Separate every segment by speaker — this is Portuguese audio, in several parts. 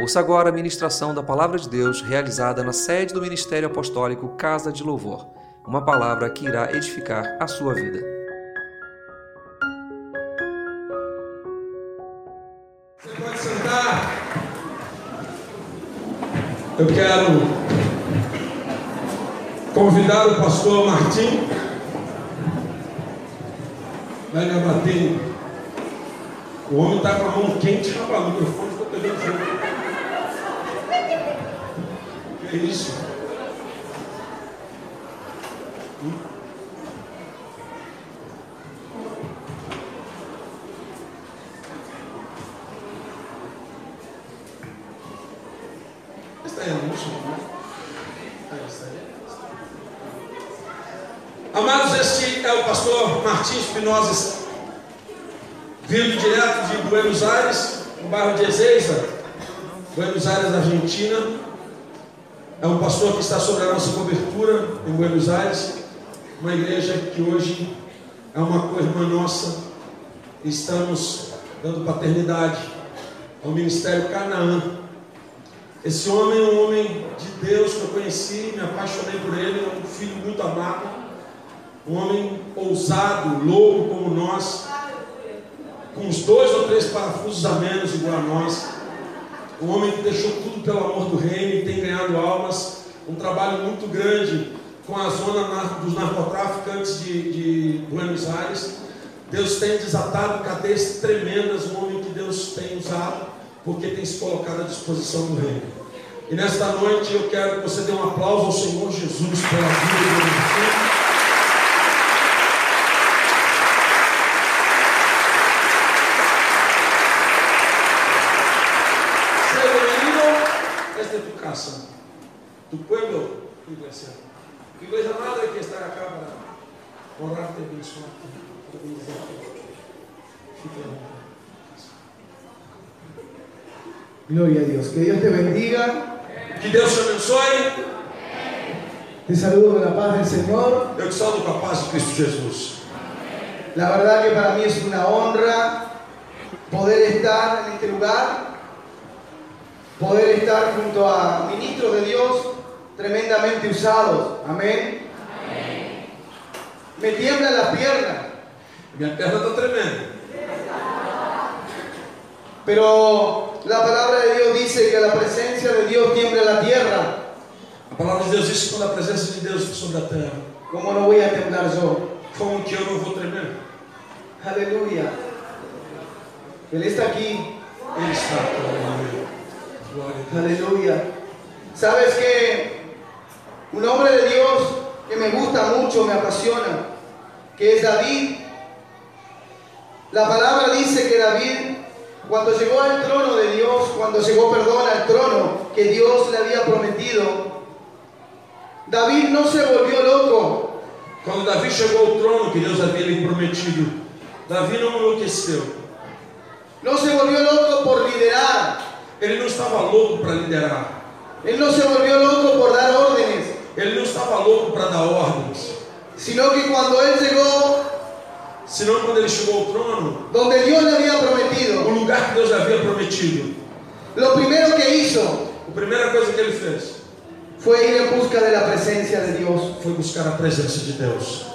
Speaker 1: Ouça agora a ministração da Palavra de Deus realizada na sede do Ministério Apostólico Casa de Louvor. Uma palavra que irá edificar a sua vida.
Speaker 2: Você pode sentar? Eu quero convidar o pastor Martim. Vai me abater. O homem está com a mão quente, rapaz, o microfone tá ficou pegando fogo. Que É isso? Hum? Essa é a música, né? É essa aí. Amados, este é o pastor Martins Espinosa vindo direto de Buenos Aires, no bairro de Ezeiza, Buenos Aires, Argentina. É um pastor que está sobre a nossa cobertura em Buenos Aires, uma igreja que hoje é uma co-irmã nossa. Estamos dando paternidade ao Ministério Canaã. Esse homem é um homem de Deus que eu conheci, me apaixonei por ele, é um filho muito amado, um homem ousado, louco como nós, com uns dois ou três parafusos a menos igual a nós. Um homem que deixou tudo pelo amor do reino e tem ganhado almas. Um trabalho muito grande com a zona nar- dos narcotraficantes de, de Buenos Aires. Deus tem desatado cadeias tremendas, um homem que Deus tem usado, porque tem se colocado à disposição do reino. E nesta noite eu quero que você dê um aplauso ao Senhor Jesus pela vida do filho. Se debido esta educación. Tu pueblo, iglesia. Tu iglesia madre é que está acá para honrarte con su
Speaker 3: Gloria a Dios. Que Dios te bendiga.
Speaker 2: Que Deus te abençoe.
Speaker 3: Te saludo con la paz del Señor.
Speaker 2: Eu te salvo com a paz de Cristo Jesus.
Speaker 3: La verdad que para mí es una honra poder estar en este lugar, poder estar junto a ministros de Dios tremendamente usados. Amén. Me tiemblan las piernas,
Speaker 2: Minha perna está tremendo.
Speaker 3: pero la palabra de Dios dice que la presencia de Dios tiembla la tierra.
Speaker 2: A palavra de Deus diz que quando a presença de Deus está sobre a terra,
Speaker 3: ¿Cómo no voy a temblar yo?
Speaker 2: como que eu não vou tremer?
Speaker 3: Aleluya. Él está aquí.
Speaker 2: Ele está comigo. Glória a Deus.
Speaker 3: Aleluya. Sabes que un hombre de Dios que me gusta mucho, me apasiona, que es David. La palabra dice que David, cuando llegó al trono de Dios, cuando llegó, perdón, al trono que Dios le había prometido, David no se volvió loco,
Speaker 2: Quando Davi chegou ao trono que Deus havia lhe prometido, Davi não enlouqueceu.
Speaker 3: no se volvió loco por liderar,
Speaker 2: Ele não estava louco para liderar.
Speaker 3: él no se volvió loco por dar órdenes,
Speaker 2: Ele não estava louco para dar ordens.
Speaker 3: sino que cuando él llegó
Speaker 2: Senão, quando ele chegou ao trono,
Speaker 3: donde Dios le había prometido,
Speaker 2: o lugar que Deus havia prometido,
Speaker 3: Lo primero que hizo
Speaker 2: a primeira coisa que ele fez
Speaker 3: fue ir en busca de la presencia de Dios.
Speaker 2: foi buscar a presença de Deus.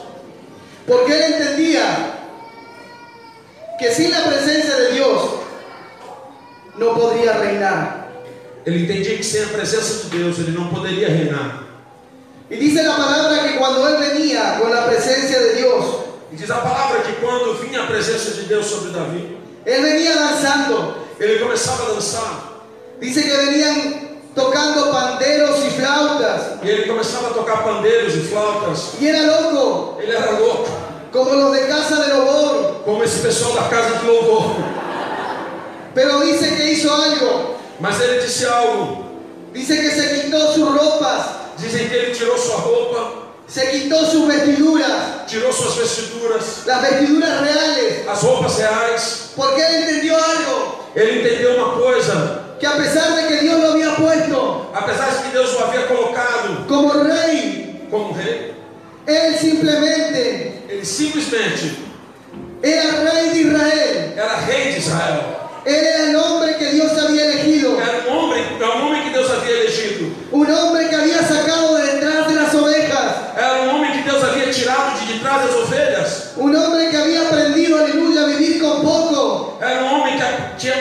Speaker 3: Porque él entendía que sin la presencia de Dios no podría reinar.
Speaker 2: Ele entendia que sem a presença de Deus ele não poderia reinar.
Speaker 3: Y dice la palabra que cuando él venía con la presencia de Dios,
Speaker 2: E diz a palavra que quando vinha a presença de Deus sobre Davi,
Speaker 3: él venía danzando.
Speaker 2: ele começava a dançar,
Speaker 3: Dice que venían tocando panderos y flautas.
Speaker 2: e ele começava a tocar pandeiros e flautas.
Speaker 3: Y era loco,
Speaker 2: Ele era louco,
Speaker 3: como los de casa de Lobor.
Speaker 2: como esse pessoal da casa de louvor.
Speaker 3: Pero dice que hizo algo.
Speaker 2: Mas ele disse algo.
Speaker 3: Dice que se quitó sus ropas,
Speaker 2: Dizem que ele tirou sua roupa,
Speaker 3: se quitó sus vestiduras.
Speaker 2: tirou suas vestiduras,
Speaker 3: las vestiduras reales,
Speaker 2: as roupas reais.
Speaker 3: porque él entendió algo,
Speaker 2: Ele entendeu uma coisa:
Speaker 3: que a pesar de que Dios lo había puesto
Speaker 2: apesar de que Deus o havia colocado
Speaker 3: como rey,
Speaker 2: como rei,
Speaker 3: él simplemente
Speaker 2: ele simplesmente
Speaker 3: era rey de Israel,
Speaker 2: era rei de Israel.
Speaker 3: él era el hombre que Dios había elegido,
Speaker 2: Era um homem um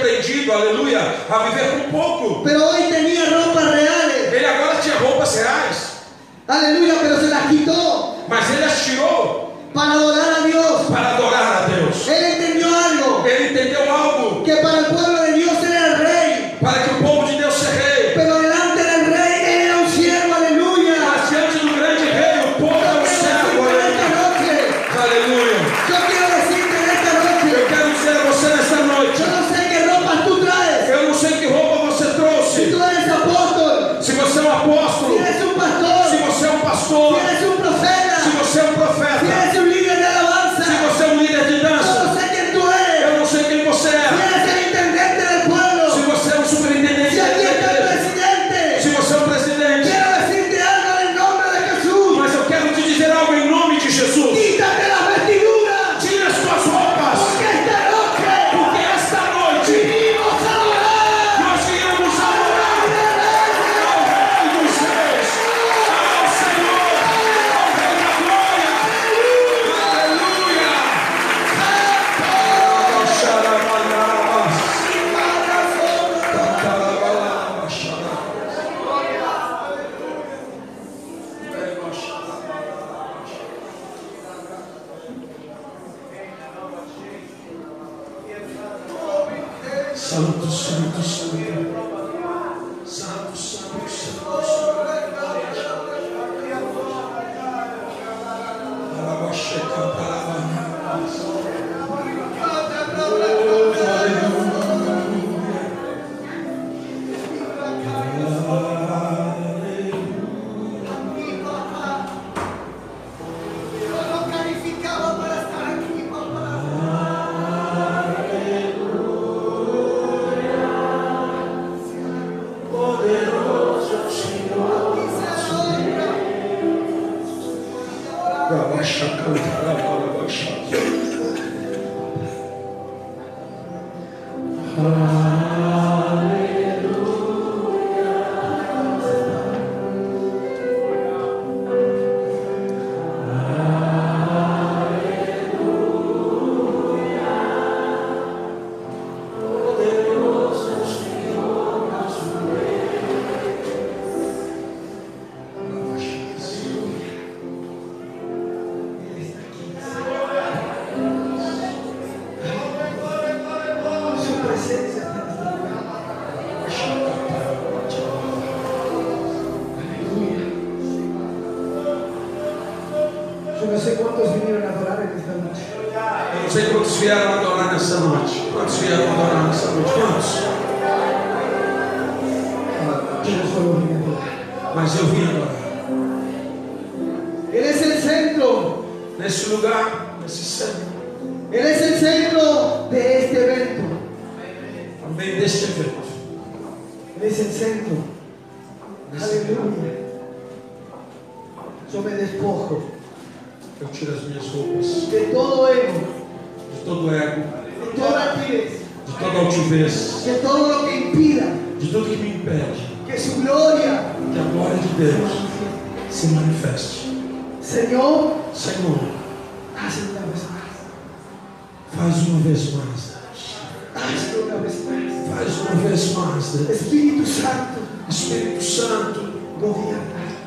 Speaker 2: um espírito, aleluia, a viver com pouco.
Speaker 3: Pero hoy tenía ropas reales.
Speaker 2: Ele agora tinha roupas reais,
Speaker 3: Aleluya, pero se las quitó
Speaker 2: mas ele as tirou
Speaker 3: para adorar a Dios.
Speaker 2: para adorar a Deus.
Speaker 3: Él entendió algo.
Speaker 2: Ele entendeu algo
Speaker 3: Que para el pueblo de Dios era el rey.
Speaker 2: para que o povo de Deus se rei.
Speaker 3: Pero delante del rey él era un siervo. Aleluya.
Speaker 2: Mas diante do grande rei, o povo
Speaker 3: Yo
Speaker 2: é
Speaker 3: quiero
Speaker 2: um servo,
Speaker 3: decirte en
Speaker 2: aleluia.
Speaker 3: esta noche.
Speaker 2: Aleluia.
Speaker 3: Yo quiero decirte en esta noche.
Speaker 2: Eu quero dizer a você nessa noite,
Speaker 3: Yo no sé qué ropas tú traes.
Speaker 2: eu não sei que roupa você
Speaker 3: Si
Speaker 2: trouxe.
Speaker 3: tú eres apóstol.
Speaker 2: Se você é um
Speaker 3: Si
Speaker 2: apóstolo,
Speaker 3: eres un
Speaker 2: se
Speaker 3: pastor.
Speaker 2: você é um
Speaker 3: Si
Speaker 2: pastor,
Speaker 3: eres un
Speaker 2: se
Speaker 3: profeta.
Speaker 2: você é um
Speaker 3: Si
Speaker 2: profeta,
Speaker 3: eres un líder de
Speaker 2: se
Speaker 3: alabanza.
Speaker 2: você é um líder de
Speaker 3: Yo
Speaker 2: dança,
Speaker 3: no sé quién tú eres.
Speaker 2: eu não sei quem você
Speaker 3: Si
Speaker 2: é.
Speaker 3: eres el intendente del pueblo.
Speaker 2: Se você é um superintendente,
Speaker 3: Si
Speaker 2: da
Speaker 3: aquí está el
Speaker 2: igreja, se
Speaker 3: presidente,
Speaker 2: você é um presidente,
Speaker 3: quiero decirte algo en el nombre de Jesús.
Speaker 2: mas eu quero te dizer algo em nome de Jesus.
Speaker 3: Quítate las vestiduras,
Speaker 2: Tira as suas roupas,
Speaker 3: porque esta noche
Speaker 2: porque esta noite
Speaker 3: vinimos a adorar
Speaker 2: nós viemos adorar.
Speaker 3: al
Speaker 2: Ao Rei dos Reis, ao Senhor, ao Rei da Glória,
Speaker 3: Rey.
Speaker 2: aleluia! Xarabalabas, xarabalabas, xarabalabas. Santo, santo, santo. Santo, santo, santo, santo. Alabaxeca, alaba. Oh, aleluia.
Speaker 4: Dios nos calificaba para estar aquí, papá.
Speaker 2: Alabaxeca, alaba, alabaxeca.
Speaker 3: Yo no sé cuántos vinieron a adorar en esta noche.
Speaker 2: Eu não sei quantos vieram adorar nessa noche. Quantos vieram adorar nessa noite? Quantos?
Speaker 3: Yo no solo vine a adorar.
Speaker 2: Mas eu vim adorar.
Speaker 3: Él es el centro,
Speaker 2: Nesse lugar, nesse centro,
Speaker 3: Él es el centro de este evento.
Speaker 2: também deste evento.
Speaker 3: Él es el centro. Aleluya. Yo me despojo
Speaker 2: Eu tiro as minhas roupas
Speaker 3: de todo ego,
Speaker 2: de todo ego,
Speaker 3: de toda timidez,
Speaker 2: de toda altivez,
Speaker 3: de todo lo que impida
Speaker 2: de tudo que me impede
Speaker 3: que su gloria,
Speaker 2: que a glória de Deus se manifeste.
Speaker 3: Señor,
Speaker 2: Senhor,
Speaker 3: hazlo una vez más.
Speaker 2: faz uma vez mais,
Speaker 3: Hazlo una vez más.
Speaker 2: faz uma vez mais. Deus.
Speaker 3: Espíritu Santo,
Speaker 2: Espírito Santo,
Speaker 3: gobierna.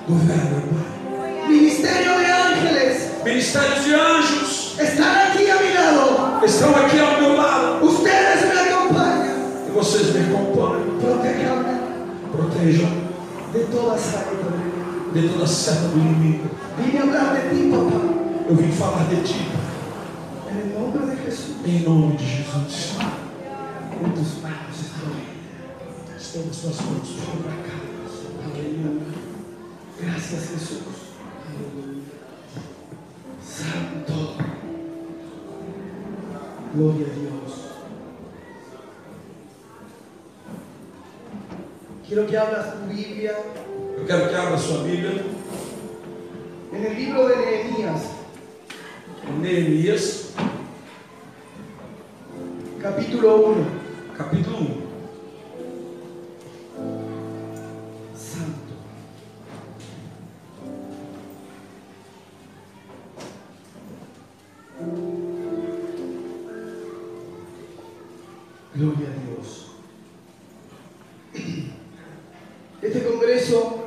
Speaker 2: governa, Pai.
Speaker 3: Ministerio de ángeles,
Speaker 2: Ministérios de anjos
Speaker 3: están aquí a mi lado.
Speaker 2: estão aqui ao meu lado.
Speaker 3: Ustedes me acompañan.
Speaker 2: E vocês me acompanham.
Speaker 3: Protejanme
Speaker 2: Protejam
Speaker 3: de toda sabiduría.
Speaker 2: de toda seta do inimigo.
Speaker 3: Vine a hablar de ti, papá.
Speaker 2: Eu vim falar de ti, Pai,
Speaker 3: En el nombre de Jesús.
Speaker 2: em nome de Jesus.
Speaker 3: En tus manos estoy.
Speaker 2: Estão nas suas mãos, Pai. Aleluia.
Speaker 3: Gracias Jesús. Santo. Gloria a Dios. Quiero que abras tu Biblia
Speaker 2: Eu quero que abra sua Bíblia
Speaker 3: en el libro de Nehemías,
Speaker 2: em Neemias,
Speaker 3: capítulo 1.
Speaker 2: capítulo 1.
Speaker 3: Santo. Gloria a Dios. Este congreso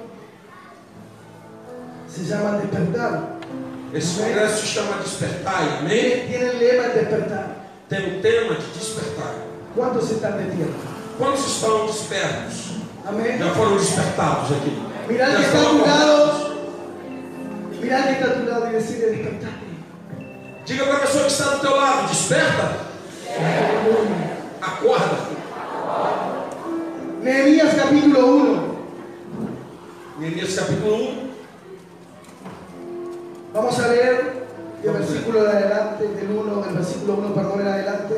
Speaker 3: se llama Despertar.
Speaker 2: Esse congresso se chama Despertar, amém?
Speaker 3: Tiene el lema el Despertar.
Speaker 2: Tem o tema de despertar.
Speaker 3: ¿Cuántos están de tiempo?
Speaker 2: Quantos estão despertos?
Speaker 3: Amén.
Speaker 2: Já foram despertados aqui?
Speaker 3: Mirar que
Speaker 2: Já
Speaker 3: está a
Speaker 2: foram
Speaker 3: tu
Speaker 2: acordados?
Speaker 3: lado. Mirar que está a tu lado y decirle despertate.
Speaker 2: Diga para a pessoa que está do teu lado, desperta, acorda.
Speaker 3: Nehemías capítulo 1.
Speaker 2: Neemias capítulo 1,
Speaker 3: Vamos a leer del versículo de adelante, del 1, del versículo 1, perdón, en adelante.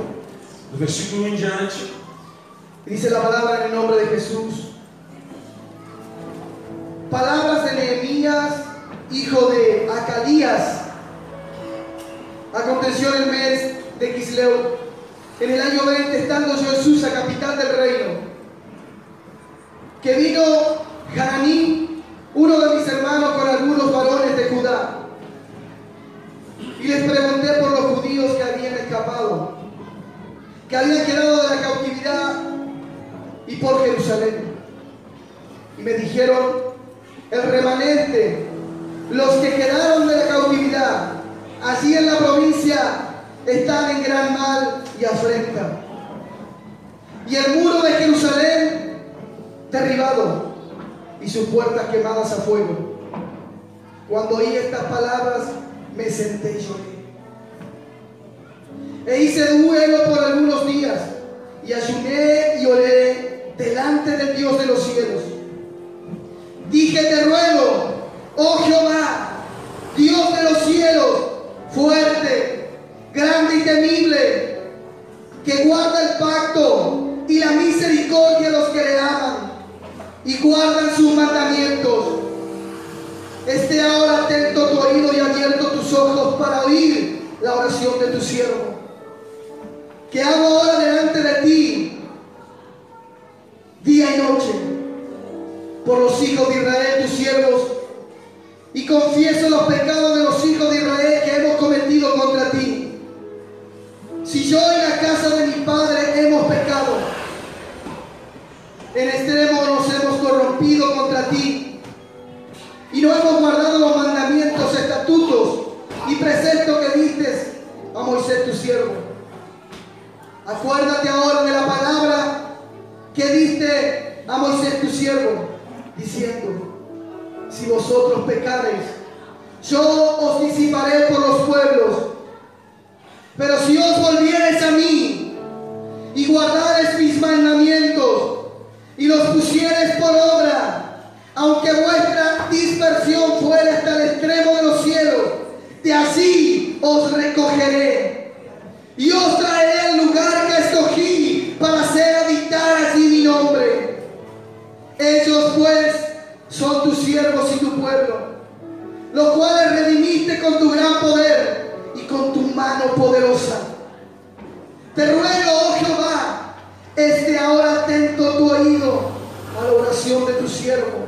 Speaker 2: do versículo 1 em diante.
Speaker 3: Dice la palabra en el nombre de Jesús. Palabras de Nehemías, hijo de Acalías. Aconteció en el mes de Quisleu, en el año 20, estando yo en Susa, capital del reino, que vino Hananí, uno de mis hermanos, con algunos varones de Judá. Y les pregunté por los judíos que habían escapado que habían quedado de la cautividad y por Jerusalén. Y me dijeron, el remanente, los que quedaron de la cautividad, allí en la provincia, están en gran mal y afrenta. Y el muro de Jerusalén derribado y sus puertas quemadas a fuego. Cuando oí estas palabras, me senté y lloré e hice duelo por algunos días, y ayuné y oré delante del Dios de los cielos. Dije, te ruego, oh Jehová, Dios de los cielos, fuerte, grande y temible, que guarda el pacto y la misericordia a los que le aman y guardan sus mandamientos. Esté ahora atento tu oído y abierto tus ojos para oír la oración de tu siervo que hago ahora delante de ti, día y noche, por los hijos de Israel, tus siervos, y confieso los pecados de los hijos de Israel que hemos cometido contra ti. Si yo en la casa de mi padre hemos pecado, en extremo nos hemos corrompido contra ti, y no hemos guardado los mandamientos, estatutos y preceptos que diste a Moisés tu siervo. Acuérdate ahora de la palabra que diste a Moisés tu siervo, diciendo, si vosotros pecareis, yo os disiparé por los pueblos, pero si os volviereis a mí y guardareis mis mandamientos y los pusiereis por obra, aunque vuestra dispersión fuere hasta el extremo de los cielos, de así os recogeré y os traeré al lugar que escogí para hacer habitar así mi nombre. Ellos pues son tus siervos y tu pueblo, los cuales redimiste con tu gran poder y con tu mano poderosa. Te ruego, oh Jehová, esté ahora atento tu oído a la oración de tu siervo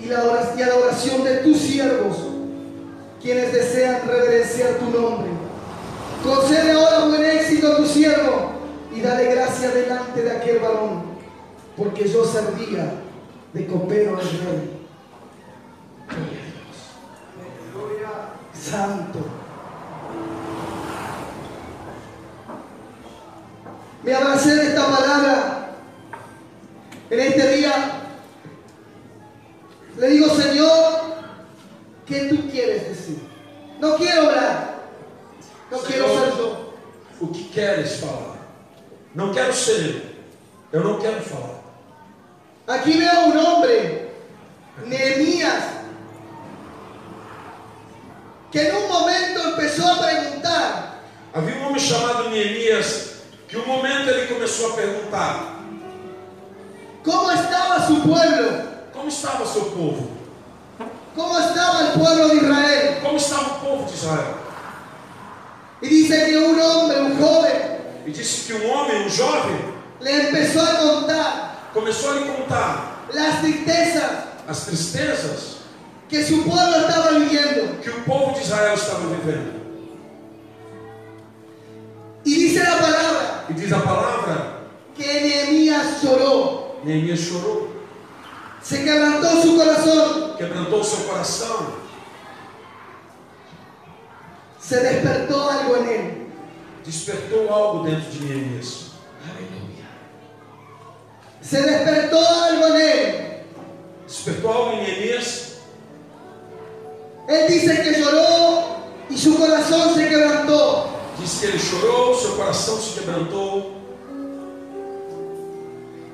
Speaker 3: y la ora- y a la oración de tus siervos, quienes desean reverenciar tu nombre. Concede ahora buen éxito a tu siervo y dale gracia delante de aquel varón, porque yo servía de copero al rey. Gloria a Dios. Santo. Me abracé de esta palabra en este día. Le digo, Señor, ¿qué tú quieres decir? No quiero hablar. No quiero ser yo.
Speaker 2: O que queres falar? Não quero ser eu. Eu não quero falar.
Speaker 3: Aquí veo un hombre, Nehemías, que en un momento empezó a preguntar,
Speaker 2: Havia um homem chamado Neemias que um momento ele começou a perguntar:
Speaker 3: ¿cómo estaba su pueblo?
Speaker 2: Como estava seu povo?
Speaker 3: ¿Cómo estaba el pueblo de Israel?
Speaker 2: Como estava o povo de Israel?
Speaker 3: Y dice que un hombre, un joven,
Speaker 2: E disse que um homem, um jovem,
Speaker 3: le empezó a contar
Speaker 2: começou a lhe contar
Speaker 3: las tristezas
Speaker 2: as tristezas
Speaker 3: que su pueblo estaba viviendo.
Speaker 2: que o povo de Israel estava vivendo.
Speaker 3: Y dice la palabra
Speaker 2: E diz a palavra:
Speaker 3: que Nehemías lloró.
Speaker 2: Neemias chorou.
Speaker 3: se quebrantó su corazón,
Speaker 2: quebrantou o seu coração,
Speaker 3: se despertó algo en él.
Speaker 2: despertou algo dentro de Neemias.
Speaker 3: Se despertó algo en él.
Speaker 2: Despertou algo em Neemias.
Speaker 3: Él dice que lloró y su corazón se quebrantó.
Speaker 2: Diz que ele chorou, seu coração se quebrantou,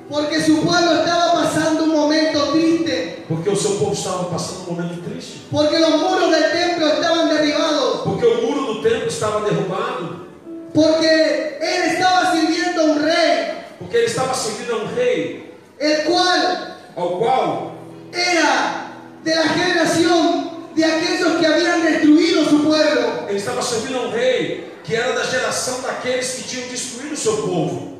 Speaker 3: Porque su pueblo estaba pasando un momento triste.
Speaker 2: porque o seu povo estava passando um momento triste.
Speaker 3: Porque los muros del templo estaban derribados.
Speaker 2: Porque o muro do templo estava derrubado,
Speaker 3: Porque él estaba sirviendo a un rey,
Speaker 2: porque ele estava servindo a um rei,
Speaker 3: el cual
Speaker 2: ao qual
Speaker 3: era de la generación de aquellos que habían destruido su pueblo.
Speaker 2: ele estava servindo a um rei que era da geração daqueles que tinham destruído o seu povo,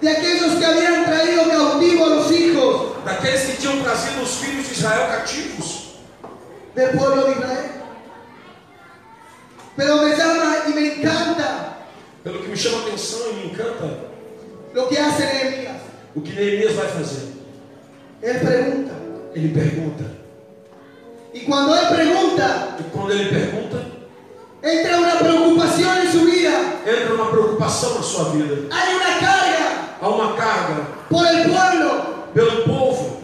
Speaker 3: De aquellos que habían traído cautivo a los hijos
Speaker 2: daqueles que tinham trazido os filhos de Israel cativos.
Speaker 3: del pueblo de Israel. Pero me llama y me encanta
Speaker 2: Pelo que me chama a atenção e me encanta
Speaker 3: lo que hace Nehemías.
Speaker 2: o que Neemias vai fazer.
Speaker 3: Él pregunta.
Speaker 2: Ele pergunta.
Speaker 3: Y cuando él pregunta,
Speaker 2: E quando ele pergunta,
Speaker 3: entra una preocupação en su vida.
Speaker 2: entra uma preocupação na sua vida.
Speaker 3: Hay una carga
Speaker 2: Há uma carga
Speaker 3: por el pueblo.
Speaker 2: pelo povo.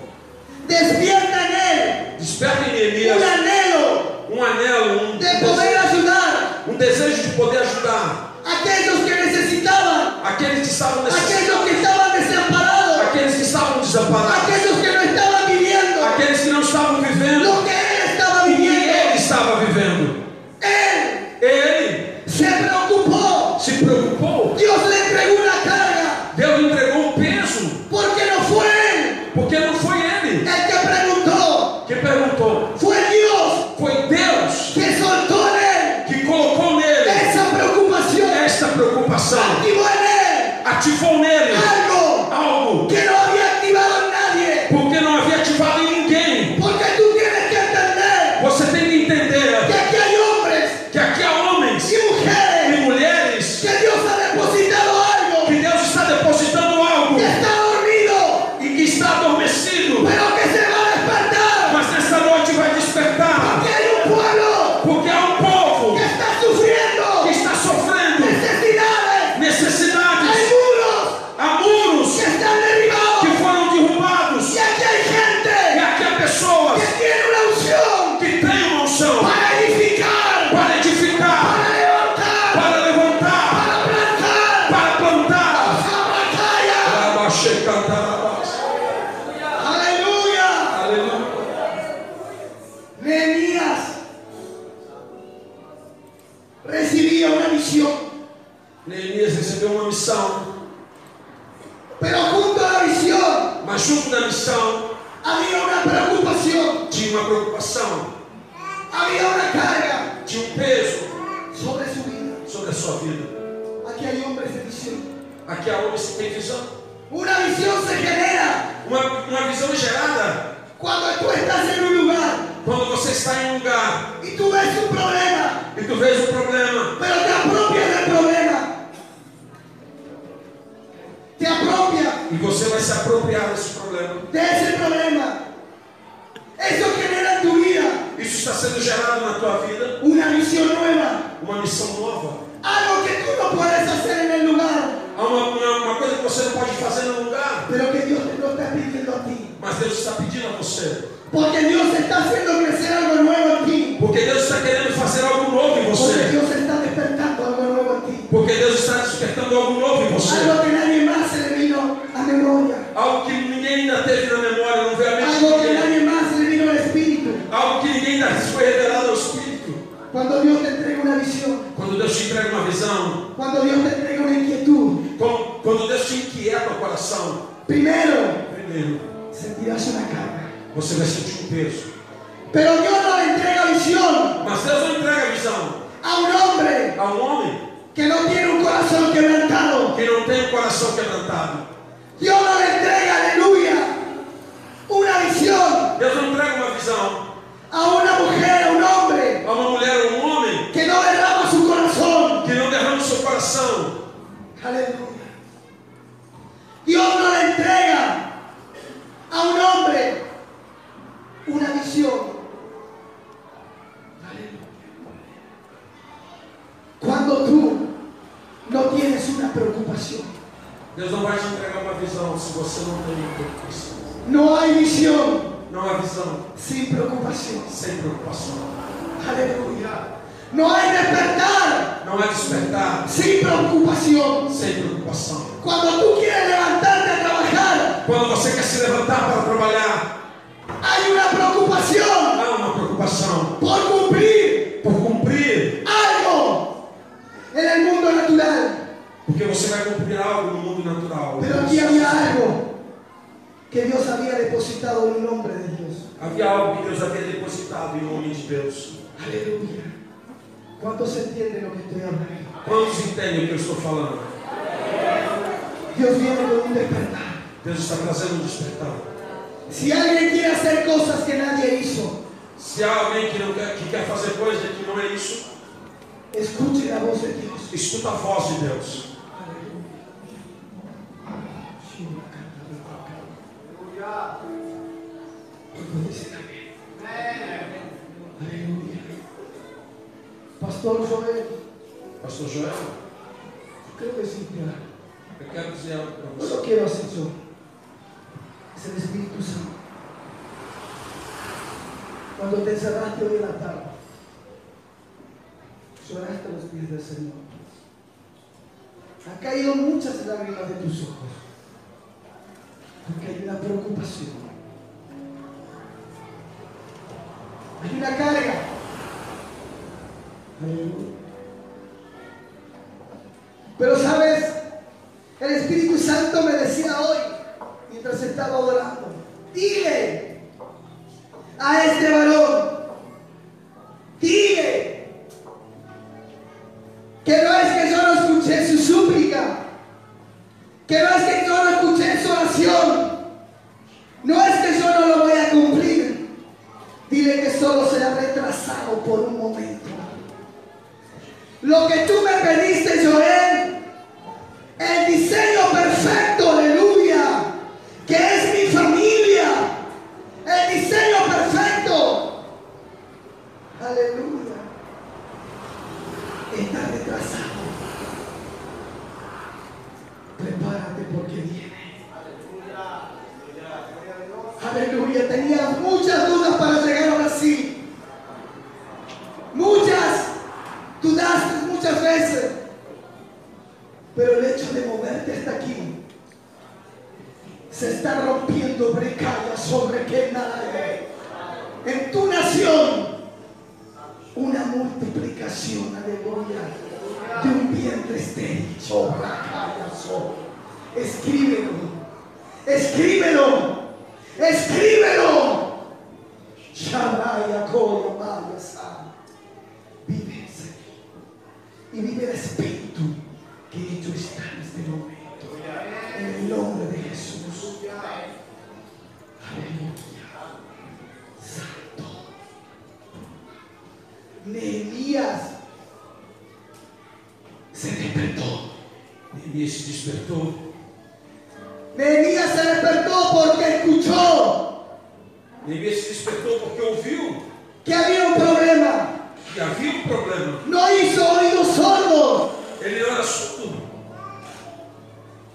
Speaker 3: Despierta en
Speaker 2: Desperta em
Speaker 3: él un
Speaker 2: Neemias
Speaker 3: anhelo
Speaker 2: um anelo, um
Speaker 3: de poder
Speaker 2: desejo,
Speaker 3: ayudar
Speaker 2: um desejo de poder ajudar
Speaker 3: a aquellos que necesitaban,
Speaker 2: aqueles que estavam
Speaker 3: a
Speaker 2: necessitados,
Speaker 3: aquellos que estaban desamparados,
Speaker 2: aqueles que estavam
Speaker 3: a
Speaker 2: desamparados,
Speaker 3: aquellos que no estaban viviendo
Speaker 2: aqueles que não estavam vivendo
Speaker 3: lo que él estaba
Speaker 2: e ele
Speaker 3: viviendo.
Speaker 2: estava vivendo.
Speaker 3: Él
Speaker 2: Ele
Speaker 3: se preocupó.
Speaker 2: se preocupou.
Speaker 3: Dios le entregó una carga
Speaker 2: Deus entregou o peso,
Speaker 3: porque no fue él
Speaker 2: porque não foi ele
Speaker 3: el que preguntó,
Speaker 2: que perguntou.
Speaker 3: fue Dios
Speaker 2: Foi Deus
Speaker 3: que soltó en él
Speaker 2: que colocou nele
Speaker 3: esa preocupación,
Speaker 2: esta preocupação.
Speaker 3: activó en él
Speaker 2: Ativou nele
Speaker 3: algo
Speaker 2: algo
Speaker 3: que no había activado en nadie,
Speaker 2: porque não havia ativado em ninguém.
Speaker 3: porque tú tienes que entender
Speaker 2: Você tem que
Speaker 3: que
Speaker 2: entender
Speaker 3: aquí hay hombres
Speaker 2: que aqui há homens
Speaker 3: y
Speaker 2: e
Speaker 3: mujeres
Speaker 2: mulheres
Speaker 3: que Dios ha depositado
Speaker 2: que
Speaker 3: algo
Speaker 2: Deus está depositando algo
Speaker 3: que está dormido,
Speaker 2: e que está adormecido,
Speaker 3: pero que se va a despertar,
Speaker 2: mas nessa noite vai despertar,
Speaker 3: porque hay un pueblo
Speaker 2: porque há um povo
Speaker 3: que está sufriendo
Speaker 2: que está sofrendo
Speaker 3: necesidades, hay
Speaker 2: necessidades,
Speaker 3: muros
Speaker 2: há muros
Speaker 3: que están derribados.
Speaker 2: que foram derrubados
Speaker 3: Y aquí hay
Speaker 2: e
Speaker 3: gente
Speaker 2: aqui há pessoas
Speaker 3: que tiene una unción
Speaker 2: que têm uma unção
Speaker 3: para edificar,
Speaker 2: para edificar,
Speaker 3: para levantar,
Speaker 2: para levantar,
Speaker 3: para
Speaker 2: para
Speaker 3: plantar.
Speaker 2: plantar.
Speaker 3: ¡Esa batalla! ¡Aleluya!
Speaker 2: Aleluia.
Speaker 3: Nehemías recibía una visión,
Speaker 2: Neemias recebeu uma missão,
Speaker 3: pero junto a la visión
Speaker 2: mas junto da missão
Speaker 3: había una preocupación,
Speaker 2: tinha uma preocupação,
Speaker 3: había una carga
Speaker 2: tinha um peso
Speaker 3: sobre su vida.
Speaker 2: sobre a sua vida.
Speaker 3: Aquí hay hombres de visión.
Speaker 2: Aqui há homens que têm visão.
Speaker 3: Una visión se genera
Speaker 2: Uma, uma visão gerada
Speaker 3: cuando tú estás en un lugar
Speaker 2: quando você está em um lugar
Speaker 3: y tú ves un problema.
Speaker 2: e tu vês um problema,
Speaker 3: Pero te apropias del problema. Te apropias
Speaker 2: e você vai se apropriar desse problema.
Speaker 3: de ese problema. Eso genera en tu vida
Speaker 2: Isso está sendo gerado na tua vida,
Speaker 3: una visión nueva.
Speaker 2: uma missão nova.
Speaker 3: Algo que tú no puedes hacer en el lugar,
Speaker 2: Há uma, uma, uma coisa que você não pode fazer no lugar,
Speaker 3: pero que Dios te lo está pidiendo a ti.
Speaker 2: mas Deus está pedindo a você.
Speaker 3: Porque Dios está haciendo crecer algo nuevo en ti.
Speaker 2: Porque Deus está querendo fazer algo novo em
Speaker 3: Porque
Speaker 2: você.
Speaker 3: Dios está despertando algo nuevo en ti.
Speaker 2: Porque Deus está despertando algo novo em você.
Speaker 3: Algo que nadie más se le vino a memoria.
Speaker 2: Algo que ninguém ainda teve na memória, não veio à mente
Speaker 3: Algo que
Speaker 2: de ninguém.
Speaker 3: nadie más se le vino al espíritu.
Speaker 2: Algo que ninguém ainda foi revelado ao Espírito.
Speaker 3: Cuando Dios te entrega una visión.
Speaker 2: Quando Deus te entrega uma visão,
Speaker 3: Cuando Dios te entrega una inquietud,
Speaker 2: quando, quando Deus te inquieta o coração,
Speaker 3: primero
Speaker 2: primeiro,
Speaker 3: sentirás una carga.
Speaker 2: você vai sentir um peso.
Speaker 3: Pero Dios no le entrega visión
Speaker 2: Mas Deus não entrega a visão
Speaker 3: a un hombre
Speaker 2: a um homem
Speaker 3: que no tiene un corazón quebrantado.
Speaker 2: que não tem o coração quebrantado.
Speaker 3: Dios no le entrega, aleluya, una visión
Speaker 2: Deus não entrega uma visão
Speaker 3: a una mujer, a un hombre
Speaker 2: a uma mulher ou um homem
Speaker 3: que no derrama su corazón.
Speaker 2: que não derrama o seu coração.
Speaker 3: Aleluya. Dios no le entrega a un hombre
Speaker 2: missão se você não tem emprego cristão.
Speaker 3: No hay visión
Speaker 2: Não há visão
Speaker 3: sin preocupação.
Speaker 2: sem preocupação.
Speaker 3: Aleluya. No hay despertar
Speaker 2: Não há despertar
Speaker 3: sin preocupação.
Speaker 2: sem preocupação.
Speaker 3: Cuando tú quieres levantarte a trabajar,
Speaker 2: Quando você quer se levantar para trabalhar,
Speaker 3: hay una preocupação
Speaker 2: há uma preocupação
Speaker 3: por cumplir
Speaker 2: por cumprir,
Speaker 3: algo en el mundo natural.
Speaker 2: porque você vai cumprir algo no mundo natural.
Speaker 3: Pero aquí había algo que Dios había depositado en un hombre de Dios.
Speaker 2: Havia algo que Deus havia depositado em nome de Deus.
Speaker 3: Aleluya. ¿Cuántos entienden lo que estoy hablando?
Speaker 2: Quantos entendem o que eu estou falando?
Speaker 3: Dios viene con un despertar.
Speaker 2: Deus está trazendo um despertar.
Speaker 3: Si alguien quiere hacer cosas que nadie hizo,
Speaker 2: Se há alguém que, não quer, que quer fazer coisa que não é isso,
Speaker 3: escuche la voz de Dios.
Speaker 2: escuta a voz de Deus.
Speaker 3: Cuando dicen amén. Aleluya. Pastor Joel,
Speaker 2: Pastor Joel,
Speaker 3: yo quiero decirte algo.
Speaker 2: eu quero dizer algo para
Speaker 3: No
Speaker 2: você.
Speaker 3: lo quiero hacer yo. Es el Espíritu Santo. Cuando te encerraste hoy en la tarde, lloraste a los pies del Señor. Han caído muchas lágrimas de tus ojos. Porque hay una preocupación. Hay una carga. Aleluya. Pero sabes, el Espíritu Santo me decía hoy, mientras estaba orando, dile a este varón, dile que no es que yo no escuché su súplica, que no es que yo no escuché su oración, no es que yo no lo voy a cumplir, dile que solo será retrasado por un momento. Lo que tú me pediste, Joel, el diseño perfecto, aleluya, que es mi familia, el diseño perfecto, aleluya, está retrasado. Prepárate porque viene. Aleluya, tenía muchas dudas para llegar a Brasil. Muchas, dudaste muchas veces. Pero el hecho de moverte hasta aquí se está rompiendo brecalla sobre que nadie. En tu nación, una multiplicación, aleluya, de un vientre estéril. Chorracalla, so. Escríbelo, escríbelo, escríbelo. Sharaya, Koya, Maya, Sa. Vive, Señor y vive el espíritu que hecho está en este momento. En el nombre de Jesús. Aleluya. Santo. Nehemías se despertó.
Speaker 2: Neemias se despertou.
Speaker 3: Nehemías se despertó porque escuchó
Speaker 2: Neemias se despertou porque ouviu
Speaker 3: que había un problema.
Speaker 2: que havia um problema.
Speaker 3: No hizo oídos sordos.
Speaker 2: Ele não era surdo.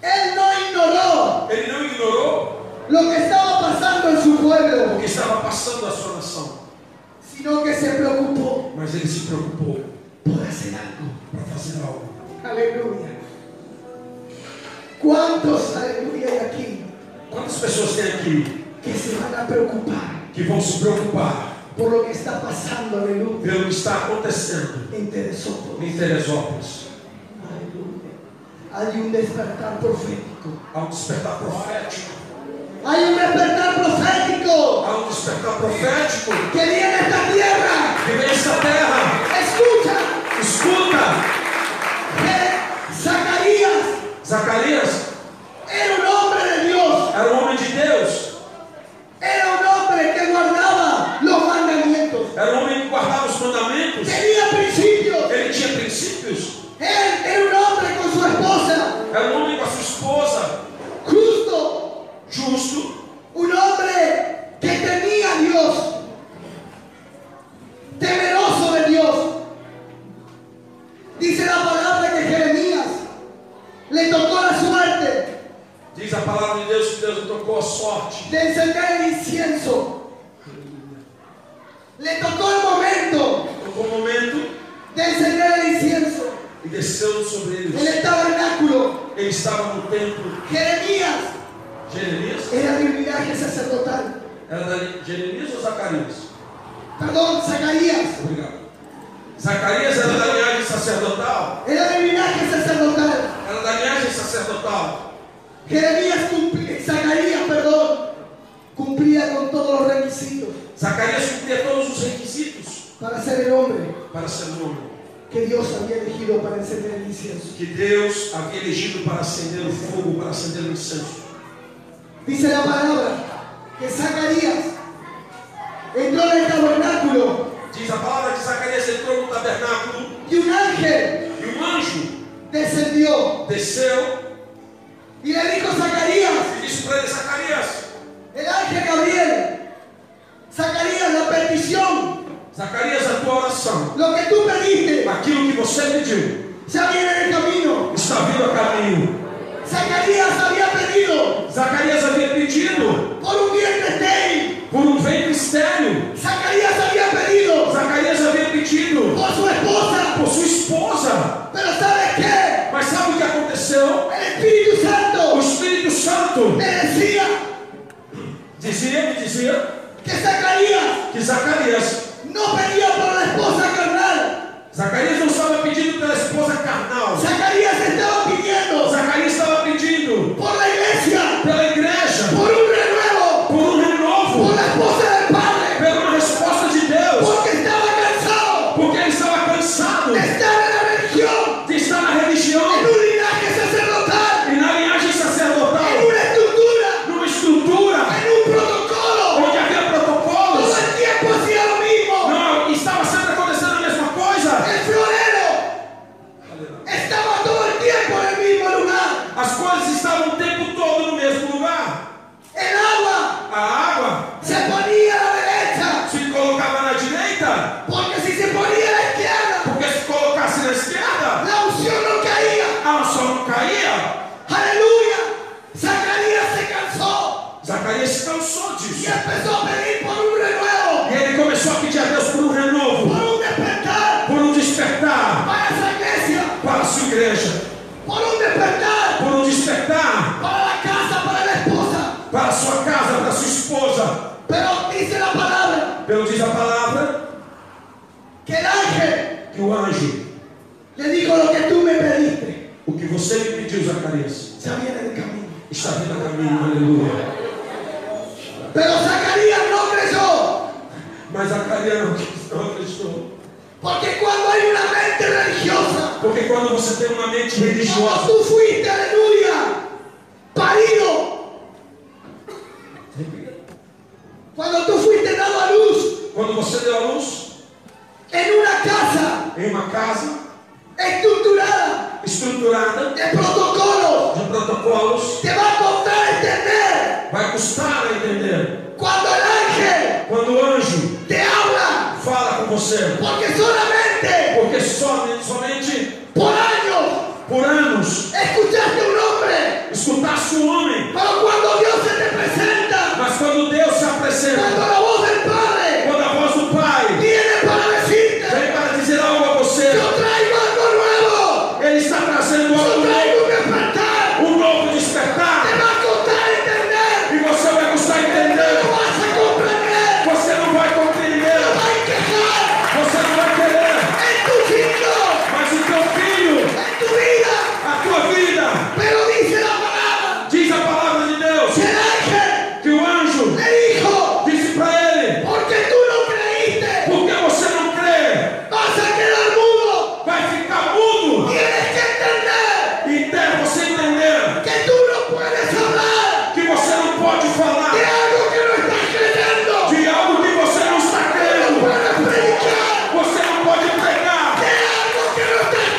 Speaker 3: Él no ignoró
Speaker 2: Ele não ignorou
Speaker 3: lo que estaba pasando en su
Speaker 2: o
Speaker 3: pueblo,
Speaker 2: que estava passando à sua nação.
Speaker 3: sino que se preocupó
Speaker 2: Mas ele se preocupou
Speaker 3: por hacer algo.
Speaker 2: para fazer algo.
Speaker 3: Aleluya. ¿Cuántos, aleluya, hay aquí
Speaker 2: Quantas pessoas tem aqui
Speaker 3: que se van a preocupar
Speaker 2: que vão se preocupar
Speaker 3: por lo que está pasando, aleluya,
Speaker 2: pelo que está acontecendo
Speaker 3: en Teresópolis?
Speaker 2: em Teresópolis?
Speaker 3: Aleluya. Hay un despertar profético.
Speaker 2: Há um despertar profético.
Speaker 3: Hay un despertar profético
Speaker 2: Há um despertar profético
Speaker 3: que viene a esta tierra.
Speaker 2: que vem esta terra.
Speaker 3: Escucha
Speaker 2: Escuta!
Speaker 3: que Zacarías
Speaker 2: Zacarias
Speaker 3: era un hombre de Dios.
Speaker 2: era um homem de Deus.
Speaker 3: Era un hombre que guardaba los mandamientos.
Speaker 2: Era um homem que guardava os mandamentos.
Speaker 3: Tenía principios.
Speaker 2: Ele tinha princípios.
Speaker 3: Él era un hombre con su esposa.
Speaker 2: Era um homem com a sua esposa.
Speaker 3: justo,
Speaker 2: Justo.
Speaker 3: un hombre que temía a Dios, temeroso de Dios. Dice la palabra que Jeremías le tocó la suerte
Speaker 2: de Deus que Deus lhe tocou a sorte
Speaker 3: de encender el incienso. Le tocó el momento
Speaker 2: tocou o momento
Speaker 3: de encender el incienso
Speaker 2: e desceu sobre
Speaker 3: en
Speaker 2: eles
Speaker 3: el tabernáculo.
Speaker 2: ele estava no templo
Speaker 3: Jeremías
Speaker 2: Jeremias
Speaker 3: era de un linaje sacerdotal.
Speaker 2: era da- Jeremias ou Zacarias?
Speaker 3: Perdón, Zacarías
Speaker 2: obrigado Zacarias era da linhagem sacerdotal
Speaker 3: era de un linaje sacerdotal.
Speaker 2: era da linhagem sacerdotal
Speaker 3: Jeremías cumplía, Zacarías, perdón, cumplía con todos los requisitos
Speaker 2: Zacarias cumpria todos os requisitos
Speaker 3: para ser el hombre
Speaker 2: para ser um homem
Speaker 3: que Dios había elegido para encender el incienso.
Speaker 2: que Deus havia elegido para acender o fogo para acender o incenso
Speaker 3: Dice la palabra que Zacarías entró en el tabernáculo
Speaker 2: diz a palavra que Zacarias entrou no tabernáculo
Speaker 3: y un ángel
Speaker 2: e um anjo
Speaker 3: descendió
Speaker 2: desceu
Speaker 3: y le dijo Zacarías,
Speaker 2: e disse para ele Zacarias
Speaker 3: el ángel Gabriel, Zacarías, la petición,
Speaker 2: Zacarias, a tua oração,
Speaker 3: lo que tú pediste,
Speaker 2: aquilo que você pediu,
Speaker 3: ya viene en el camino.
Speaker 2: está vindo a caminho.
Speaker 3: Zacarías había pedido
Speaker 2: Zacarias havia pedido
Speaker 3: por un vientre estéril.
Speaker 2: por um ventre estéreo.
Speaker 3: Zacarías había pedido
Speaker 2: Zacarias havia pedido
Speaker 3: por su esposa.
Speaker 2: por sua esposa.
Speaker 3: Pero ¿sabes qué?
Speaker 2: Mas sabe o que aconteceu?
Speaker 3: El Espíritu
Speaker 2: O
Speaker 3: Santo
Speaker 2: Espírito Santo
Speaker 3: le decía
Speaker 2: dizia, ele dizia
Speaker 3: que Zacarías
Speaker 2: que Zacarias,
Speaker 3: no pedía por la esposa carnal.
Speaker 2: Zacarias não estava pedindo pela esposa carnal.
Speaker 3: Zacarías estaba pidiendo
Speaker 2: Zacarias estava pedindo
Speaker 3: por la iglesia,
Speaker 2: pela igreja,
Speaker 3: por un renuevo,
Speaker 2: por um
Speaker 3: por
Speaker 2: renovo,
Speaker 3: la esposa del Padre,
Speaker 2: pela uma resposta de Deus,
Speaker 3: porque estaba cansado
Speaker 2: porque ele estava cansado
Speaker 3: de estar en la religión,
Speaker 2: de estar na religião.
Speaker 3: en un linaje sacerdotal,
Speaker 2: E na linhagem
Speaker 3: en
Speaker 2: sacerdotal,
Speaker 3: una estructura,
Speaker 2: numa estrutura
Speaker 3: en un protocolo.
Speaker 2: onde havia protocolos,
Speaker 3: Todo el tiempo hacía lo mismo.
Speaker 2: não, estava sempre acontecendo a mesma coisa.
Speaker 3: El florero estaba todo el tiempo en el mismo lugar.
Speaker 2: As coisas estavam o tempo todo no mesmo lugar.
Speaker 3: El agua
Speaker 2: A água
Speaker 3: se ponía a la derecha,
Speaker 2: se colocava na direita,
Speaker 3: porque si se ponía a la izquierda,
Speaker 2: porque se colocasse na esquerda,
Speaker 3: la unción no caía.
Speaker 2: a só não caía.
Speaker 3: Aleluya. Zacarías se cansó
Speaker 2: Zacarias se cansou
Speaker 3: y
Speaker 2: disso.
Speaker 3: empezó a pedir por un renuevo,
Speaker 2: E ele começou a pedir a Deus por um renovo,
Speaker 3: por un despertar
Speaker 2: por um despertar
Speaker 3: para esa iglesia,
Speaker 2: para a sua igreja,
Speaker 3: por un despertar
Speaker 2: por um despertar
Speaker 3: para la casa, para la esposa.
Speaker 2: para a sua casa, para a sua esposa.
Speaker 3: Pero dice la palabra
Speaker 2: Pelo diz a palavra
Speaker 3: que el ángel
Speaker 2: que o anjo
Speaker 3: le dijo lo que tú me pediste.
Speaker 2: O que você me pediu, Zacarias,
Speaker 3: Ya viene el camino.
Speaker 2: está vindo a caminho, aleluia.
Speaker 3: Pero Zacarías no creyó,
Speaker 2: Mas Zacarias não não acreditou.
Speaker 3: porque cuando hay una mente religiosa,
Speaker 2: Porque quando você tem uma mente
Speaker 3: Como
Speaker 2: religiosa,
Speaker 3: tú fuiste, aleluya, parido. Cuando tú fuiste dado a luz
Speaker 2: quando você deu a luz
Speaker 3: en una casa
Speaker 2: em uma casa
Speaker 3: estructurada
Speaker 2: estruturada,
Speaker 3: de protocolos,
Speaker 2: de protocolos,
Speaker 3: te va a costar entender
Speaker 2: vai custar a entender.
Speaker 3: cuando el ángel
Speaker 2: Quando o anjo
Speaker 3: te habla,
Speaker 2: fala com você,
Speaker 3: porque solamente
Speaker 2: porque somente, somente
Speaker 3: por años
Speaker 2: por anos
Speaker 3: escuchaste a un homem
Speaker 2: escutasse o homem,
Speaker 3: pero cuando Dios se te presenta,
Speaker 2: mas quando Deus se apresenta,
Speaker 3: cuando la voz del Padre
Speaker 2: quando a voz do Pai
Speaker 3: viene para decirte,
Speaker 2: vem para dizer algo a você,
Speaker 3: yo traigo algo nuevo.
Speaker 2: ele está trazendo
Speaker 3: Yo
Speaker 2: algo novo.
Speaker 3: traigo un despertar.
Speaker 2: um novo
Speaker 3: Te
Speaker 2: despertar
Speaker 3: va a costar entender.
Speaker 2: e você vai custar
Speaker 3: No
Speaker 2: entender.
Speaker 3: vas a comprender.
Speaker 2: Você não vai
Speaker 3: No
Speaker 2: compreender,
Speaker 3: vas a encajar
Speaker 2: você não vai querer,
Speaker 3: en tus hijos,
Speaker 2: mas o teu filho,
Speaker 3: en tu vida.
Speaker 2: a tua vida,
Speaker 3: Pero dice la palabra
Speaker 2: diz a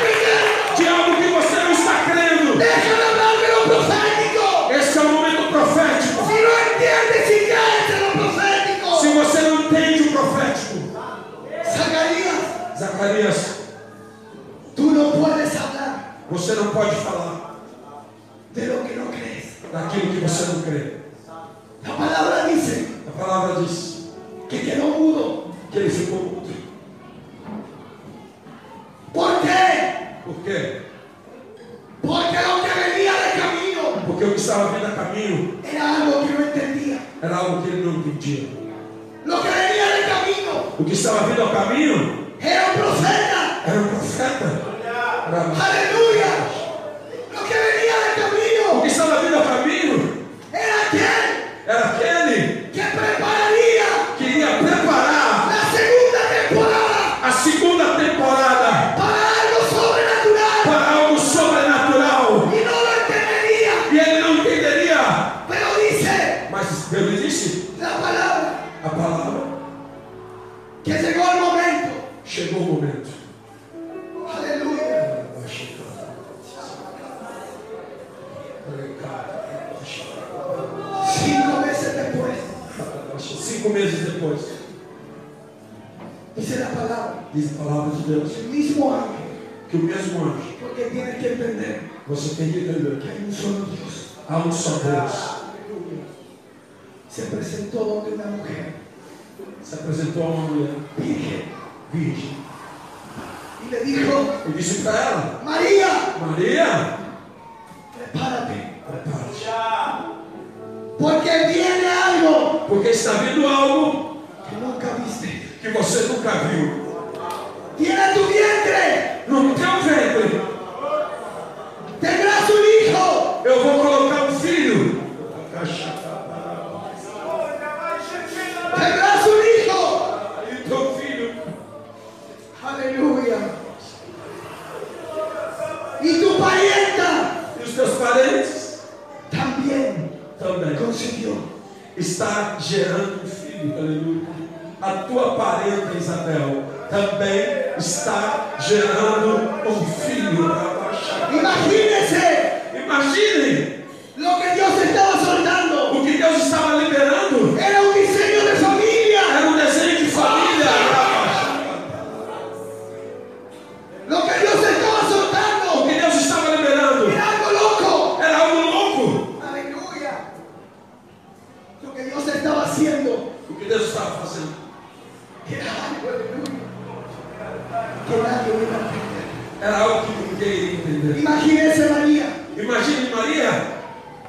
Speaker 2: é crer.
Speaker 3: La palabra dice
Speaker 2: A palavra diz
Speaker 3: que quedó mudo.
Speaker 2: que ele ficou mudo.
Speaker 3: ¿Por qué?
Speaker 2: Por qué?
Speaker 3: Porque lo que venía de camino
Speaker 2: Porque o que estava vindo a caminho
Speaker 3: era algo que no entendía.
Speaker 2: era algo que ele não entendia.
Speaker 3: Lo que venía de camino
Speaker 2: O que estava vindo ao caminho
Speaker 3: era un profeta.
Speaker 2: era um profeta. Era-
Speaker 3: Aleluya. Lo que venía de
Speaker 2: O
Speaker 3: camino
Speaker 2: que estava vindo ao caminho
Speaker 3: era aquel
Speaker 2: era aquele
Speaker 3: que prepararía
Speaker 2: que iria preparar
Speaker 3: la segunda temporada
Speaker 2: a segunda temporada
Speaker 3: para algo sobrenatural.
Speaker 2: para algo sobrenatural.
Speaker 3: Y no lo entendería.
Speaker 2: E ele não entenderia.
Speaker 3: Pero dice
Speaker 2: Mas Deus disse
Speaker 3: la palabra
Speaker 2: a palavra.
Speaker 3: que llegó el momento.
Speaker 2: Chegou o momento.
Speaker 3: Aleluya. Cinco meses después,
Speaker 2: Cinco meses depois,
Speaker 3: dice la palabra,
Speaker 2: diz a palavra de Deus
Speaker 3: el mismo ángel,
Speaker 2: que o mesmo anjo,
Speaker 3: porque tienes que entender
Speaker 2: você tem que
Speaker 3: que
Speaker 2: entender
Speaker 3: hay un solo Dios.
Speaker 2: que há um só Deus.
Speaker 3: Aleluya. Se presentó donde una mujer
Speaker 2: Se apresentou a uma mulher
Speaker 3: virgen
Speaker 2: virgem
Speaker 3: y le dijo,
Speaker 2: e disse para ela:
Speaker 3: María,
Speaker 2: Maria,
Speaker 3: prepárate,
Speaker 2: prepara-te,
Speaker 3: porque viene algo
Speaker 2: porque está vindo algo
Speaker 3: que nunca viste.
Speaker 2: que você nunca viu.
Speaker 3: Tiene tu vientre,
Speaker 2: No teu ventre,
Speaker 3: tendrás un hijo.
Speaker 2: eu vou colocar um filho.
Speaker 3: Tendrás un hijo.
Speaker 2: E o teu filho
Speaker 3: Aleluya. Y tu parienta
Speaker 2: e os teus parentes
Speaker 3: también
Speaker 2: também
Speaker 3: consiguió.
Speaker 2: está gerando um filho. Aleluia. A tua parenta Isabel também está gerando um filho.
Speaker 3: Imagínense
Speaker 2: Imaginem
Speaker 3: lo que Dios estaba soltando.
Speaker 2: o que Deus estava liberando.
Speaker 3: Era un diseño de familia.
Speaker 2: Era um desenho de família.
Speaker 3: Lo que Dios estaba
Speaker 2: O
Speaker 3: soltando
Speaker 2: que Deus estava liberando
Speaker 3: era algo loco.
Speaker 2: era algo louco.
Speaker 3: Aleluya. Lo que Dios estaba haciendo
Speaker 2: O que Deus estava fazendo
Speaker 3: era algo aleluya. Que nadie iba a entender.
Speaker 2: era algo que ninguém iria entender.
Speaker 3: Imagínense María.
Speaker 2: Imagine Maria,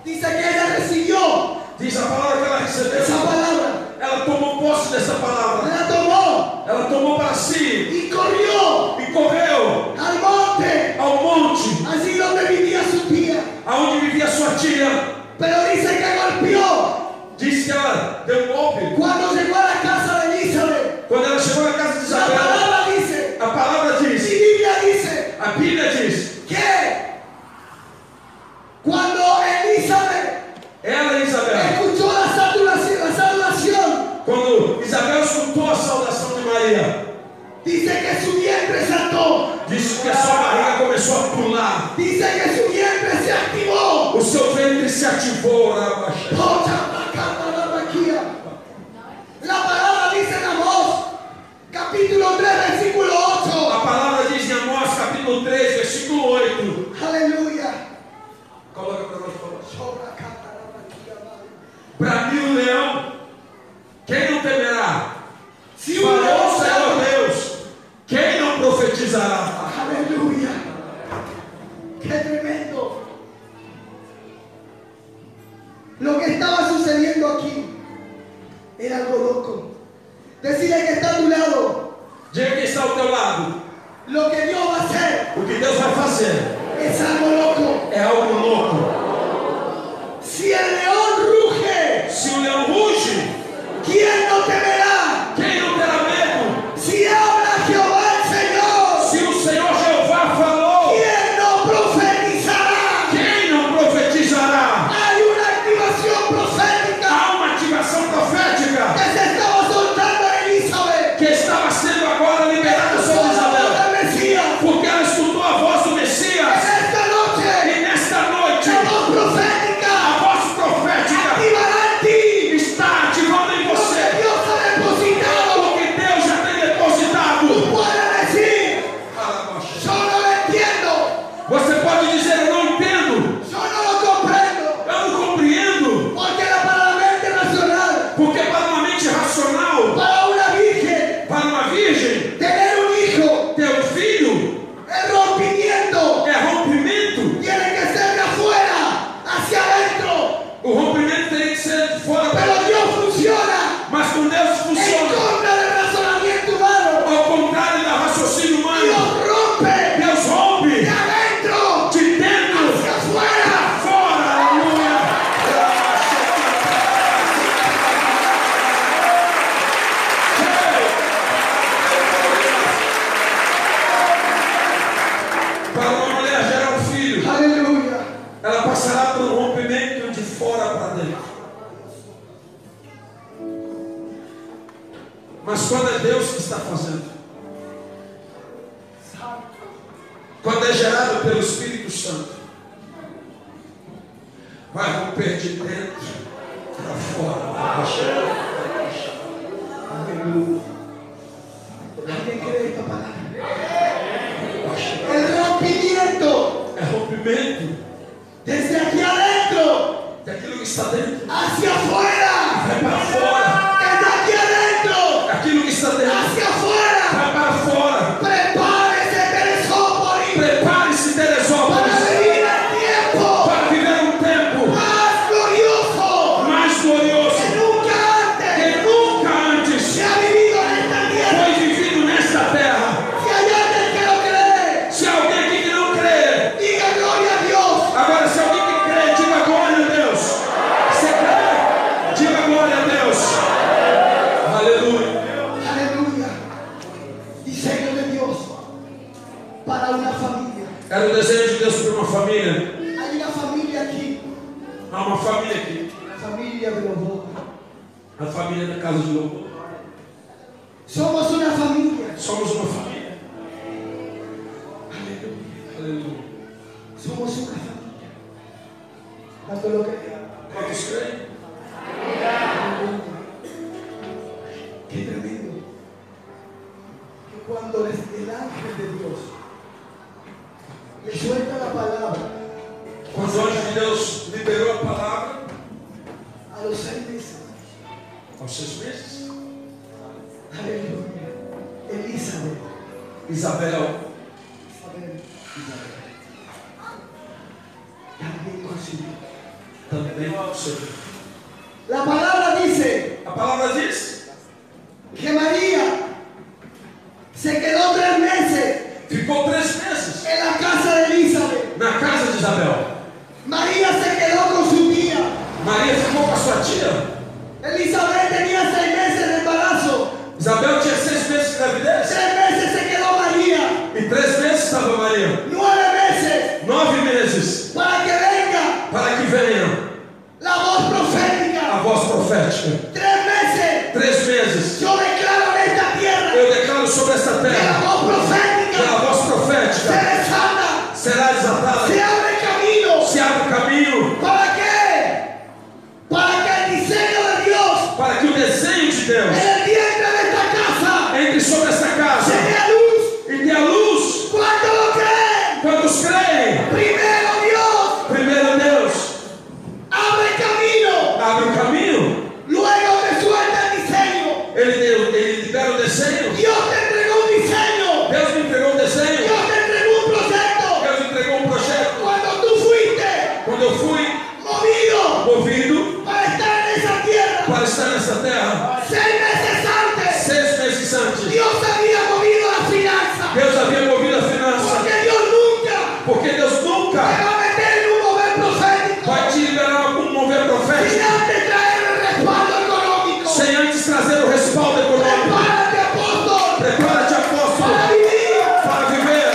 Speaker 3: Dice que ella recibió
Speaker 2: diz a palavra que ela
Speaker 3: esa
Speaker 2: recebeu.
Speaker 3: palabra.
Speaker 2: Ela tomou posse dessa palavra.
Speaker 3: la tomó
Speaker 2: Ela tomou para si
Speaker 3: y corrió
Speaker 2: e correu
Speaker 3: al monte,
Speaker 2: ao monte
Speaker 3: así donde vivía su tía.
Speaker 2: aonde vivia sua tia.
Speaker 3: Pero dice que golpeó
Speaker 2: Diz que ela deu um golpe.
Speaker 3: cuando llegó a la casa de Elizabeth.
Speaker 2: Quando ela chegou na casa de
Speaker 3: La
Speaker 2: Isabel,
Speaker 3: palabra dice,
Speaker 2: a palavra
Speaker 3: mi
Speaker 2: diz,
Speaker 3: Biblia dice
Speaker 2: a Bíblia diz,
Speaker 3: que cuando Elizabeth
Speaker 2: ela e Isabel
Speaker 3: escuchó la saludación, la saludación,
Speaker 2: Quando Isabel escutou a saudação de Maria,
Speaker 3: dice que su vientre saltó,
Speaker 2: disse que a sua barriga começou a pular,
Speaker 3: dice que su vientre se activó.
Speaker 2: o seu ventre se ativou. Rabaxé.
Speaker 3: Toda la cama, la maquilla. La palabra dice en Amós, capítulo 3, versículo
Speaker 2: A
Speaker 3: 8.
Speaker 2: palavra diz em Amós capítulo 3, versículo 8.
Speaker 3: Aleluya.
Speaker 2: Coloca para nós, por favor.
Speaker 3: Sobra cama, la maquilla, madre.
Speaker 2: Para mim, o leão, quem não temerá?
Speaker 3: Si uno
Speaker 2: Falou o Senhor
Speaker 3: sabe-
Speaker 2: Deus, quem não profetizará?
Speaker 3: Aleluya. Qué tremendo. Lo que estaba sucediendo aquí era algo loco. Decirle que está a tu lado.
Speaker 2: Diga quem está ao teu lado.
Speaker 3: Lo que Dios va a hacer
Speaker 2: O que Deus vai fazer
Speaker 3: es algo loco.
Speaker 2: é algo louco.
Speaker 3: Si el león ruge.
Speaker 2: Se o leão ruge,
Speaker 3: ¿Quién no temerá?
Speaker 2: quem não terá medo?
Speaker 3: Si habla Jehová el Señor,
Speaker 2: Se o Senhor Jeová falou,
Speaker 3: ¿quién no profetizará?
Speaker 2: Quem não profetizará?
Speaker 3: Hay una activación profética
Speaker 2: Há uma ativação profética
Speaker 3: que se estaba soltando a Elizabeth.
Speaker 2: que estava sendo agora liberada sobre Isabel.
Speaker 3: Palabra del Mesías.
Speaker 2: Porque ela escutou a voz do
Speaker 3: En
Speaker 2: Messias.
Speaker 3: esta
Speaker 2: E
Speaker 3: noche,
Speaker 2: nesta noite,
Speaker 3: la voz
Speaker 2: a
Speaker 3: profética
Speaker 2: voz é um Mas quando é Deus que está fazendo, quando é gerado pelo Espírito Santo, vai romper de dentro para fora.
Speaker 3: Aleluya. ¿Alguien cree esta palabra? El rompimiento
Speaker 2: É rompimento
Speaker 3: desde aquí adentro
Speaker 2: daquilo que está dentro,
Speaker 3: hacia afuera.
Speaker 2: vai para fora.
Speaker 3: Desde aquí adentro
Speaker 2: Aquilo que está dentro,
Speaker 3: hacia afuera.
Speaker 2: vai para fora.
Speaker 3: Prepárese, Teresópolis,
Speaker 2: Prepare-se,
Speaker 3: para
Speaker 2: Teresópolis,
Speaker 3: vivir el tiempo
Speaker 2: para viver um tempo
Speaker 3: más glorioso
Speaker 2: mais
Speaker 3: que
Speaker 2: glorioso
Speaker 3: nunca antes
Speaker 2: que nunca antes
Speaker 3: se ha vivido en esta tierra.
Speaker 2: foi vivido nesta terra.
Speaker 3: Si hay alguien que lo cree,
Speaker 2: Se alguém aqui que não crê,
Speaker 3: diga gloria a Dios.
Speaker 2: agora se alguém que crê, diga glória a Deus. Você crê? Diga glória a Deus. Aleluia.
Speaker 3: Aleluya. Diseño de Dios para una familia.
Speaker 2: Era o desejo de Deus para uma família.
Speaker 3: Hay una familia aquí,
Speaker 2: Há uma família aqui.
Speaker 3: la familia de los dos.
Speaker 2: A família da casa de louvor.
Speaker 3: Somos una familia,
Speaker 2: Somos uma família. Aleluia. Aleluia.
Speaker 3: somos una familia. Cuando lo crean,
Speaker 2: Quantos creem?
Speaker 3: qué tremendo. Que cuando les- el ángel de Dios le suelta la palabra
Speaker 2: Quando o anjo de Deus liberou a palavra
Speaker 3: a los seis meses,
Speaker 2: aos seis meses,
Speaker 3: aleluya, Elizabeth,
Speaker 2: Isabel
Speaker 3: Isabel, Isabel, también concibió.
Speaker 2: também concebeu.
Speaker 3: La palabra dice
Speaker 2: A palavra diz:
Speaker 3: que María se quedó tres meses
Speaker 2: ficou três meses
Speaker 3: en la casa de Elizabeth.
Speaker 2: na casa de Isabel.
Speaker 3: María se quedó con su tía.
Speaker 2: Maria ficou com a sua tia.
Speaker 3: Elizabeth tenía seis meses de embarazo.
Speaker 2: Isabel tinha seis meses de gravidez.
Speaker 3: Tres meses se quedó María.
Speaker 2: Em três meses estava Maria.
Speaker 3: Nueve meses
Speaker 2: Nove meses
Speaker 3: para que venga
Speaker 2: para que venha
Speaker 3: la voz
Speaker 2: a
Speaker 3: profética.
Speaker 2: voz profética.
Speaker 3: Tres meses
Speaker 2: Três meses.
Speaker 3: yo declaro en esta tierra
Speaker 2: Eu declaro sobre esta
Speaker 3: que la
Speaker 2: terra
Speaker 3: voz
Speaker 2: que a
Speaker 3: profética
Speaker 2: voz
Speaker 3: se
Speaker 2: profética
Speaker 3: desata,
Speaker 2: será
Speaker 3: se
Speaker 2: desatada.
Speaker 3: abre camino.
Speaker 2: Se abre caminho
Speaker 3: ¿Para qué? Para que el diseño de Dios
Speaker 2: para que o desenho de
Speaker 3: en
Speaker 2: Deus
Speaker 3: el vientre de esta casa
Speaker 2: entre sobre esta
Speaker 3: se
Speaker 2: casa
Speaker 3: dé luz.
Speaker 2: e dê a luz.
Speaker 3: ¿Cuánto lo creen?
Speaker 2: Quantos creem?
Speaker 3: Primero Dios
Speaker 2: Primeiro Deus.
Speaker 3: abre camino,
Speaker 2: abre o caminho,
Speaker 3: luego te suelta el diseño.
Speaker 2: ele, deu, ele libera o desenho.
Speaker 3: Dios te entregó un diseño,
Speaker 2: Deus me entregou um desenho,
Speaker 3: Dios te entregó un proyecto.
Speaker 2: Deus me entregou um projeto.
Speaker 3: Cuando tú fuiste
Speaker 2: Quando eu fui
Speaker 3: movido
Speaker 2: movido
Speaker 3: para estar en esa tierra,
Speaker 2: para estar nessa terra,
Speaker 3: seis meses antes,
Speaker 2: seis meses antes,
Speaker 3: Dios había movido la finanza,
Speaker 2: Deus havia movido a finança,
Speaker 3: porque Dios nunca
Speaker 2: porque Deus
Speaker 3: Te
Speaker 2: nunca
Speaker 3: va a meter en un mover profético
Speaker 2: vai te liberar algum mover
Speaker 3: sin
Speaker 2: profético
Speaker 3: antes traer el respaldo económico.
Speaker 2: sem antes trazer o respaldo econômico.
Speaker 3: Prepárate, apóstol,
Speaker 2: Prepara-te,
Speaker 3: para
Speaker 2: apóstolo,
Speaker 3: vivir
Speaker 2: para viver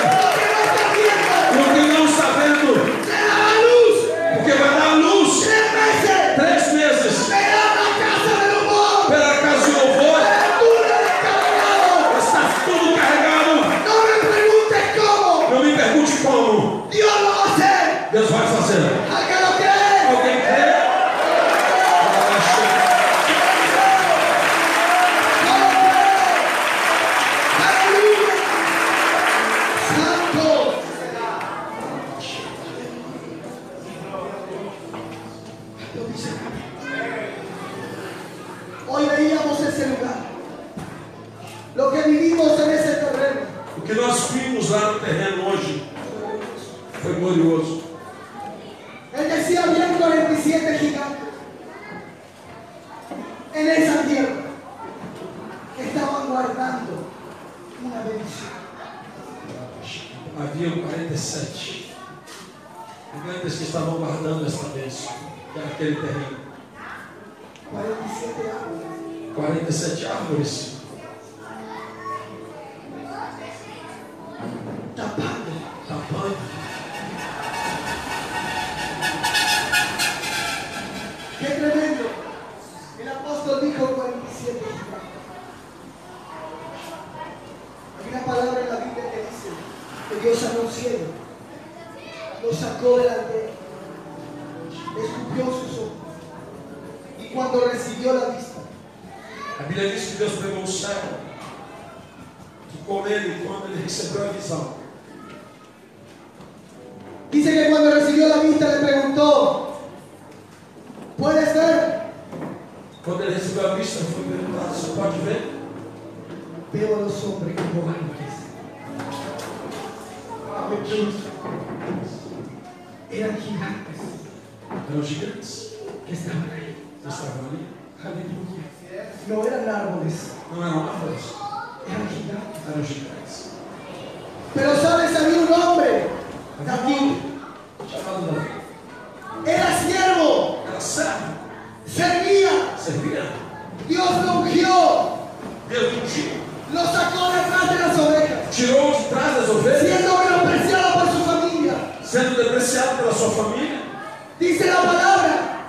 Speaker 3: lo que no está viendo.
Speaker 2: o que não está vendo,
Speaker 3: Te dará luz.
Speaker 2: porque vai dar luz
Speaker 3: Tres meses
Speaker 2: três meses
Speaker 3: verás la casa del humor.
Speaker 2: pela casa de louvor.
Speaker 3: Eres tú descargado.
Speaker 2: Está tudo carregado.
Speaker 3: No me preguntes cómo.
Speaker 2: Não me pergunte como.
Speaker 3: Dios lo va a hacer.
Speaker 2: Deus vai fazer.
Speaker 3: Al que lo cree.
Speaker 2: Alguém crê?
Speaker 3: Aleluya. Santo. Hoy veíamos ese lugar. Lo que vivimos en ese terreno.
Speaker 2: O que nós vimos lá no terreno hoje foi glorioso.
Speaker 3: Él decía bien 47 gigantes. En esa tierra estaban guardando una bendición.
Speaker 2: Havia 47 gigantes que estavam guardando essa bênção, que era aquele terreno.
Speaker 3: 47 años.
Speaker 2: 47 árvores
Speaker 3: Tapando.
Speaker 2: tapando.
Speaker 3: Qué tremendo. El apóstol dijo 47 gigantes. vomitó delante de él, escupió sus ojos. Y cuando recibió la vista,
Speaker 2: A Bíblia diz que Deus pegou o céu e com ele, quando ele recebeu a visão,
Speaker 3: dice que cuando recibió la vista le preguntó, ¿puedes ver?
Speaker 2: quando ele recebeu a vista, foi perguntado: Você pode ver?
Speaker 3: Veo a los hombres como ángeles. Eran gigantes
Speaker 2: Eram gigantes
Speaker 3: que estaban ahí.
Speaker 2: que estavam ali.
Speaker 3: Aleluya. No eran árboles,
Speaker 2: Não eram árvores,
Speaker 3: eran gigantes.
Speaker 2: eram gigantes.
Speaker 3: Pero sabes, había un hombre, David,
Speaker 2: Chamado Davi.
Speaker 3: era siervo,
Speaker 2: Era servo,
Speaker 3: servía,
Speaker 2: servia.
Speaker 3: Dios lo ungió,
Speaker 2: Deus mentiu.
Speaker 3: lo sacó detrás de las ovejas,
Speaker 2: Tirou de trás das ovelhas,
Speaker 3: siendo menospreciado por su familia.
Speaker 2: sendo depreciado pela sua família.
Speaker 3: Dice la palabra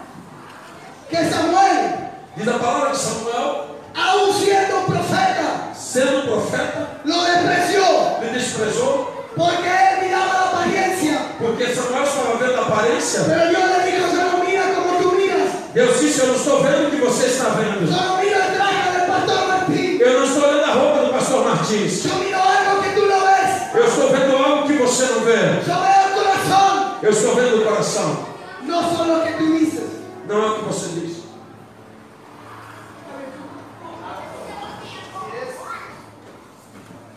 Speaker 3: que Samuel,
Speaker 2: Diz a palavra de Samuel,
Speaker 3: aún siendo un profeta,
Speaker 2: sendo profeta,
Speaker 3: lo despreció
Speaker 2: ele desprezou,
Speaker 3: porque él miraba la apariencia.
Speaker 2: porque Samuel estava vendo a aparência.
Speaker 3: Pero Dios le dijo, solo mira como tú miras,
Speaker 2: Deus disse: Eu não estou vendo o que você está vendo.
Speaker 3: solo mira el traje del pastor Martín.
Speaker 2: Eu não estou olhando a roupa do pastor Martins.
Speaker 3: Yo miro algo que tú no ves,
Speaker 2: Eu estou vendo algo que você não vê.
Speaker 3: yo veo el corazón,
Speaker 2: Eu estou vendo o coração.
Speaker 3: no solo lo que tú dices.
Speaker 2: Não é o que você diz.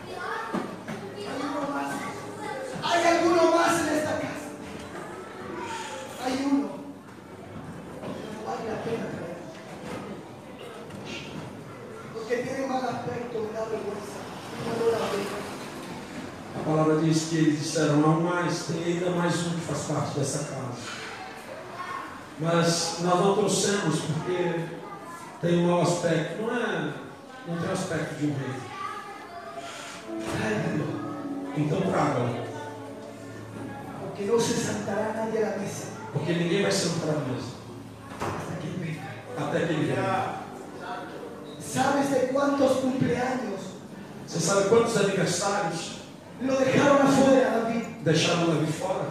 Speaker 3: Hay uno más. Hay alguno más en esta casa. Hay uno. No vale la pena creer. Porque tiene mal aspecto, me da vergüenza. No lo la pena.
Speaker 2: A palavra diz que eles disseram: Não mais, tem ainda mais um que faz parte dessa casa. Mas nós não trouxemos porque tem um mau aspecto. Não é. Não tem o aspecto de um rei.
Speaker 3: Tráigalo,
Speaker 2: Então traga,
Speaker 3: Porque no se saltará nadie a la mesa
Speaker 2: porque ninguém vai sentar à mesa
Speaker 3: hasta que venga.
Speaker 2: até que ele venha.
Speaker 3: ¿Sabes de cuántos cumpleaños
Speaker 2: Você sabe quantos aniversários
Speaker 3: lo dejaron afuera, David?
Speaker 2: deixaram Davi fora?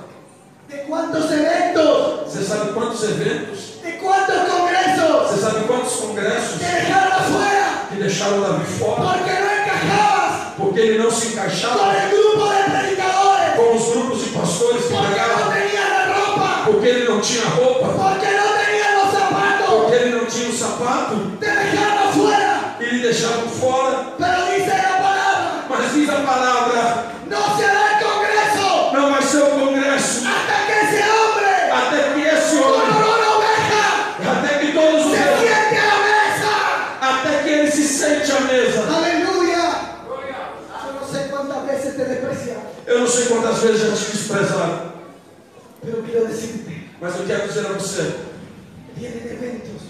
Speaker 3: ¿De cuántos eventos?
Speaker 2: Você sabe quantos eventos?
Speaker 3: ¿De cuántos congresos?
Speaker 2: Você sabe quantos congressos
Speaker 3: Te dejaram afuera
Speaker 2: que deixaron Davi fora
Speaker 3: porque no encajabas.
Speaker 2: porque ele não se
Speaker 3: con
Speaker 2: encaixava
Speaker 3: el grupo de predicadores
Speaker 2: com os grupos de pastores que
Speaker 3: porque no
Speaker 2: pregavam,
Speaker 3: tenían la ropa,
Speaker 2: porque ele não tinha roupa,
Speaker 3: porque no tenían los zapatos,
Speaker 2: porque ele não tinha o sapato,
Speaker 3: te dejaron fuera.
Speaker 2: e lhe deixaram fora.
Speaker 3: Pero dice la palabra,
Speaker 2: Mas diz a palavra:
Speaker 3: no será el congreso
Speaker 2: não vai ser o congresso
Speaker 3: hasta que ese hombre
Speaker 2: até que esse
Speaker 3: con
Speaker 2: homem,
Speaker 3: olor a oveja
Speaker 2: até que todos os
Speaker 3: se
Speaker 2: outros,
Speaker 3: siente a la
Speaker 2: até que ele se sente à mesa.
Speaker 3: mesa. Aleluya. Yo no sé cuántas veces te despreciaron,
Speaker 2: Eu não sei quantas vezes já te desprezaram,
Speaker 3: pero quiero decirte,
Speaker 2: mas eu quero dizer a você:
Speaker 3: vienen eventos,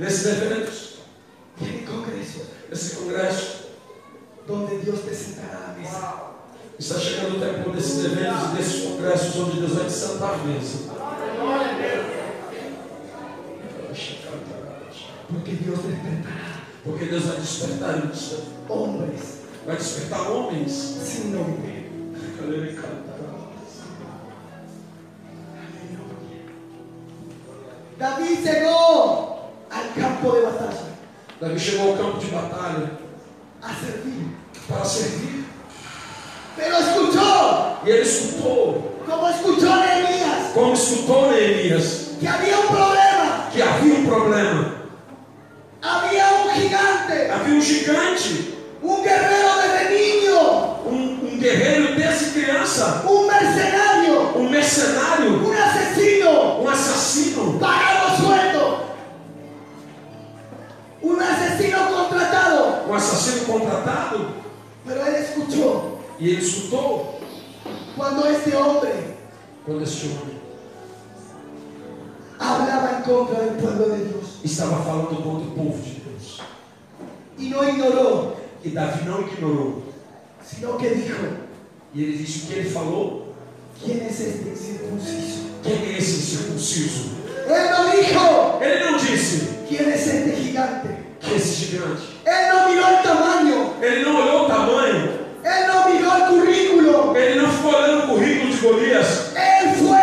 Speaker 2: nesses eventos,
Speaker 3: vienen congresos
Speaker 2: nesse congresso,
Speaker 3: donde Dios te sentará a la mesa.
Speaker 2: está chegando o tempo desses eventos, desses congressos onde Deus vai te sentar à mesa.
Speaker 3: Porque Dios despertará
Speaker 2: Porque Deus vai despertar isso.
Speaker 3: hombres
Speaker 2: Vai despertar homens.
Speaker 3: sin nombre. David llegó al campo de batalla
Speaker 2: Davi chegou ao campo de batalha
Speaker 3: a servir,
Speaker 2: para servir.
Speaker 3: pero escuchó,
Speaker 2: E ele escutou,
Speaker 3: como escuchó Nehemías,
Speaker 2: como escutou Neemias,
Speaker 3: que había un problema,
Speaker 2: que havia um problema.
Speaker 3: había un gigante,
Speaker 2: Havia um gigante,
Speaker 3: un guerrero desde niño,
Speaker 2: um, um guerreiro desde criança,
Speaker 3: un mercenario,
Speaker 2: um mercenário,
Speaker 3: un asesino,
Speaker 2: um assassino,
Speaker 3: pagado sueldo, un asesino contratado,
Speaker 2: um assassino contratado.
Speaker 3: pero él escuchó
Speaker 2: E ele escutou
Speaker 3: cuando este hombre
Speaker 2: quando este homem
Speaker 3: hablaba en contra del pueblo de Dios
Speaker 2: estava falando contra o povo de Deus.
Speaker 3: y no ignoró,
Speaker 2: E Davi não ignorou.
Speaker 3: sino que dijo,
Speaker 2: E ele disse o que ele falou:
Speaker 3: ¿quién es este incircunciso?
Speaker 2: quem é esse circunciso?
Speaker 3: Él no dijo
Speaker 2: Ele não disse
Speaker 3: quién es este gigante.
Speaker 2: que esse gigante.
Speaker 3: Él no miró el tamaño.
Speaker 2: Ele não olhou o tamanho.
Speaker 3: Él no miró el currículo.
Speaker 2: Ele não ficou olhando o currículo de Golias.
Speaker 3: Él fue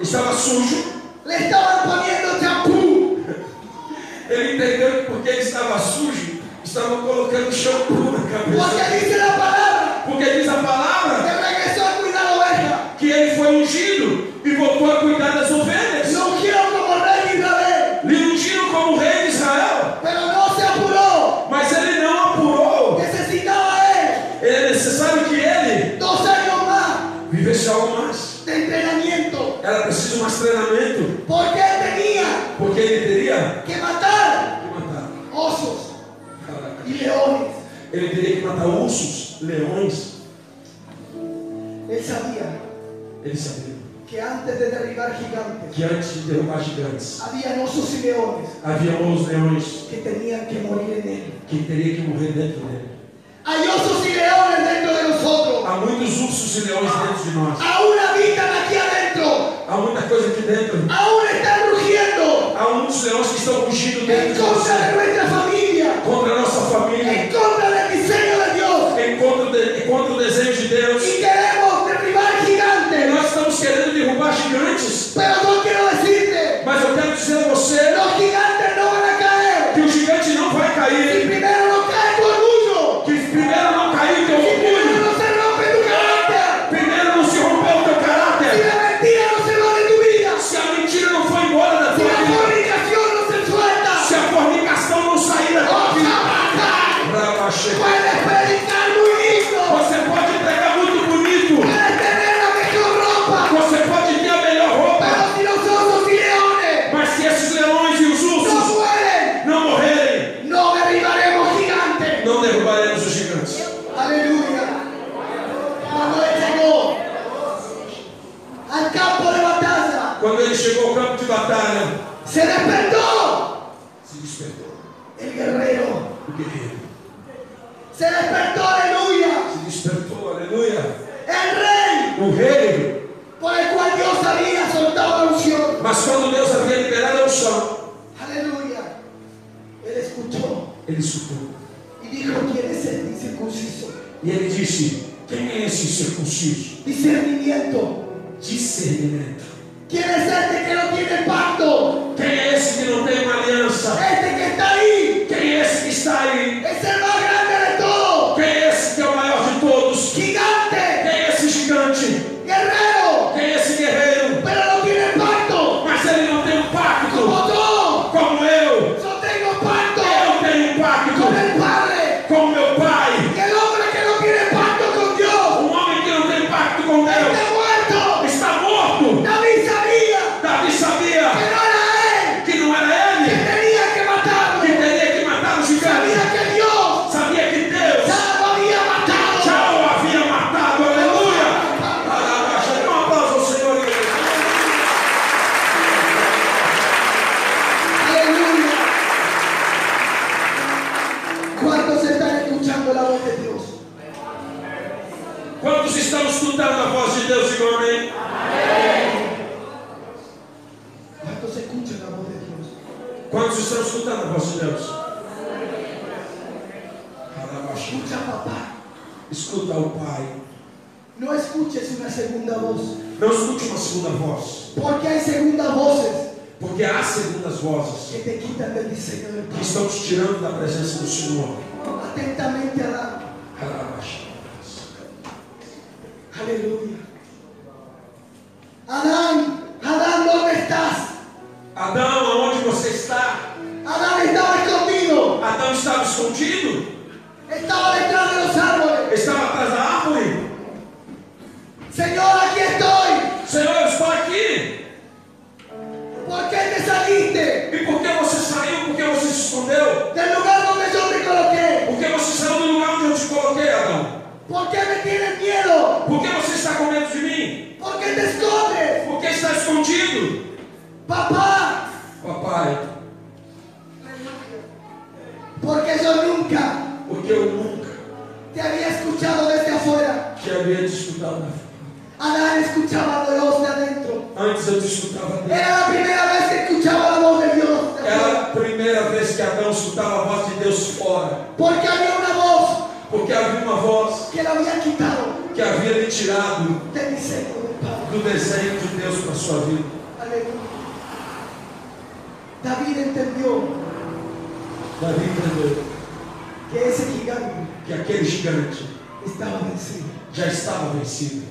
Speaker 2: estava sujo.
Speaker 3: Le estaban poniendo champú.
Speaker 2: Ele entendeu que porque ele estava sujo, estavam colocando shampoo na
Speaker 3: Porque
Speaker 2: cabeça.
Speaker 3: dice la palabra
Speaker 2: Porque diz a palavra
Speaker 3: que regresó a cuidar la oveja.
Speaker 2: que ele foi ungido e voltou a cuidar das ovelhas.
Speaker 3: Lo ungieron como rey de Israel.
Speaker 2: Lhe ungiram como rei de Israel.
Speaker 3: Pero no se apuró.
Speaker 2: Mas ele não apurou.
Speaker 3: Necesitaba él
Speaker 2: É necessário que ele
Speaker 3: dos años más
Speaker 2: vivesse algo mais.
Speaker 3: de entrenamiento.
Speaker 2: Era preciso mais treinamento.
Speaker 3: Porque él tenía
Speaker 2: Porque ele teria
Speaker 3: que matar
Speaker 2: que matar.
Speaker 3: osos
Speaker 2: Caraca.
Speaker 3: y leones.
Speaker 2: Ele teria que matar ursos, leões.
Speaker 3: Él sabía
Speaker 2: Ele sabia
Speaker 3: que antes de derribar gigantes
Speaker 2: que antes de derrubar gigantes,
Speaker 3: había osos y leones
Speaker 2: havia os leões
Speaker 3: que tenían que morir en él.
Speaker 2: que teria que morrer dentro dele.
Speaker 3: Hay osos y leones dentro de nosotros.
Speaker 2: Há muitos ursos e leões dentro de nós.
Speaker 3: Aún habitan aquí adentro.
Speaker 2: Há muita coisa aqui dentro.
Speaker 3: Aún están rugiendo
Speaker 2: Há muitos leões que estão fugindo dentro
Speaker 3: en
Speaker 2: de
Speaker 3: contra de
Speaker 2: você.
Speaker 3: nuestra familia.
Speaker 2: Contra a nossa
Speaker 3: En
Speaker 2: família.
Speaker 3: contra del diseño de Dios.
Speaker 2: É contra, o de- é contra o desejo de Deus.
Speaker 3: Y queremos derribar gigantes.
Speaker 2: Nós estamos querendo derrubar gigantes.
Speaker 3: Pero no quiero decirte
Speaker 2: Mas eu quero dizer a
Speaker 3: que
Speaker 2: você
Speaker 3: los gigantes no van a caer.
Speaker 2: que o gigante não vai
Speaker 3: Si
Speaker 2: cair.
Speaker 3: primero no cae tu orgullo.
Speaker 2: Que primeiro não caiu teu
Speaker 3: Si primero
Speaker 2: orgulho.
Speaker 3: no se rompe tu carácter.
Speaker 2: Primeiro não se rompeu o teu
Speaker 3: Si
Speaker 2: caráter.
Speaker 3: la mentira no se va de tu vida.
Speaker 2: Se a mentira não foi embora da
Speaker 3: Si
Speaker 2: tua
Speaker 3: la
Speaker 2: vida.
Speaker 3: fornicación no se suelta.
Speaker 2: Se a fornicação não sair da tua
Speaker 3: ¡Otra
Speaker 2: vida.
Speaker 3: baja!
Speaker 2: Rabachê.
Speaker 3: Puedes predicar muy lindo.
Speaker 2: Você pode pregar muito bonito.
Speaker 3: Puedes tener la mejor ropa.
Speaker 2: Você pode ter a melhor roupa.
Speaker 3: Pero si los osos y leones
Speaker 2: Mas se esses leões e os
Speaker 3: no
Speaker 2: ursos
Speaker 3: mueren,
Speaker 2: não morrerem,
Speaker 3: no derribaremos gigantes.
Speaker 2: não derrubaremos os gigantes.
Speaker 3: Aleluya. Cuando él llegó al campo de batalla,
Speaker 2: Quando ele chegou ao campo de batalha,
Speaker 3: se despertó
Speaker 2: se despertou.
Speaker 3: el guerrero.
Speaker 2: O guerreiro
Speaker 3: Se despertó, aleluya,
Speaker 2: se despertou, aleluia.
Speaker 3: el rey
Speaker 2: O rei.
Speaker 3: por el cual Dios había soltado la unción.
Speaker 2: Mas quando Deus havia liberado a unção,
Speaker 3: Aleluya. Él escuchó
Speaker 2: ele escutou.
Speaker 3: y dijo, ¿quién es el incircunciso?
Speaker 2: E ele disse: Quem é esse circunciso?
Speaker 3: Discernimiento.
Speaker 2: Discernimento.
Speaker 3: ¿Quién es este que no tiene pacto?
Speaker 2: Quem é esse que não tem uma aliança?
Speaker 3: Este que está ahí
Speaker 2: Quem é esse que está aí?
Speaker 3: es el más grande de todos.
Speaker 2: Quem é esse que é o maior de todos? Quem
Speaker 3: Gigante,
Speaker 2: é ese gigante?
Speaker 3: guerrero,
Speaker 2: Quem é esse guerreiro?
Speaker 3: pero no tiene pacto.
Speaker 2: Mas ele não tem um pacto
Speaker 3: Como yo,
Speaker 2: como eu.
Speaker 3: yo tengo pacto
Speaker 2: Eu tenho um
Speaker 3: con
Speaker 2: pacto
Speaker 3: el Padre.
Speaker 2: com meu pai.
Speaker 3: Que el hombre que no tiene pacto con Dios
Speaker 2: Um homem que não tem pacto com Deus
Speaker 3: está muerto.
Speaker 2: está morto.
Speaker 3: David sabía
Speaker 2: Davi
Speaker 3: que no
Speaker 2: sabia
Speaker 3: era él
Speaker 2: que não era
Speaker 3: que
Speaker 2: ele
Speaker 3: tenía que
Speaker 2: que
Speaker 3: matarlo.
Speaker 2: teria que matar o gigante.
Speaker 3: Sabía que Dios
Speaker 2: Sabia que Deus
Speaker 3: ya lo había matado.
Speaker 2: já o havia matado. Aleluia. Aleluia. Um aplauso ao Senhor. igreja.
Speaker 3: Aleluya. ¿Cuántos están escuchando la voz de Dios?
Speaker 2: Quantos estão escutando a voz de Deus, digam amém?
Speaker 3: ¿Cuántos escuchan la voz de Dios?
Speaker 2: Quantos estão escutando a voz de Deus? Aleluia.
Speaker 3: Escucha, papá.
Speaker 2: Escuta o Pai.
Speaker 3: No escuches una segunda voz,
Speaker 2: Não escute uma segunda voz,
Speaker 3: porque hay segundas voces
Speaker 2: porque há segundas vozes
Speaker 3: que te quitan del diseño del
Speaker 2: que
Speaker 3: Padre.
Speaker 2: estão te tirando da presença do Senhor.
Speaker 3: Atentamente Adán.
Speaker 2: Aleluia.
Speaker 3: Aleluya. Adán, Adán, ¿dónde estás?
Speaker 2: Adão, aonde você está?
Speaker 3: Adán estaba escondido.
Speaker 2: Adão estava escondido,
Speaker 3: Estaba detrás de los árboles.
Speaker 2: estava atrás da árvore.
Speaker 3: Señor, aquí estoy.
Speaker 2: Senhor, eu estou aqui.
Speaker 3: ¿Por qué te saliste?
Speaker 2: E por que você saiu? Por que você se escondeu?
Speaker 3: Del lugar donde yo te coloqué.
Speaker 2: Por que você saiu do lugar onde eu te coloquei, Adão?
Speaker 3: ¿Por qué me tienes miedo?
Speaker 2: Por que você está com medo de mim?
Speaker 3: ¿Por qué te escondes?
Speaker 2: Por que está escondido?
Speaker 3: Papá,
Speaker 2: Papai,
Speaker 3: porque yo nunca
Speaker 2: porque eu nunca
Speaker 3: te había escuchado desde afuera.
Speaker 2: te havia te escutado na vida.
Speaker 3: Adán escuchaba la voz de adentro.
Speaker 2: Antes eu te escutava dentro.
Speaker 3: Era la primera vez que escuchaba la voz de Dios. de
Speaker 2: Era
Speaker 3: afuera.
Speaker 2: a primeira vez que Adão escutava a voz de Deus fora,
Speaker 3: Porque había una voz
Speaker 2: porque havia uma voz
Speaker 3: que la había quitado
Speaker 2: que havia lhe tirado
Speaker 3: de mi seno del Padre.
Speaker 2: do desenho de Deus para sua vida.
Speaker 3: aleluya. David entendió
Speaker 2: Davi entendeu
Speaker 3: que ese gigante
Speaker 2: que aquele gigante
Speaker 3: estaba vencido,
Speaker 2: já estava vencido,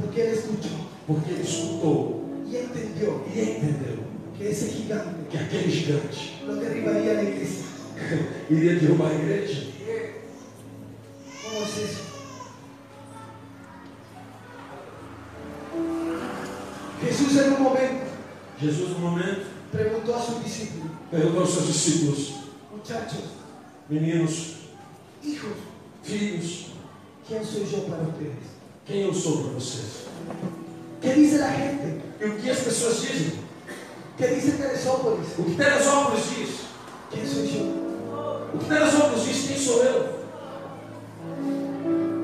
Speaker 3: porque él escuchó
Speaker 2: porque ele escutou
Speaker 3: y entendió
Speaker 2: e entendeu
Speaker 3: que ese gigante
Speaker 2: que aquele gigante
Speaker 3: lo derribaría la iglesia.
Speaker 2: iria derrubar a igreja.
Speaker 3: ¿Cómo es eso? Jesús en un momento
Speaker 2: Jesus, no momento,
Speaker 3: preguntó a sus discípulos,
Speaker 2: perguntou aos seus discípulos,
Speaker 3: muchachos,
Speaker 2: meninos,
Speaker 3: hijos,
Speaker 2: filhos,
Speaker 3: ¿quién soy yo para ustedes?
Speaker 2: quem eu sou para vocês?
Speaker 3: ¿Qué dice la gente?
Speaker 2: E o que as pessoas dizem?
Speaker 3: ¿Qué dice Teresópolis?
Speaker 2: O que Teresópolis diz?
Speaker 3: ¿Quién soy yo?
Speaker 2: O que Teresópolis diz? Quem sou eu?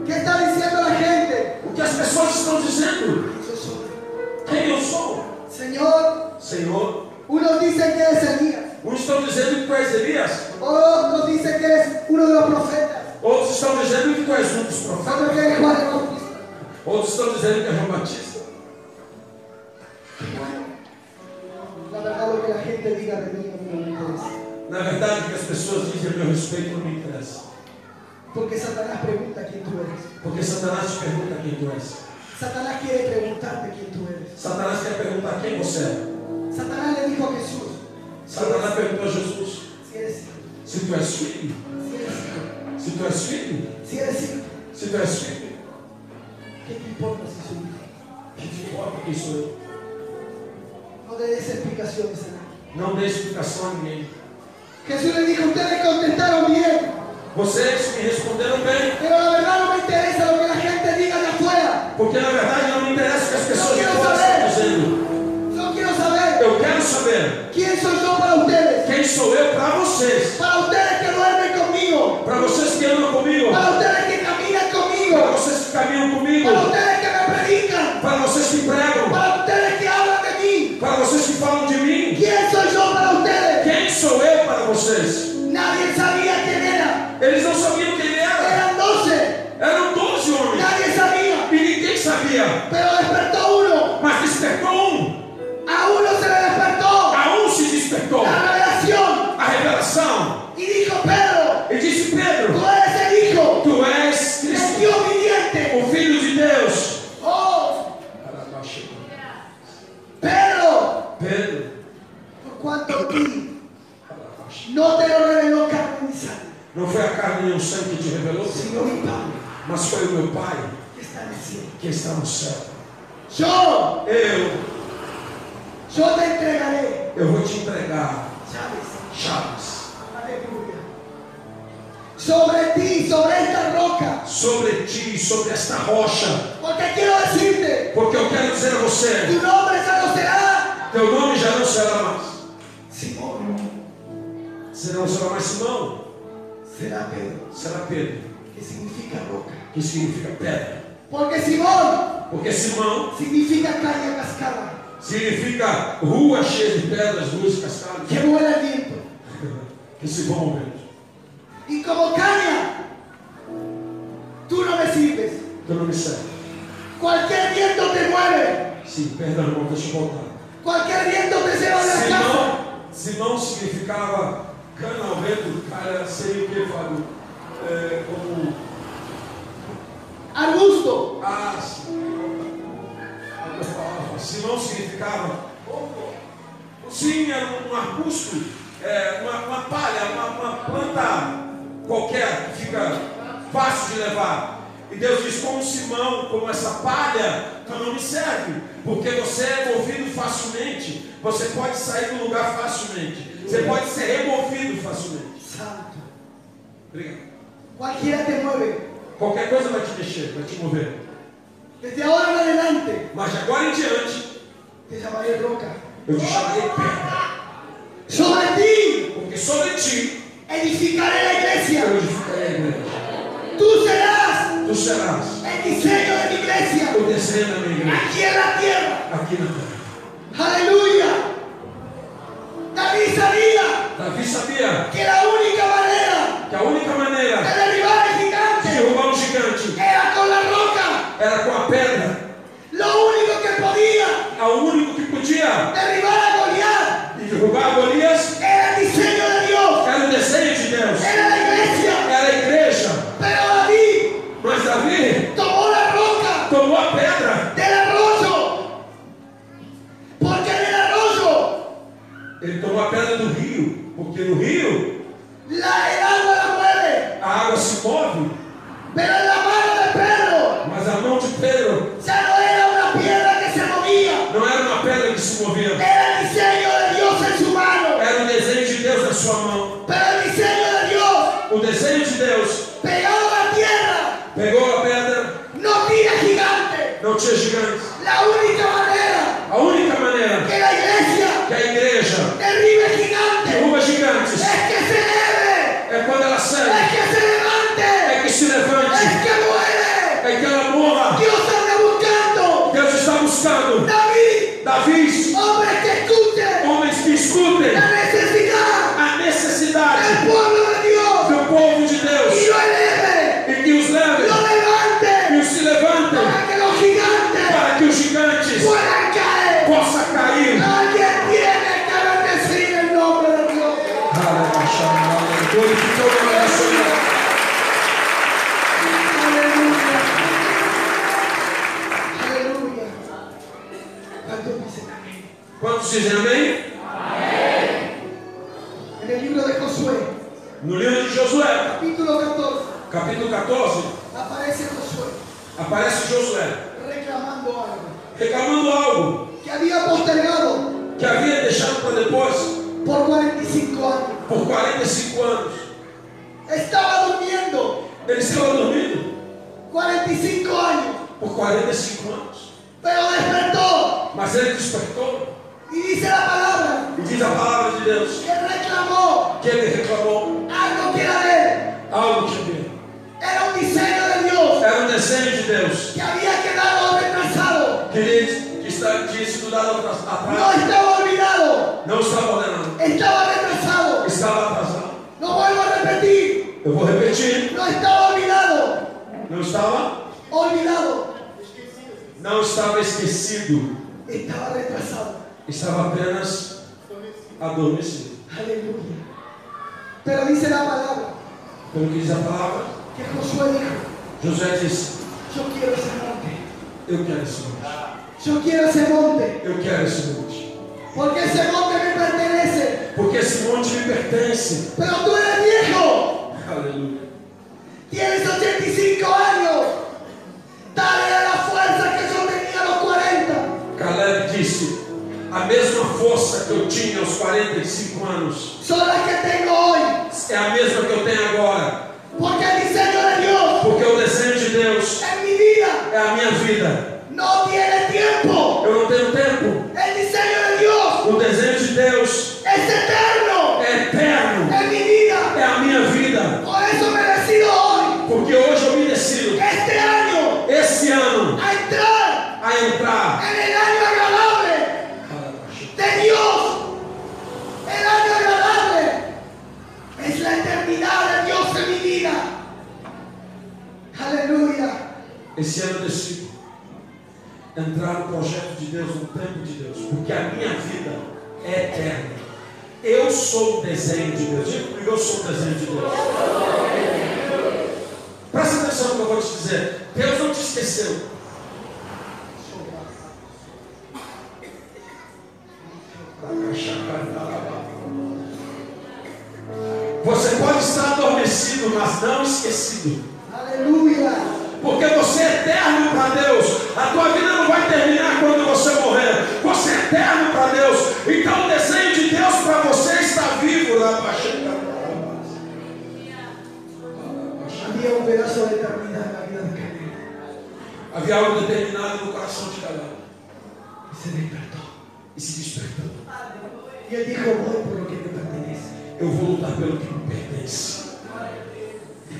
Speaker 3: ¿Qué está diciendo la gente?
Speaker 2: O que as pessoas estão dizendo?
Speaker 3: ¿Quién soy yo?
Speaker 2: Quem eu sou?
Speaker 3: Señor,
Speaker 2: Senhor,
Speaker 3: unos dicen que eres Elías,
Speaker 2: uns estão dizendo que tu és Elias,
Speaker 3: otros dicen que eres uno de los profetas,
Speaker 2: outros estão dizendo que tu és um dos profetas,
Speaker 3: otros que eres Juan el Bautista.
Speaker 2: outros estão dizendo que é João Batista.
Speaker 3: La verdad, lo que la gente diga de mí no me interesa.
Speaker 2: Na verdade, o que as pessoas dizem a meu respeito não me interessa.
Speaker 3: Porque Satanás pregunta quién tú eres.
Speaker 2: Porque Satanás te pergunta quem tu és.
Speaker 3: Satanás quiere preguntarte quién tú eres.
Speaker 2: Satanás quer perguntar quem você é.
Speaker 3: Satanás le dijo a Jesús, si
Speaker 2: Satanás
Speaker 3: eres,
Speaker 2: perguntou a Jesus
Speaker 3: si eres hijo,
Speaker 2: se tu és filho.
Speaker 3: si eres hijo,
Speaker 2: Se tu és filho.
Speaker 3: si eres hijo,
Speaker 2: Se tu és filho.
Speaker 3: ¿qué te importa si soy hijo?
Speaker 2: Que te importa quem sou eu.
Speaker 3: No le des explicaciones a nadie.
Speaker 2: Não dê explicação a ninguém.
Speaker 3: Jesús le dijo, ustedes contestaron bien,
Speaker 2: Vocês me responderam bem.
Speaker 3: pero la verdad no me interesa lo que la gente diga de afuera.
Speaker 2: Porque na verdade não me interessa o que as pessoas de
Speaker 3: Eu
Speaker 2: fora
Speaker 3: quero
Speaker 2: estão dizendo.
Speaker 3: Yo quiero saber
Speaker 2: Eu quero saber
Speaker 3: quién soy yo para ustedes,
Speaker 2: quem sou eu para vocês.
Speaker 3: para ustedes que duermen conmigo,
Speaker 2: Para vocês que andam comigo.
Speaker 3: para ustedes que caminan
Speaker 2: Para
Speaker 3: conmigo,
Speaker 2: vocês que caminham comigo.
Speaker 3: para ustedes que me predican,
Speaker 2: Para vocês que pregam.
Speaker 3: para ustedes que hablan de mí.
Speaker 2: Para vocês que falam de mim,
Speaker 3: ¿Quién soy yo para ustedes?
Speaker 2: quem sou eu para vocês?
Speaker 3: Nadie sabía quién era.
Speaker 2: Eles não sabiam quem ele era.
Speaker 3: Eran doce.
Speaker 2: Eram 12 homens
Speaker 3: Nadie sabía.
Speaker 2: e ninguém sabia.
Speaker 3: Pero despertó uno.
Speaker 2: Mas despertou um.
Speaker 3: A uno se le despertó
Speaker 2: A um se despertou
Speaker 3: la revelación.
Speaker 2: a revelação
Speaker 3: Y dijo Pedro,
Speaker 2: e disse: Pedro,
Speaker 3: tú eres el hijo
Speaker 2: tu és
Speaker 3: del
Speaker 2: Cristo,
Speaker 3: Dios viviente.
Speaker 2: o Filho de Deus.
Speaker 3: Oh, Pedro,
Speaker 2: Pedro,
Speaker 3: por cuanto a ti no te lo reveló carne ni sangre,
Speaker 2: não foi a carne nem o sangue que te revelou,
Speaker 3: sino mi Padre
Speaker 2: mas foi o meu Pai
Speaker 3: que está en el cielo.
Speaker 2: que está no céu.
Speaker 3: Yo,
Speaker 2: Eu,
Speaker 3: yo te entregaré
Speaker 2: eu vou te entregar
Speaker 3: llaves
Speaker 2: chaves
Speaker 3: Aleluya. Sobre ti, sobre esta roca.
Speaker 2: sobre ti, sobre esta rocha,
Speaker 3: Porque quiero decirte,
Speaker 2: porque eu quero dizer a você.
Speaker 3: tu nombre ya no será
Speaker 2: Teu nome já não será mais.
Speaker 3: Simón,
Speaker 2: Você não será mais Simão,
Speaker 3: será Pedro,
Speaker 2: será Pedro,
Speaker 3: que significa roca.
Speaker 2: que significa pedra.
Speaker 3: Porque Simón
Speaker 2: Porque Simão
Speaker 3: significa caña cascada,
Speaker 2: significa rua cheia de pedras, ruas cascadas,
Speaker 3: que vuela el viento.
Speaker 2: que se vão ao vento.
Speaker 3: Y como caña, tú no me sirves.
Speaker 2: Teu nome é serve.
Speaker 3: Cualquier viento te mueve,
Speaker 2: Sim, pedra não deixa eu voltar.
Speaker 3: cualquier viento te lleva a la casa.
Speaker 2: Simão, Simão significava cana ao vento, cara, sei o que, Fábio. É, como.
Speaker 3: Arbusto,
Speaker 2: Ah, Algumas palavras. Simão significava. O sim era um arbusto, é, uma, uma palha, uma, uma planta qualquer que fica fácil de levar. E Deus diz: como Simão, como essa palha, tu não me serve, porque você é movido facilmente, você pode sair do lugar facilmente, você pode ser removido facilmente.
Speaker 3: santo.
Speaker 2: Obrigado.
Speaker 3: Cualquiera te mueve.
Speaker 2: Qualquer coisa vai te mexer, vai te mover.
Speaker 3: Desde ahora en adelante
Speaker 2: Mas de agora em diante,
Speaker 3: te llamaré roca.
Speaker 2: eu te chamarei pedra,
Speaker 3: Sobre ti
Speaker 2: porque sobre ti
Speaker 3: edificaré la
Speaker 2: eu
Speaker 3: iglesia.
Speaker 2: edificarei a igreja.
Speaker 3: Tú serás
Speaker 2: Tu serás
Speaker 3: el diseño de mi iglesia
Speaker 2: o desenho da minha igreja.
Speaker 3: aquí en la tierra.
Speaker 2: aqui na terra.
Speaker 3: Aleluya. David sabía
Speaker 2: Davi sabia
Speaker 3: que la única manera
Speaker 2: que a única
Speaker 3: de
Speaker 2: maneira
Speaker 3: derribar al
Speaker 2: de
Speaker 3: gigante
Speaker 2: derrubar um gigante
Speaker 3: era con la roca.
Speaker 2: era com a pedra.
Speaker 3: Lo único que podía
Speaker 2: A ao único que podia
Speaker 3: Derribar a Goliat
Speaker 2: derrubar Golias
Speaker 3: era el diseño de Dios,
Speaker 2: era o deseño de Deus,
Speaker 3: era la iglesia.
Speaker 2: era a igreja.
Speaker 3: Pero David
Speaker 2: Mas Davi
Speaker 3: tomó la roca
Speaker 2: tomou a pedra,
Speaker 3: del arroyo, porque en el arroyo
Speaker 2: ele tomou a pedra do rio, porque no rio
Speaker 3: la, el agua la mueve,
Speaker 2: a água se move,
Speaker 3: pero en la mano de Pedro
Speaker 2: mas a mão de Pedro
Speaker 3: ya no era una piedra que se movía,
Speaker 2: não era uma pedra que se movia,
Speaker 3: era el diseño de Dios en su mano,
Speaker 2: era o desenho de Deus na sua mão.
Speaker 3: pero el diseño de Dios
Speaker 2: O desenho de Deus
Speaker 3: pegado a la tierra
Speaker 2: pegou a pedra,
Speaker 3: no tira gigante.
Speaker 2: não tinha gigantes.
Speaker 3: La única manera
Speaker 2: A única maneira
Speaker 3: que la iglesia
Speaker 2: que a igreja
Speaker 3: derribe gigante
Speaker 2: derruba gigantes
Speaker 3: es que se eleve,
Speaker 2: é quando ela
Speaker 3: es
Speaker 2: sai,
Speaker 3: que se levante,
Speaker 2: é que se
Speaker 3: es
Speaker 2: levante,
Speaker 3: que muere.
Speaker 2: é que ela morra.
Speaker 3: Dios anda buscando
Speaker 2: Deus está buscando
Speaker 3: David,
Speaker 2: Davi,
Speaker 3: hombres que escuchen
Speaker 2: homens que escutem
Speaker 3: la necesidad
Speaker 2: a necessidad
Speaker 3: del pueblo de Dios
Speaker 2: do povo de
Speaker 3: y
Speaker 2: Deus
Speaker 3: lo eleve,
Speaker 2: e que os leve,
Speaker 3: lo
Speaker 2: que os
Speaker 3: levante
Speaker 2: se levantem
Speaker 3: para que los gigantes
Speaker 2: para que os gigantes
Speaker 3: puedan caer.
Speaker 2: possam cair.
Speaker 3: Alguien tiene que bendecir el nombre de Dios.
Speaker 2: Glorifica o nome do Senhor.
Speaker 3: Aleluya. Aleluya. ¿Cuántos dicen amén?
Speaker 2: Quantos dizem amém?
Speaker 3: En el libro de Josué,
Speaker 2: No livro de Josué,
Speaker 3: capítulo 14,
Speaker 2: capítulo 14,
Speaker 3: aparece Josué
Speaker 2: aparece Josué
Speaker 3: reclamando algo
Speaker 2: reclamando algo
Speaker 3: que había postergado
Speaker 2: que havia deixado para depois
Speaker 3: por 45 años.
Speaker 2: por 45 anos.
Speaker 3: Estaba durmiendo
Speaker 2: Ele estava dormindo
Speaker 3: 45 años,
Speaker 2: por 45 anos.
Speaker 3: pero despertó
Speaker 2: Mas ele despertou
Speaker 3: y dice la palabra
Speaker 2: e diz a palavra de Deus
Speaker 3: que reclamó
Speaker 2: que ele reclamou
Speaker 3: algo que era de él.
Speaker 2: algo de Deus.
Speaker 3: Era un diseño de Dios
Speaker 2: Era um desenho de Deus
Speaker 3: que había quedado retrasado.
Speaker 2: que ele que está- tinha sido dado atras-
Speaker 3: No
Speaker 2: atrás.
Speaker 3: estaba olvidado,
Speaker 2: Não estava ordenado,
Speaker 3: estaba retrasado.
Speaker 2: estava atrasado.
Speaker 3: No vuelvo a repetir,
Speaker 2: Eu vou repetir.
Speaker 3: no estaba olvidado,
Speaker 2: Não estava?
Speaker 3: olvidado,
Speaker 2: Não estava esquecido.
Speaker 3: estaba retrasado.
Speaker 2: Estava apenas adormecido.
Speaker 3: Aleluya. Pero dice la palabra
Speaker 2: Pelo que diz a palavra,
Speaker 3: que Josué dijo,
Speaker 2: José disse:
Speaker 3: yo quiero ese monte,
Speaker 2: Eu quero esse monte.
Speaker 3: yo quiero ese monte,
Speaker 2: Eu quero esse monte.
Speaker 3: porque ese monte me pertenece.
Speaker 2: Porque esse monte me pertence.
Speaker 3: Pero tú eres viejo,
Speaker 2: Aleluia.
Speaker 3: tienes 85 años, dale a la fuerza que yo tenía a los 40.
Speaker 2: Caleb disse: A mesma força que eu tinha aos 45 anos
Speaker 3: Son las que tengo hoy,
Speaker 2: é a mesma que eu tenho agora.
Speaker 3: porque el diseño de Dios
Speaker 2: Porque o desenho de Deus
Speaker 3: en mi vida
Speaker 2: é a minha vida.
Speaker 3: no tiene tiempo.
Speaker 2: Eu não tenho tempo.
Speaker 3: El diseño de Dios
Speaker 2: O desenho de Deus
Speaker 3: es eterno
Speaker 2: é eterno.
Speaker 3: en mi vida.
Speaker 2: É a minha vida.
Speaker 3: Por eso me decido hoy,
Speaker 2: Porque hoje eu me decido,
Speaker 3: este año,
Speaker 2: esse ano,
Speaker 3: a entrar
Speaker 2: a entrar.
Speaker 3: en el año agradable de Dios. El año agradable es la eternidad de Dios en mi vida. Aleluya.
Speaker 2: Esse ano eu decido entrar no projeto de Deus, no tempo de Deus. Porque a minha vida é eterna. Eu sou o desenho de Deus. Diga comigo, eu sou o desenho de Deus. Presta atenção no que eu vou te dizer. Deus não te esqueceu. Você pode estar adormecido, mas não esquecido.
Speaker 3: Aleluya.
Speaker 2: Porque você é eterno para Deus. A tua vida não vai terminar quando você morrer. Você é eterno para Deus. Então o desenho de Deus para você está vivo lá para
Speaker 3: Había un pedazo de eternidad en la vida de Caleb
Speaker 2: Havia algo determinado no coração de um. Caleb. E
Speaker 3: y se despertó.
Speaker 2: se despertou.
Speaker 3: Y él dijo, voy por lo que me pertenece.
Speaker 2: Eu vou lutar pelo que me pertence.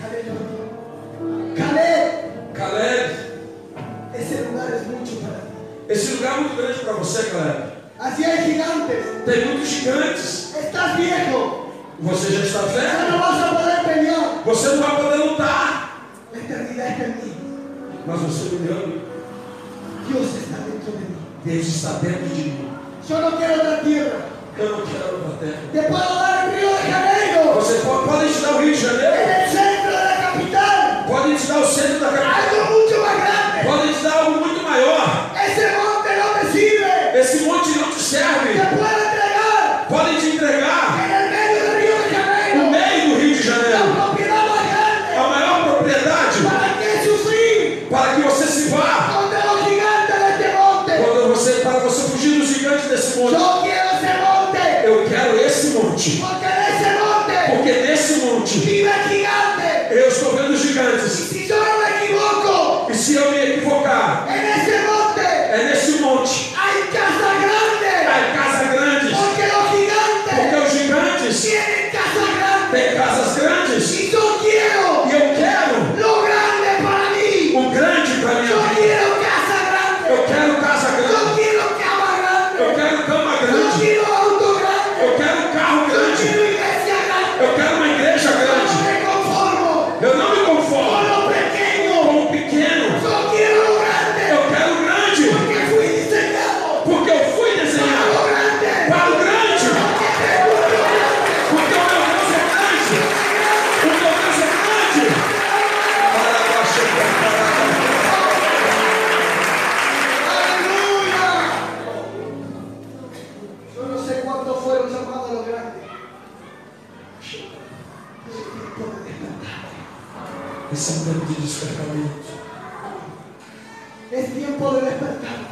Speaker 3: Aleluya. Caleb,
Speaker 2: Caleb,
Speaker 3: ese lugar es mucho para ti.
Speaker 2: esse lugar é muito grande para você, Caleb.
Speaker 3: Así hay gigantes.
Speaker 2: Tem muitos gigantes.
Speaker 3: Estás viejo.
Speaker 2: Você já está
Speaker 3: Ya
Speaker 2: velho.
Speaker 3: no vas a poder pelear.
Speaker 2: Você não vai poder lutar.
Speaker 3: La eternidad está en mí.
Speaker 2: Mas você me ama.
Speaker 3: Dios está dentro de mí.
Speaker 2: Deus está dentro de mim.
Speaker 3: Yo no quiero otra tierra.
Speaker 2: Eu não quero outra terra.
Speaker 3: Te puedo dar el Río de Janeiro.
Speaker 2: Você pode, pode te dar o Rio de
Speaker 3: En
Speaker 2: Janeiro,
Speaker 3: el centro de la capital.
Speaker 2: pode te dar o centro da capital,
Speaker 3: Algo mucho más grande.
Speaker 2: pode te dar algo muito maior.
Speaker 3: Ese monte no te sirve.
Speaker 2: Esse monte não te
Speaker 3: Te
Speaker 2: serve.
Speaker 3: puedo entregar
Speaker 2: Podem te entregar
Speaker 3: en el medio del Río de
Speaker 2: no
Speaker 3: Janeiro.
Speaker 2: meio do Rio de Janeiro.
Speaker 3: La propiedad más
Speaker 2: A
Speaker 3: grande.
Speaker 2: maior propriedade
Speaker 3: ¿Para qué sufrir?
Speaker 2: para que você se vá.
Speaker 3: Donde los gigantes de este monte.
Speaker 2: Quando você, para você fugir dos gigantes desse monte.
Speaker 3: Yo quiero ese monte.
Speaker 2: Eu quero ese monte.
Speaker 3: Porque en ese monte
Speaker 2: Porque nesse monte
Speaker 3: vive el gigante.
Speaker 2: eu estou vendo gigantes.
Speaker 3: Si yo no me equivoco,
Speaker 2: E se eu me equivocar,
Speaker 3: en ese monte
Speaker 2: é nesse monte.
Speaker 3: hay casa grande.
Speaker 2: Há casa grande.
Speaker 3: Porque los
Speaker 2: Porque
Speaker 3: gigantes
Speaker 2: os gigantes
Speaker 3: tienen casa grande.
Speaker 2: têm casas grandes.
Speaker 3: Si yo quiero
Speaker 2: E eu quero
Speaker 3: lo grande para mí,
Speaker 2: o grande para minha
Speaker 3: yo
Speaker 2: vida.
Speaker 3: quiero casa grande.
Speaker 2: Eu quero casa grande.
Speaker 3: Yo quiero cama
Speaker 2: Eu
Speaker 3: grande.
Speaker 2: quero cama
Speaker 3: Yo
Speaker 2: grande.
Speaker 3: quiero auto grande.
Speaker 2: Eu quero um carro
Speaker 3: Yo
Speaker 2: grande.
Speaker 3: quiero iglesia grande.
Speaker 2: Eu quero uma igreja
Speaker 3: Yo no
Speaker 2: grande.
Speaker 3: me conformo
Speaker 2: Eu não me
Speaker 3: con
Speaker 2: conformo
Speaker 3: lo pequeño.
Speaker 2: com o pequeno.
Speaker 3: Yo quiero lo grande.
Speaker 2: Eu quero o grande.
Speaker 3: Porque fui diseñado
Speaker 2: Porque eu fui
Speaker 3: para lo
Speaker 2: desenhado
Speaker 3: grande.
Speaker 2: para o grande.
Speaker 3: Porque tengo lo grande.
Speaker 2: Porque o meu Deus é grande. O meu Deus é grande. é Parabéns,
Speaker 3: ¡Aleluya! Yo no sé cuántos fueron llamados a lo grande.
Speaker 2: Esse é um tempo de despertamento.
Speaker 3: Es tiempo de despertar.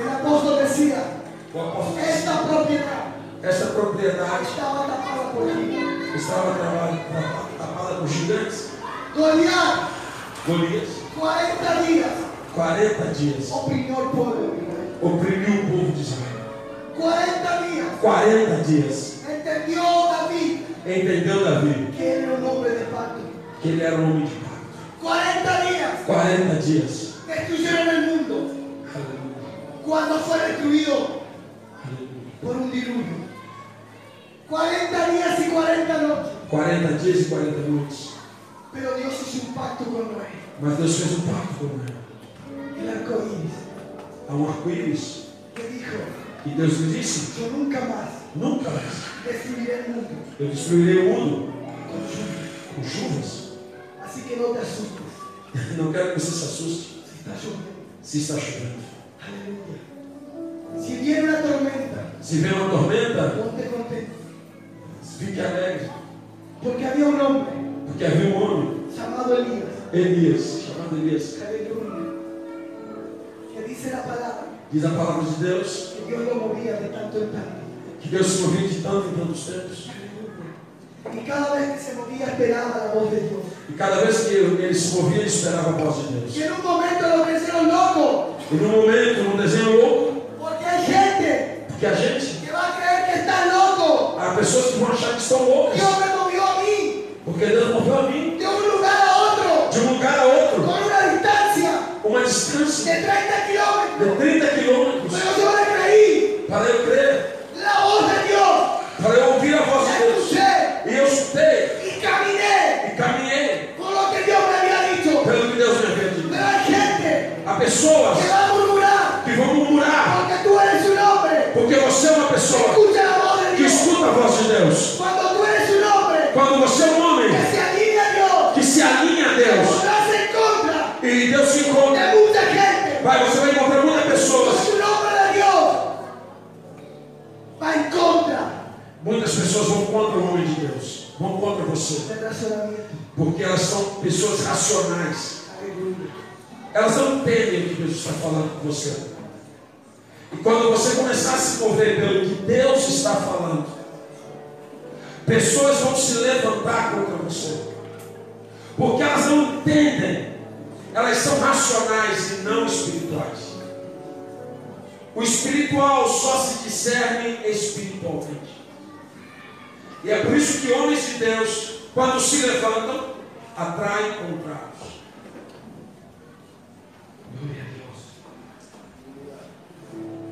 Speaker 3: El apóstol decía,
Speaker 2: O apóstolo,
Speaker 3: esta propiedad
Speaker 2: esta propriedade
Speaker 3: estaba tapada por él.
Speaker 2: estava travada- tapada por gigantes.
Speaker 3: Goliat,
Speaker 2: Golias,
Speaker 3: 40 días,
Speaker 2: 40 dias,
Speaker 3: oprimió al pueblo. de Israel.
Speaker 2: oprimiu o povo de Israel.
Speaker 3: 40 días,
Speaker 2: 40 dias.
Speaker 3: entendió David
Speaker 2: Entendeu Davi
Speaker 3: que era un hombre de pacto.
Speaker 2: que ele era um homem de pacto.
Speaker 3: 40 días,
Speaker 2: 40 dias.
Speaker 3: destruyeron el mundo.
Speaker 2: Aleluia,
Speaker 3: Cuando fue destruido,
Speaker 2: aleluia.
Speaker 3: por un diluvio. 40 días y 40 noches.
Speaker 2: 40 dias e 40 noites.
Speaker 3: Pero Dios hizo un pacto con Noé.
Speaker 2: Mas Deus fez um pacto com ele.
Speaker 3: El arco iris
Speaker 2: Há um arco-íris.
Speaker 3: le dijo:
Speaker 2: E Deus lhe disse:
Speaker 3: Yo nunca más
Speaker 2: Nunca mais
Speaker 3: destruiré el mundo.
Speaker 2: eu destruirei o mundo com chuvas.
Speaker 3: Así que no te asustes.
Speaker 2: Não quero que você se assuste
Speaker 3: Si está lloviendo.
Speaker 2: se está chovendo.
Speaker 3: Aleluya. Si viene una tormenta,
Speaker 2: Se vem uma tormenta,
Speaker 3: ponte contento.
Speaker 2: fique alegre,
Speaker 3: Porque havía un hombre
Speaker 2: porque havia um homem,
Speaker 3: llamado Elías.
Speaker 2: Elias, chamado Elias.
Speaker 3: Aleluya. Que dice la palabra
Speaker 2: Diz a palavra de Deus
Speaker 3: que Dios lo movía de tanto en tanto.
Speaker 2: que Deus se movia de tanto em tantos tempos.
Speaker 3: Aleluya. Y cada vez que se movía esperaba la voz de Dios.
Speaker 2: E cada vez que ele se movia, ele esperava a voz de Deus.
Speaker 3: Y en un momento lo hicieron loco,
Speaker 2: E num momento, num desenho louco,
Speaker 3: porque hay gente
Speaker 2: porque a gente,
Speaker 3: que va a creer que está loco.
Speaker 2: há pessoas que vão achar que estão loucas,
Speaker 3: Dios me movió a mí
Speaker 2: porque Deus moveu a mim
Speaker 3: de un lugar a otro,
Speaker 2: de um lugar a outro,
Speaker 3: con una distancia
Speaker 2: uma
Speaker 3: de
Speaker 2: distância
Speaker 3: 30 kilómetros.
Speaker 2: de 30 quilômetros,
Speaker 3: Pero yo le creí
Speaker 2: para eu crer.
Speaker 3: la voz de Dios,
Speaker 2: para eu ouvir a voz de
Speaker 3: la
Speaker 2: Deus.
Speaker 3: escuché
Speaker 2: E eu escutei
Speaker 3: y caminé
Speaker 2: e caminhei
Speaker 3: con lo que Dios me había dicho.
Speaker 2: pelo que Deus me havia dito.
Speaker 3: Pero hay gente
Speaker 2: Há pessoas
Speaker 3: que va a murmurar
Speaker 2: que vão murmurar
Speaker 3: porque tú eres un hombre.
Speaker 2: porque você é uma pessoa
Speaker 3: Escucha la voz de
Speaker 2: que
Speaker 3: Dios.
Speaker 2: escuta a voz de Deus.
Speaker 3: Cuando tú eres un hombre
Speaker 2: Quando você é um homem
Speaker 3: que se alinea a Dios.
Speaker 2: que se alinha a Deus
Speaker 3: Podrás en contra
Speaker 2: e Deus se encontra,
Speaker 3: de mucha gente.
Speaker 2: vai, você vai encontrar muitas pessoas.
Speaker 3: Mas un hombre de Dios va en contra
Speaker 2: Muitas pessoas vão contra o homem de Deus, vão contra você,
Speaker 3: del razonamiento.
Speaker 2: porque elas são pessoas racionais.
Speaker 3: Aleluya.
Speaker 2: Elas não entendem o que Deus está falando com você. E quando você começar a se mover pelo que Deus está falando, pessoas vão se levantar contra você. Porque elas não entendem. Elas são racionais e não espirituais. O espiritual só se discerne espiritualmente. E é por isso que homens de Deus, quando se levantam, atraem contrários. Glória a Deus.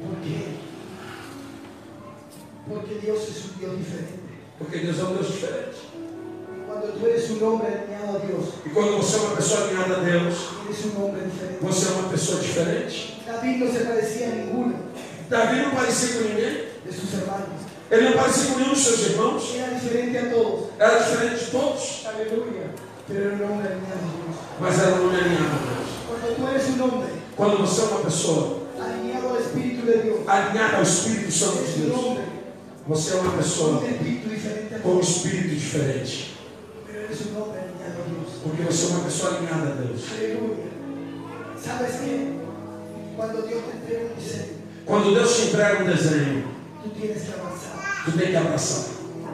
Speaker 3: ¿Por qué? Porque Dios es un Dios diferente.
Speaker 2: Porque Deus é um Deus diferente.
Speaker 3: Cuando tú eres un hombre alineado a Dios,
Speaker 2: E quando você é uma pessoa alinhada a Deus,
Speaker 3: eres un hombre diferente.
Speaker 2: você é uma pessoa diferente.
Speaker 3: David no se parecía a ninguno
Speaker 2: Davi não parecia com ninguém.
Speaker 3: de sus hermanos.
Speaker 2: Ele não parecia com nenhum dos seus irmãos.
Speaker 3: Era diferente a todos.
Speaker 2: Era diferente de todos,
Speaker 3: Aleluya. Pero era un hombre alineado a Dios.
Speaker 2: mas era um homem alinhado a Deus.
Speaker 3: Cuando tú eres un hombre
Speaker 2: Quando você é uma pessoa
Speaker 3: alineado al Espíritu de Dios,
Speaker 2: alinhada ao Espírito Santo
Speaker 3: eres
Speaker 2: de
Speaker 3: un
Speaker 2: Deus,
Speaker 3: hombre
Speaker 2: você é uma
Speaker 3: con
Speaker 2: pessoa
Speaker 3: un espíritu diferente a
Speaker 2: com um
Speaker 3: todos.
Speaker 2: espírito diferente.
Speaker 3: Pero eres un hombre alineado a Dios.
Speaker 2: Porque você é uma pessoa alinhada a Deus.
Speaker 3: Aleluya. ¿Sabes qué? Cuando Dios te entrega un diseño,
Speaker 2: Quando Deus te entrega um desenho,
Speaker 3: tú tienes que avanzar
Speaker 2: tu tem que abraçar.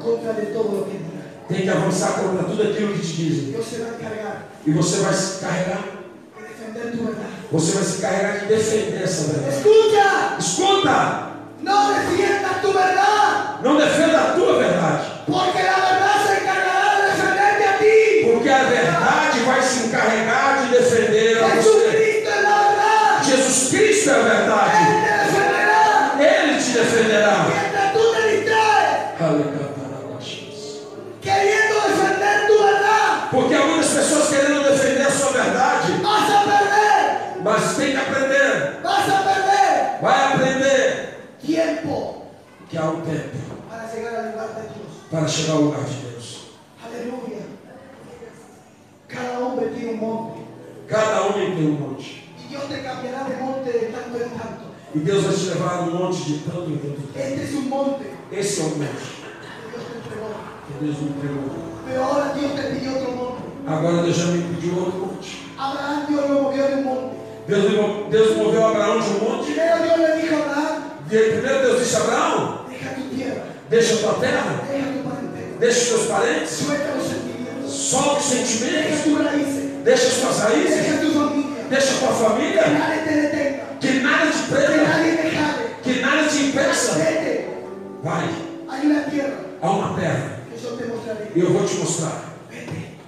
Speaker 3: contra de todo lo que diga.
Speaker 2: Tem que avançar contra tudo aquilo que te dizem.
Speaker 3: Dios se va a encargar
Speaker 2: E você vai se carregar,
Speaker 3: de defender tu verdad.
Speaker 2: você vai se carregar de defender essa verdade.
Speaker 3: Escucha,
Speaker 2: Escuta!
Speaker 3: no defiendas tu verdad,
Speaker 2: Não defenda a tua verdade.
Speaker 3: porque la verdad se encargará de defenderte a ti.
Speaker 2: Porque a verdade vai se encarregar de defender
Speaker 3: É
Speaker 2: a você.
Speaker 3: Jesucristo es la verdad.
Speaker 2: Jesus Cristo é a verdade.
Speaker 3: Él te defenderá.
Speaker 2: Ele te defenderá.
Speaker 3: Mientras tú te distraes queriendo defender tu verdad,
Speaker 2: Porque algumas pessoas querendo defender a sua verdade,
Speaker 3: vas a perder,
Speaker 2: mas tem que aprender.
Speaker 3: vas a perder
Speaker 2: Vai aprender
Speaker 3: tiempo
Speaker 2: que há um tempo
Speaker 3: para llegar al lugar de Dios.
Speaker 2: para chegar ao lugar de Deus.
Speaker 3: Aleluya. Cada hombre tiene un monte.
Speaker 2: Cada homem tem um monte.
Speaker 3: Y Dios te cambiará de monte de tanto en tanto.
Speaker 2: E Deus vai te levar num monte de tanto em tanto tempo.
Speaker 3: Este es un monte
Speaker 2: Esse é o monte
Speaker 3: que Dios
Speaker 2: que Deus
Speaker 3: te entregó.
Speaker 2: me entregou.
Speaker 3: Pero ahora Dios te pidió otro monte.
Speaker 2: Agora Deus já me pediu outro monte.
Speaker 3: Abraham Dios lo movió de un monte.
Speaker 2: Deus, me mo- Deus moveu Abraão de um monte.
Speaker 3: Primero Dios le dijo a Abraham,
Speaker 2: E aí, primeiro Deus disse: Abraão,
Speaker 3: deja tu tierra,
Speaker 2: deixa a tua terra,
Speaker 3: deja tu parentela,
Speaker 2: deixa os teus parentes,
Speaker 3: suelta los sentimientos,
Speaker 2: solta os
Speaker 3: deja
Speaker 2: sentimentos,
Speaker 3: tus raíces,
Speaker 2: deixa as tuas raízes,
Speaker 3: deja tu familia,
Speaker 2: deixa a tua
Speaker 3: que
Speaker 2: família.
Speaker 3: nadie te detenga,
Speaker 2: Que nada te
Speaker 3: que
Speaker 2: prenda,
Speaker 3: nadie te jale,
Speaker 2: que nada te impeça.
Speaker 3: vete,
Speaker 2: Vai
Speaker 3: hay una tierra
Speaker 2: a uma terra
Speaker 3: que yo te mostraré,
Speaker 2: e eu vou te mostrar.
Speaker 3: vete.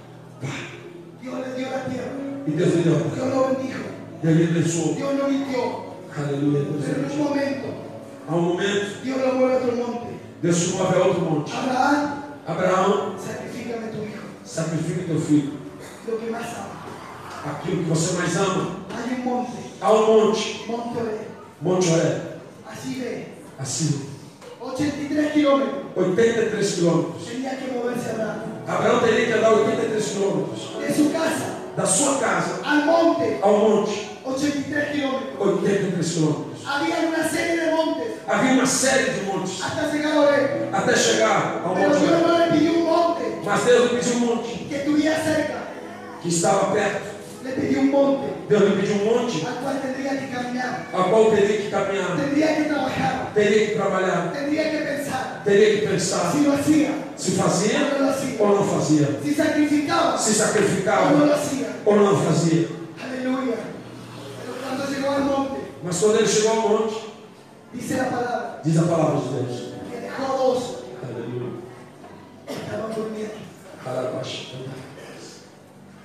Speaker 3: Dios le dio la tierra,
Speaker 2: E Deus me deu a terra.
Speaker 3: Dios lo bendijo,
Speaker 2: Deus me abençoou.
Speaker 3: Dios lo mintió,
Speaker 2: Aleluia. Deus
Speaker 3: pero en un
Speaker 2: abençoou.
Speaker 3: momento
Speaker 2: Há um momento,
Speaker 3: Dios lo mueve a otro monte.
Speaker 2: Deus te move a outro monte.
Speaker 3: Abraham,
Speaker 2: Abraão,
Speaker 3: sacrificame tu hijo,
Speaker 2: sacrifica teu filho.
Speaker 3: lo que más ama.
Speaker 2: Aquilo que você mais ama.
Speaker 3: Hay un monte,
Speaker 2: Há um monte.
Speaker 3: monte Oreb,
Speaker 2: Monte Oré.
Speaker 3: así de
Speaker 2: Assim.
Speaker 3: 83 kilómetros.
Speaker 2: 83 quilômetros.
Speaker 3: Tenía que moverse Abraham
Speaker 2: Abraão teria que andar 83 quilômetros.
Speaker 3: de su casa
Speaker 2: Da sua casa
Speaker 3: al monte,
Speaker 2: ao monte.
Speaker 3: 83 kilómetros.
Speaker 2: 83 quilômetros.
Speaker 3: Había una serie de montes
Speaker 2: Havia uma série de montes.
Speaker 3: hasta llegar a Oreb.
Speaker 2: Até chegar ao
Speaker 3: Pero
Speaker 2: monte
Speaker 3: Dios
Speaker 2: Oré.
Speaker 3: no le pidió un monte
Speaker 2: Mas Deus me pediu um monte
Speaker 3: que estuviera cerca,
Speaker 2: que estava perto.
Speaker 3: le pidió un monte
Speaker 2: Deus me pediu um monte
Speaker 3: al cual tendría que caminar,
Speaker 2: a qual eu teria que caminhar,
Speaker 3: tendría que trabajar,
Speaker 2: teria que trabalhar,
Speaker 3: tendría que pensar
Speaker 2: teria que pensar
Speaker 3: si lo hacía,
Speaker 2: se
Speaker 3: o
Speaker 2: fazia
Speaker 3: no lo hacía,
Speaker 2: ou não fazia,
Speaker 3: si sacrificaba
Speaker 2: se
Speaker 3: o no lo
Speaker 2: sacrificava
Speaker 3: hacía.
Speaker 2: ou não fazia.
Speaker 3: Aleluya. Pero cuando llegó al monte,
Speaker 2: Mas quando ele chegou ao monte,
Speaker 3: dice la palabra,
Speaker 2: diz a palavra de Deus.
Speaker 3: que dejó dos
Speaker 2: Aleluia.
Speaker 3: que estaban durmiendo.
Speaker 2: Carabaixa.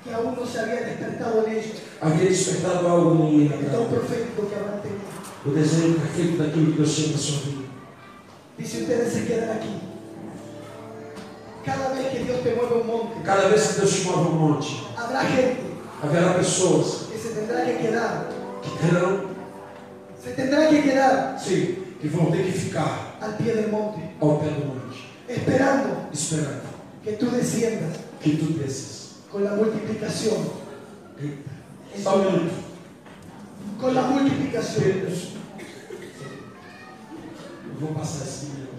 Speaker 3: que aún no se había despertado en ellos
Speaker 2: Havia despertado algo em mim,
Speaker 3: el don
Speaker 2: Abraão.
Speaker 3: profético que habrán tenido.
Speaker 2: o desejo perfeito daquilo que Deus tinha na sua vida.
Speaker 3: Dice, ustedes se quedan aquí. Cada vez que Dios te mueve un monte,
Speaker 2: Cada vez que Deus te move ao monte,
Speaker 3: habrá gente
Speaker 2: haverá pessoas
Speaker 3: que se tendrá que quedar,
Speaker 2: que terão,
Speaker 3: se tendrá que quedar
Speaker 2: sim, que vão ter que ficar
Speaker 3: al pie del monte,
Speaker 2: ao pé do monte,
Speaker 3: esperando
Speaker 2: esperando.
Speaker 3: que tú desciendas
Speaker 2: que tu desças.
Speaker 3: con la multiplicación,
Speaker 2: Só um minuto.
Speaker 3: con la multiplicación.
Speaker 2: Eu vou passar esse minuto.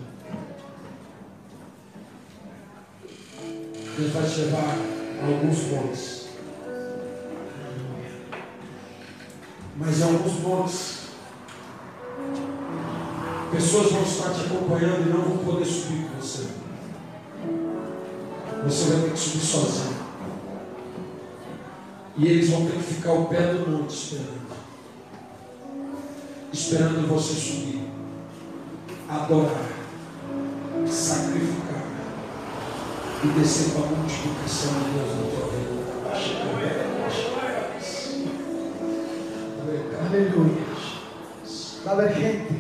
Speaker 2: Deus vai te levar a alguns montes. Mas em alguns montes, pessoas vão estar te acompanhando e não vão poder subir com você. Você vai ter que subir sozinho. E eles vão ter que ficar ao pé do monte esperando. Esperando você subir. Adorar. Sacrificar. E descer para a multiplicação de Deus no teu reino.
Speaker 3: Aleluya. Va a haber gente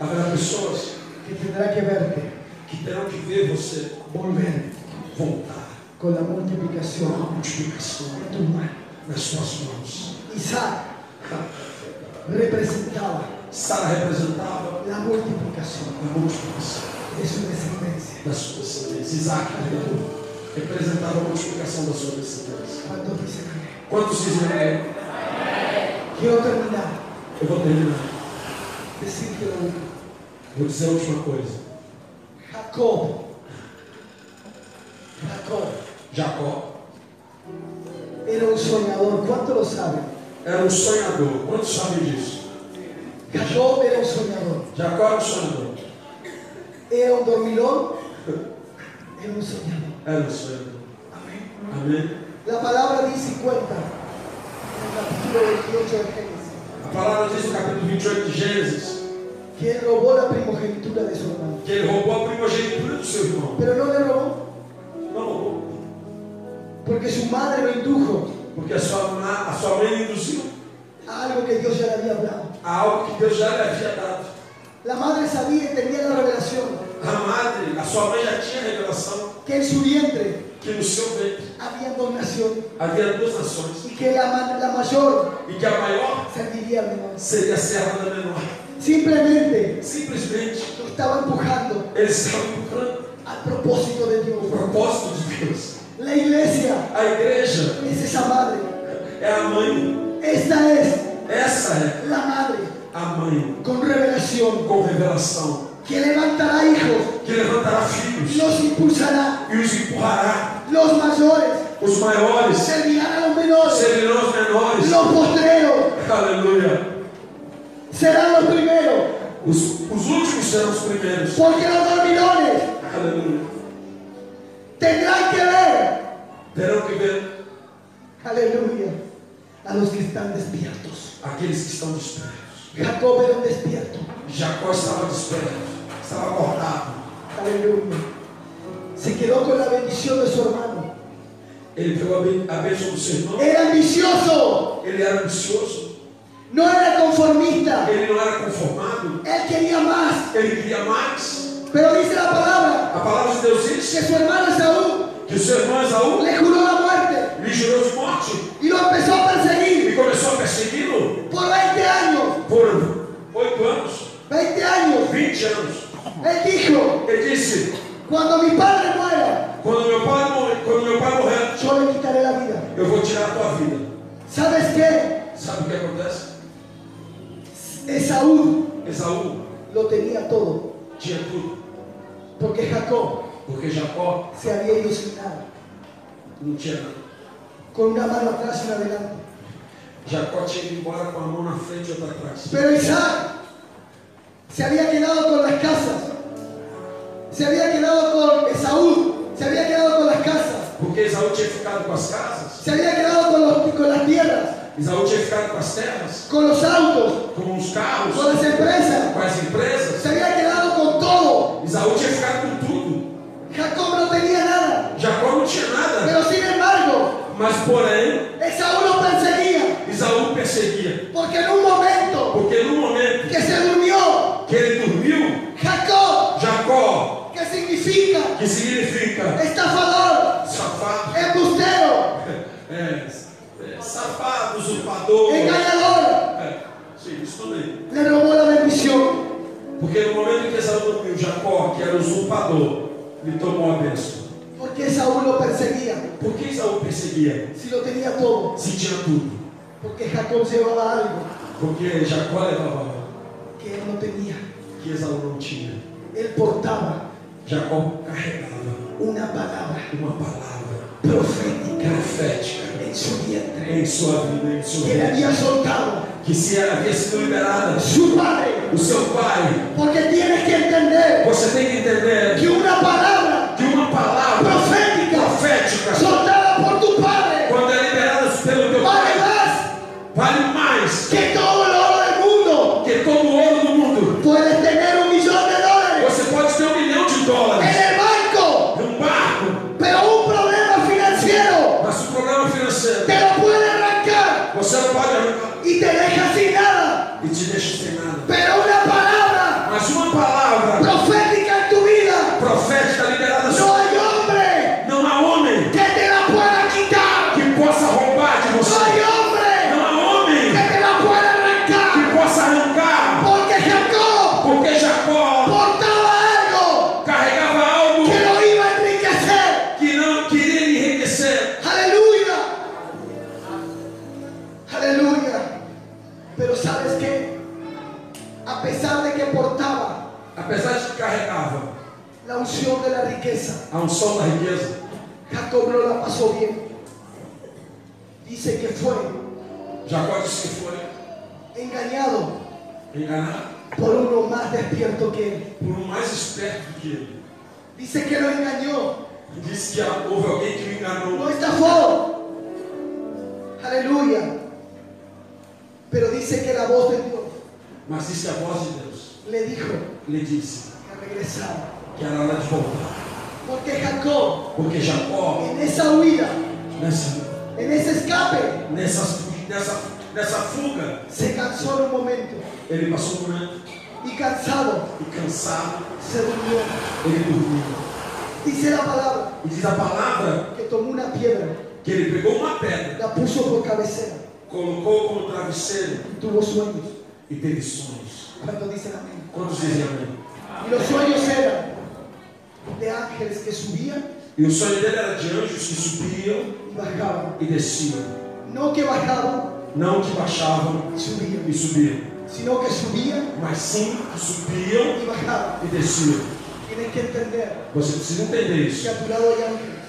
Speaker 2: Haverá Tá pessoas
Speaker 3: que tendrá que verte
Speaker 2: que terão que ver você
Speaker 3: volver
Speaker 2: voltar
Speaker 3: con la
Speaker 2: com a
Speaker 3: multiplicación
Speaker 2: multiplicação
Speaker 3: de tus manos.
Speaker 2: nas suas mãos.
Speaker 3: Isaac representaba
Speaker 2: Sara representava
Speaker 3: la multiplicação
Speaker 2: a multiplicação
Speaker 3: de su descendencia.
Speaker 2: da sua descendência. Isaac aleluia, representava a multiplicação da sua descendência.
Speaker 3: Cuando dicen amén.
Speaker 2: Quantos dizem amém?
Speaker 3: Quiero terminar
Speaker 2: Eu vou terminar.
Speaker 3: decirte lo último.
Speaker 2: Vou dizer a última coisa.
Speaker 3: Jacob, Jacob
Speaker 2: Jacó
Speaker 3: era un soñador. ¿Cuánto lo saben?
Speaker 2: era um sonhador. Quantos sabem disso?
Speaker 3: Jacob era un soñador.
Speaker 2: Jacó era um sonhador.
Speaker 3: Era un dormilón. Era un soñador.
Speaker 2: Era um sonhador.
Speaker 3: Amén.
Speaker 2: Amém?
Speaker 3: La palabra dice y cuenta en el capítulo 28 de Génesis
Speaker 2: A palavra diz no capítulo 28 de Gênesis
Speaker 3: que él robó la primogenitura de su hermano.
Speaker 2: que ele roubou a primogenitura do seu irmão.
Speaker 3: Pero no le robó
Speaker 2: Não roubou,
Speaker 3: porque su madre lo indujo
Speaker 2: porque a sua, ma- a sua mãe induziu
Speaker 3: a algo que Dios ya le había hablado.
Speaker 2: a algo que Deus já lhe havia dado.
Speaker 3: La madre sabía y tenía la revelación
Speaker 2: A madre, a sua mãe já tinha revelação
Speaker 3: que en su vientre
Speaker 2: que no seu ventre
Speaker 3: había dos naciones
Speaker 2: havia duas nações
Speaker 3: y que la, ma- la mayor
Speaker 2: e que a maior
Speaker 3: serviría al menor.
Speaker 2: seria a serva da menor.
Speaker 3: Simplemente
Speaker 2: Simplesmente
Speaker 3: lo estaba empujando
Speaker 2: eles estavam encontrando
Speaker 3: al propósito de Dios.
Speaker 2: o propósito de Deus.
Speaker 3: La iglesia
Speaker 2: A igreja
Speaker 3: es esa madre.
Speaker 2: é a mãe,
Speaker 3: Esta es
Speaker 2: essa é
Speaker 3: la madre
Speaker 2: a mãe
Speaker 3: con revelación
Speaker 2: com revelação
Speaker 3: que levantará hijos,
Speaker 2: que levantará filhos
Speaker 3: los impulsará.
Speaker 2: e os empurrará.
Speaker 3: Los mayores
Speaker 2: Os maiores
Speaker 3: servirán a los menores.
Speaker 2: servirão os menores.
Speaker 3: Los postreros
Speaker 2: Aleluia.
Speaker 3: serán los primeros.
Speaker 2: Os, os últimos serão os primeiros.
Speaker 3: Porque los dormilones
Speaker 2: Aleluia.
Speaker 3: tendrán que ver.
Speaker 2: Terão que ver
Speaker 3: Aleluya. A los que están despiertos.
Speaker 2: aqueles que estão despertos.
Speaker 3: Jacob era un despierto.
Speaker 2: Jacó estava desperto, estava acordado.
Speaker 3: Aleluya. Se quedó con la bendición de su hermano.
Speaker 2: Ele pegou a ben- a bênção do seu irmão.
Speaker 3: Era ambicioso,
Speaker 2: Ele era ambicioso.
Speaker 3: no era conformista.
Speaker 2: Ele não era conformado.
Speaker 3: Él quería más.
Speaker 2: Ele queria mais.
Speaker 3: Pero dice la palabra
Speaker 2: A palavra de Deus
Speaker 3: que
Speaker 2: diz
Speaker 3: su hermano Esaú
Speaker 2: que o seu irmão Esaú
Speaker 3: le juró la muerte
Speaker 2: lhe jurou de morte
Speaker 3: y lo empezó a perseguir
Speaker 2: e começou a persegui-lo
Speaker 3: por 20 años.
Speaker 2: por oito anos,
Speaker 3: 20 años.
Speaker 2: 20 anos.
Speaker 3: Él dijo,
Speaker 2: Ele disse:
Speaker 3: cuando mi padre muera,
Speaker 2: quando meu pai, mor- quando meu pai morrer,
Speaker 3: yo le quitaré la vida.
Speaker 2: eu vou tirar a tua vida.
Speaker 3: ¿Sabes qué?
Speaker 2: Sabe o que acontece?
Speaker 3: Esaú
Speaker 2: Esaú
Speaker 3: lo tenía todo,
Speaker 2: tinha tudo,
Speaker 3: porque Jacob
Speaker 2: porque Jacó
Speaker 3: se había ido sin nada,
Speaker 2: não tinha nada.
Speaker 3: con una mano atrás y una adelante.
Speaker 2: Jacó tinha ido embora com a mão na frente e outra atrás.
Speaker 3: Pero Isaac se había quedado con las casas. Se había quedado con Esaú. Se había quedado con las casas.
Speaker 2: Porque Esaú tinha ficado com as casas,
Speaker 3: Se había quedado con, los- con las tierras,
Speaker 2: Esaú tinha ficado com as terras,
Speaker 3: con los autos,
Speaker 2: com os carros,
Speaker 3: con las empresas.
Speaker 2: com as empresas.
Speaker 3: Se había quedado con todo.
Speaker 2: Isaú tinha ficado com tudo.
Speaker 3: Jacob no tenía nada.
Speaker 2: Jacó não tinha nada.
Speaker 3: Pero sin embargo,
Speaker 2: Mas, porém,
Speaker 3: Esaú lo perseguía.
Speaker 2: Isaú perseguia.
Speaker 3: Porque en un momento
Speaker 2: Porque no momento
Speaker 3: que se durmió,
Speaker 2: que ele dormiu,
Speaker 3: Jacob,
Speaker 2: Jacó,
Speaker 3: que significa
Speaker 2: que significa
Speaker 3: estafador,
Speaker 2: safado,
Speaker 3: embustero,
Speaker 2: é, é, safado, usurpador.
Speaker 3: engañador,
Speaker 2: É, sim, isso tudo aí.
Speaker 3: le robó la bendición.
Speaker 2: Porque no momento que Esaú dormiu, Jacó, que era usurpador, lhe tomou a bênção.
Speaker 3: Porque Saúl lo perseguía,
Speaker 2: Por que Isaú perseguia?
Speaker 3: si lo tenía todo,
Speaker 2: Se tinha tudo.
Speaker 3: porque Jacob llevaba algo
Speaker 2: Porque Jacó levava algo
Speaker 3: que él no tenía.
Speaker 2: que Esaú não tinha.
Speaker 3: Él portaba
Speaker 2: Jacó carregava
Speaker 3: una palabra
Speaker 2: uma palavra
Speaker 3: profética
Speaker 2: profética
Speaker 3: en su vientre,
Speaker 2: em sua vida, em sua
Speaker 3: que le
Speaker 2: vida.
Speaker 3: había soltado
Speaker 2: que se havia sido liberada,
Speaker 3: su padre.
Speaker 2: o seu pai,
Speaker 3: Porque tienes que entender
Speaker 2: você tem que entender
Speaker 3: que una palabra
Speaker 2: que uma palavra
Speaker 3: Profética.
Speaker 2: profética,
Speaker 3: soltada por tu padre
Speaker 2: quando é liberada pelo teu
Speaker 3: vale
Speaker 2: pai,
Speaker 3: más
Speaker 2: vale mais
Speaker 3: que todo el oro del mundo.
Speaker 2: que todo o ouro do mundo.
Speaker 3: Puedes tener un millón de dólares
Speaker 2: Você pode ter um milhão de
Speaker 3: en
Speaker 2: dólares
Speaker 3: el banco,
Speaker 2: num barco,
Speaker 3: pero un problema financiero
Speaker 2: mas o problema financeiro
Speaker 3: te lo puede arrancar
Speaker 2: você não pode arrancar
Speaker 3: y te deja sin nada.
Speaker 2: e te deixa sem nada.
Speaker 3: Pero una palabra
Speaker 2: Mas uma palavra
Speaker 3: profética en tu vida,
Speaker 2: profética liberada
Speaker 3: no hay hombre
Speaker 2: não há homem
Speaker 3: que te la pueda quitar.
Speaker 2: que possa roubar de
Speaker 3: No
Speaker 2: você.
Speaker 3: hay hombre
Speaker 2: Não há
Speaker 3: que
Speaker 2: homem
Speaker 3: te la pueda
Speaker 2: que
Speaker 3: arrancar. Pero sabes qué? A pesar de que portaba
Speaker 2: apesar de que carregava
Speaker 3: la unción de la riqueza,
Speaker 2: a unção da riqueza,
Speaker 3: Jacob no la pasó bien. Dice que fue
Speaker 2: Jacó disse que foi
Speaker 3: engañado
Speaker 2: enganado
Speaker 3: por uno más despierto que él.
Speaker 2: por um mais esperto do que ele.
Speaker 3: Dice que lo engañó,
Speaker 2: E disse que houve alguém que o
Speaker 3: lo
Speaker 2: enganou.
Speaker 3: estafó. Aleluya. Pero dice que la voz de Dios
Speaker 2: Mas disse a voz de Deus
Speaker 3: le dijo
Speaker 2: lhe disse
Speaker 3: que regresara.
Speaker 2: que era hora de voltar.
Speaker 3: Porque Jacob,
Speaker 2: Porque Jacó,
Speaker 3: en esa huida,
Speaker 2: nessa,
Speaker 3: en ese escape,
Speaker 2: nessa, nessa, nessa fuga,
Speaker 3: se cansó en un momento.
Speaker 2: ele passou por ele
Speaker 3: Y cansado,
Speaker 2: e cansado,
Speaker 3: se durmió.
Speaker 2: ele dormiu.
Speaker 3: Dice la palabra
Speaker 2: E diz a palavra
Speaker 3: que tomó una piedra,
Speaker 2: que ele pegou uma pedra,
Speaker 3: la puso por cabecera
Speaker 2: colocou como travesseiro
Speaker 3: y tuvo sueños.
Speaker 2: e teve sonhos.
Speaker 3: Cuando dicen amén.
Speaker 2: Quantos dizem amém?
Speaker 3: Y los sueños eran de ángeles que subían
Speaker 2: E o sonho dele era de anjos que subiam
Speaker 3: y bajaban.
Speaker 2: e desciam.
Speaker 3: No que bajaban
Speaker 2: Não que baixavam
Speaker 3: y subían,
Speaker 2: e subiam,
Speaker 3: sino que subían
Speaker 2: mas sim que subiam
Speaker 3: y bajaban.
Speaker 2: e desciam.
Speaker 3: Tienes que entender
Speaker 2: Você precisa entender isso.
Speaker 3: que a tu lado hay ángeles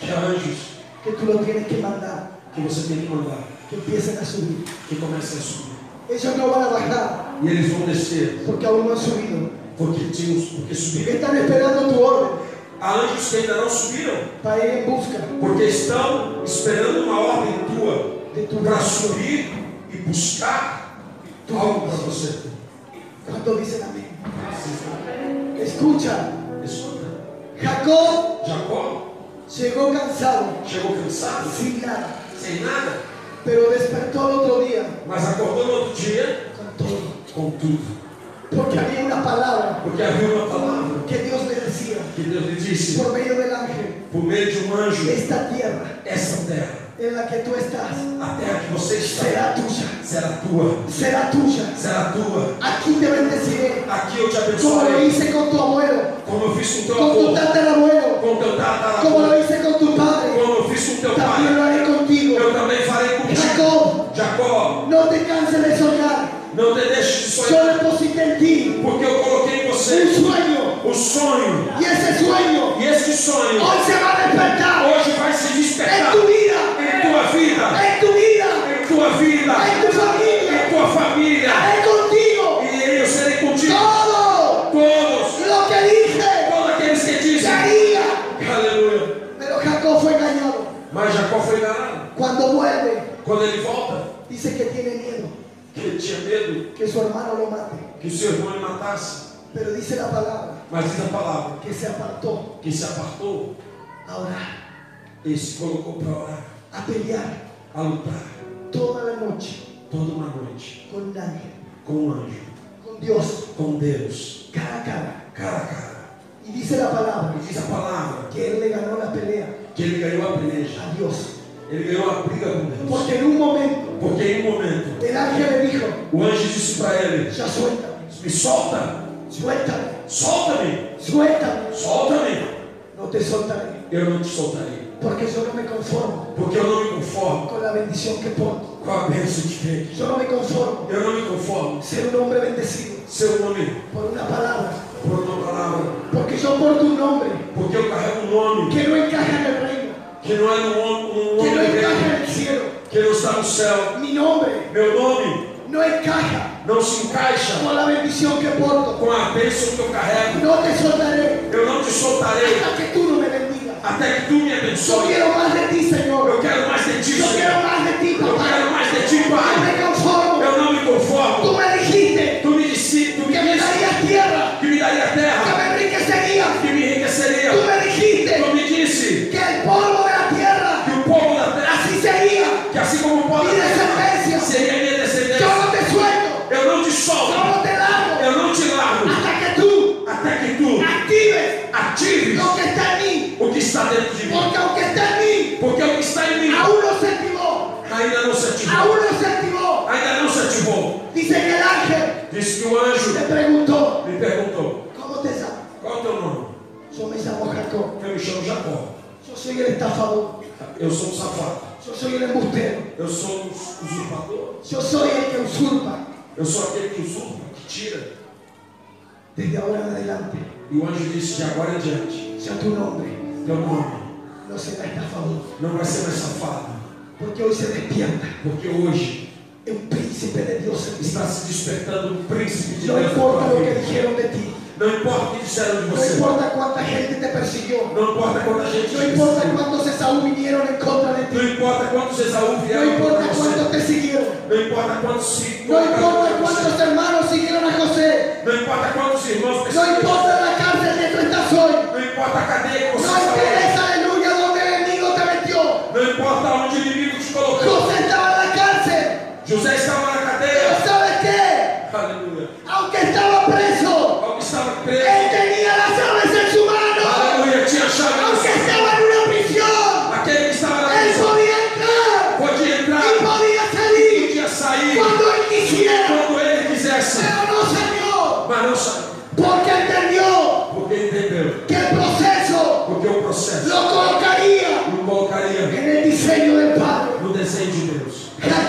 Speaker 2: Que há anjos
Speaker 3: que tú lo tienes que mandar,
Speaker 2: que você tem que mandar,
Speaker 3: que empiecen a subir.
Speaker 2: que comecem a subir.
Speaker 3: Ellos no van a bajar
Speaker 2: E eles vão descer,
Speaker 3: porque aún no han subido.
Speaker 2: porque tinham porque subiram.
Speaker 3: Están esperando tu orden
Speaker 2: Há anjos que ainda não subiram,
Speaker 3: para ir en busca
Speaker 2: porque estão esperando uma ordem tua
Speaker 3: de tu
Speaker 2: para
Speaker 3: brazo.
Speaker 2: subir e buscar algo para você.
Speaker 3: Cuando dicen amén. Escucha,
Speaker 2: Escuta,
Speaker 3: Jacob
Speaker 2: Jacó
Speaker 3: llegó cansado,
Speaker 2: chegou cansado,
Speaker 3: sin nada,
Speaker 2: sem nada,
Speaker 3: pero despertó el otro día
Speaker 2: Mas acordou no outro dia
Speaker 3: con todo.
Speaker 2: com tudo.
Speaker 3: Porque había una palabra
Speaker 2: Porque havia uma palavra
Speaker 3: que Dios le decía
Speaker 2: que Deus lhe disse,
Speaker 3: por medio del ángel.
Speaker 2: por meio de um anjo,
Speaker 3: Esta tierra
Speaker 2: essa terra,
Speaker 3: en la que tú estás
Speaker 2: a terra que você está,
Speaker 3: será tuya,
Speaker 2: será tua,
Speaker 3: será tuya.
Speaker 2: será tua.
Speaker 3: Aquí te bendeciré,
Speaker 2: Aqui eu te
Speaker 3: como lo
Speaker 2: abençoarei,
Speaker 3: hice con tu abuelo,
Speaker 2: como eu fiz com teu
Speaker 3: con tu
Speaker 2: avô,
Speaker 3: tatarabuelo,
Speaker 2: com teu
Speaker 3: como
Speaker 2: tataravô,
Speaker 3: lo hice con tu padre,
Speaker 2: como eu fiz com teu
Speaker 3: también
Speaker 2: pai,
Speaker 3: lo haré contigo.
Speaker 2: tá eu também farei contigo.
Speaker 3: Jacob,
Speaker 2: Jacó,
Speaker 3: no te canses de soñar.
Speaker 2: não te deixes de
Speaker 3: Yo
Speaker 2: sonhar,
Speaker 3: deposité en ti
Speaker 2: porque eu coloquei em
Speaker 3: un
Speaker 2: você
Speaker 3: sueño
Speaker 2: o Um sonho,
Speaker 3: y ese sueño
Speaker 2: e esse sonho
Speaker 3: hoy se va a despertar
Speaker 2: hoje vai se
Speaker 3: en
Speaker 2: despertar
Speaker 3: tu vida,
Speaker 2: em é tua vida.
Speaker 3: en tu vida,
Speaker 2: em É tua É vida,
Speaker 3: en tu
Speaker 2: em
Speaker 3: familia,
Speaker 2: tua família,
Speaker 3: haré contigo
Speaker 2: e eu serei contigo.
Speaker 3: todo
Speaker 2: Todos,
Speaker 3: lo que dije
Speaker 2: todos aqueles que
Speaker 3: se
Speaker 2: dizem,
Speaker 3: haría.
Speaker 2: aleluia.
Speaker 3: Pero Jacob fue engañado.
Speaker 2: Mas Jacó foi enganado.
Speaker 3: Cuando vuelve,
Speaker 2: Quando ele volta,
Speaker 3: dice que tiene miedo
Speaker 2: que ele tinha medo
Speaker 3: que su hermano lo mate.
Speaker 2: que o seu irmão lhe matasse.
Speaker 3: Pero dice la palabra
Speaker 2: Mas diz a palavra
Speaker 3: que se apartó
Speaker 2: que se apartou,
Speaker 3: a orar,
Speaker 2: ele se colocou para orar,
Speaker 3: a pelear
Speaker 2: a lutar
Speaker 3: toda la noche
Speaker 2: toda uma noite
Speaker 3: con un ángel,
Speaker 2: com um anjo,
Speaker 3: con Dios,
Speaker 2: com Deus,
Speaker 3: cara a cara.
Speaker 2: cara a cara.
Speaker 3: Y dice la palabra
Speaker 2: E diz a palavra
Speaker 3: que él le ganó la pelea
Speaker 2: que ele ganhou a peleja,
Speaker 3: a Dios.
Speaker 2: ele ganhou a briga com Deus.
Speaker 3: Porque en un momento
Speaker 2: Porque em um momento,
Speaker 3: el ángel le dijo,
Speaker 2: o anjo disse para ele:
Speaker 3: ya suéltame,
Speaker 2: Me solta!
Speaker 3: suéltame,
Speaker 2: Solta-me!
Speaker 3: suéltame.
Speaker 2: Solta-me!
Speaker 3: No te soltaré,
Speaker 2: Eu não te soltarei.
Speaker 3: porque yo no me conformo
Speaker 2: Porque eu não me conformo
Speaker 3: con la bendición que porto.
Speaker 2: com a bênção de Deus.
Speaker 3: Yo no me conformo
Speaker 2: Eu não me conformo. um
Speaker 3: ser un hombre bendecido
Speaker 2: Seu nome,
Speaker 3: por una palabra.
Speaker 2: por uma palavra.
Speaker 3: Porque yo porto un nombre
Speaker 2: Porque eu carrego um nome
Speaker 3: que no encaja en el reino,
Speaker 2: que não é no hom- no
Speaker 3: que
Speaker 2: nome
Speaker 3: no encaja
Speaker 2: dele,
Speaker 3: en el cielo.
Speaker 2: que não está no céu.
Speaker 3: Mi nombre
Speaker 2: Meu nome
Speaker 3: no encaja
Speaker 2: não se encaixa
Speaker 3: con la bendición que porto.
Speaker 2: com a bênção que eu carrego.
Speaker 3: No te soltaré
Speaker 2: Eu não te soltarei
Speaker 3: hasta que tú no me bendigas.
Speaker 2: até que tu me
Speaker 3: Yo
Speaker 2: abençoe.
Speaker 3: quiero más de ti, Señor.
Speaker 2: Eu quero mais de ti,
Speaker 3: Yo quiero
Speaker 2: Senhor.
Speaker 3: más de ti,
Speaker 2: Eu quero
Speaker 3: papá.
Speaker 2: mais de ti,
Speaker 3: No
Speaker 2: Pai.
Speaker 3: me conformo.
Speaker 2: Eu não me conformo.
Speaker 3: Tú me dijiste
Speaker 2: Tu me disse, tu me
Speaker 3: que me
Speaker 2: disse
Speaker 3: darías tierra,
Speaker 2: que me daria
Speaker 3: que
Speaker 2: terra.
Speaker 3: me enriquecerías.
Speaker 2: que me enriqueceria.
Speaker 3: Tú me dijiste
Speaker 2: Eu me disse
Speaker 3: que el polvo de la
Speaker 2: que
Speaker 3: tierra
Speaker 2: o povo da terra,
Speaker 3: así sería.
Speaker 2: que assim como o povo da
Speaker 3: Minha
Speaker 2: terra,
Speaker 3: descendência.
Speaker 2: seria minha
Speaker 3: Yo no
Speaker 2: descendência.
Speaker 3: te suelto,
Speaker 2: Eu não te solto,
Speaker 3: yo no te largo
Speaker 2: eu não te largo,
Speaker 3: hasta que tú
Speaker 2: até que tu
Speaker 3: actives
Speaker 2: atives
Speaker 3: lo que está en mí.
Speaker 2: o que está dentro de mí.
Speaker 3: Porque aunque está en mí,
Speaker 2: Porque o que está em mim
Speaker 3: aún no se activó,
Speaker 2: ainda não se ativou.
Speaker 3: aún no se activó.
Speaker 2: Ainda não se ativou.
Speaker 3: Dice que el ángel
Speaker 2: Disse que o anjo
Speaker 3: le preguntó,
Speaker 2: me perguntou:
Speaker 3: ¿cómo te llamas?
Speaker 2: Qual é o teu nome?
Speaker 3: Yo me llamo Jacob.
Speaker 2: Eu me chamo Jacó.
Speaker 3: Yo soy el estafador.
Speaker 2: Eu sou um safado.
Speaker 3: Yo soy el embustero.
Speaker 2: Eu sou um usurpador.
Speaker 3: Yo soy el que usurpa.
Speaker 2: Eu sou aquele que usurpa, que tira.
Speaker 3: Desde ahora en adelante,
Speaker 2: E o anjo disse: de agora em diante,
Speaker 3: ya tu nombre
Speaker 2: teu nome
Speaker 3: no será estafador.
Speaker 2: não vai ser mais safado,
Speaker 3: Porque hoy se despierta
Speaker 2: porque hoje
Speaker 3: un príncipe de Dios en ti.
Speaker 2: está se despertando um príncipe de
Speaker 3: No
Speaker 2: Deus. na
Speaker 3: importa
Speaker 2: tua
Speaker 3: lo que
Speaker 2: vida.
Speaker 3: dijeron de ti.
Speaker 2: Não importa o que disseram de
Speaker 3: No
Speaker 2: você.
Speaker 3: importa cuánta gente te persiguió.
Speaker 2: Não importa quanta gente.
Speaker 3: No importa cuántos Esaú vinieron en contra de ti.
Speaker 2: Não importa quantos Esaú
Speaker 3: No
Speaker 2: vieram
Speaker 3: importa
Speaker 2: contra
Speaker 3: cuántos
Speaker 2: você.
Speaker 3: te siguieron.
Speaker 2: Não importa quantos se
Speaker 3: No importa
Speaker 2: colocaram contra
Speaker 3: cuántos hermanos siguieron a José.
Speaker 2: você. Não importa quantos irmãos
Speaker 3: No importa la cárcel que tú estás hoy.
Speaker 2: Não importa a cadeia que
Speaker 3: No
Speaker 2: você está hoje.
Speaker 3: interesa, aleluya, donde el enemigo te metió.
Speaker 2: Não importa onde o inimigo te colocou.
Speaker 3: José estaba en la cárcel.
Speaker 2: José estava na
Speaker 3: Pero
Speaker 2: cadeia.
Speaker 3: ¿sabes qué?
Speaker 2: Aleluia.
Speaker 3: Aunque estaba preso,
Speaker 2: Alguém estava
Speaker 3: él
Speaker 2: preso.
Speaker 3: tenía las aves en su mano.
Speaker 2: Aleluia. Tinha chave. no
Speaker 3: Aunque
Speaker 2: céu.
Speaker 3: estaba en una prisión,
Speaker 2: Aquele que estava na
Speaker 3: él
Speaker 2: prisão
Speaker 3: podía entrar
Speaker 2: podia entrar.
Speaker 3: y podía salir
Speaker 2: Podia sair
Speaker 3: cuando él quisiera.
Speaker 2: quando ele quisesse.
Speaker 3: Pero no salió
Speaker 2: Mas não saiu.
Speaker 3: porque entendió
Speaker 2: Porque entendeu.
Speaker 3: que el proceso
Speaker 2: Porque o processo
Speaker 3: lo colocaría
Speaker 2: o colocaria
Speaker 3: en el diseño del Padre.
Speaker 2: no desenho de Deus.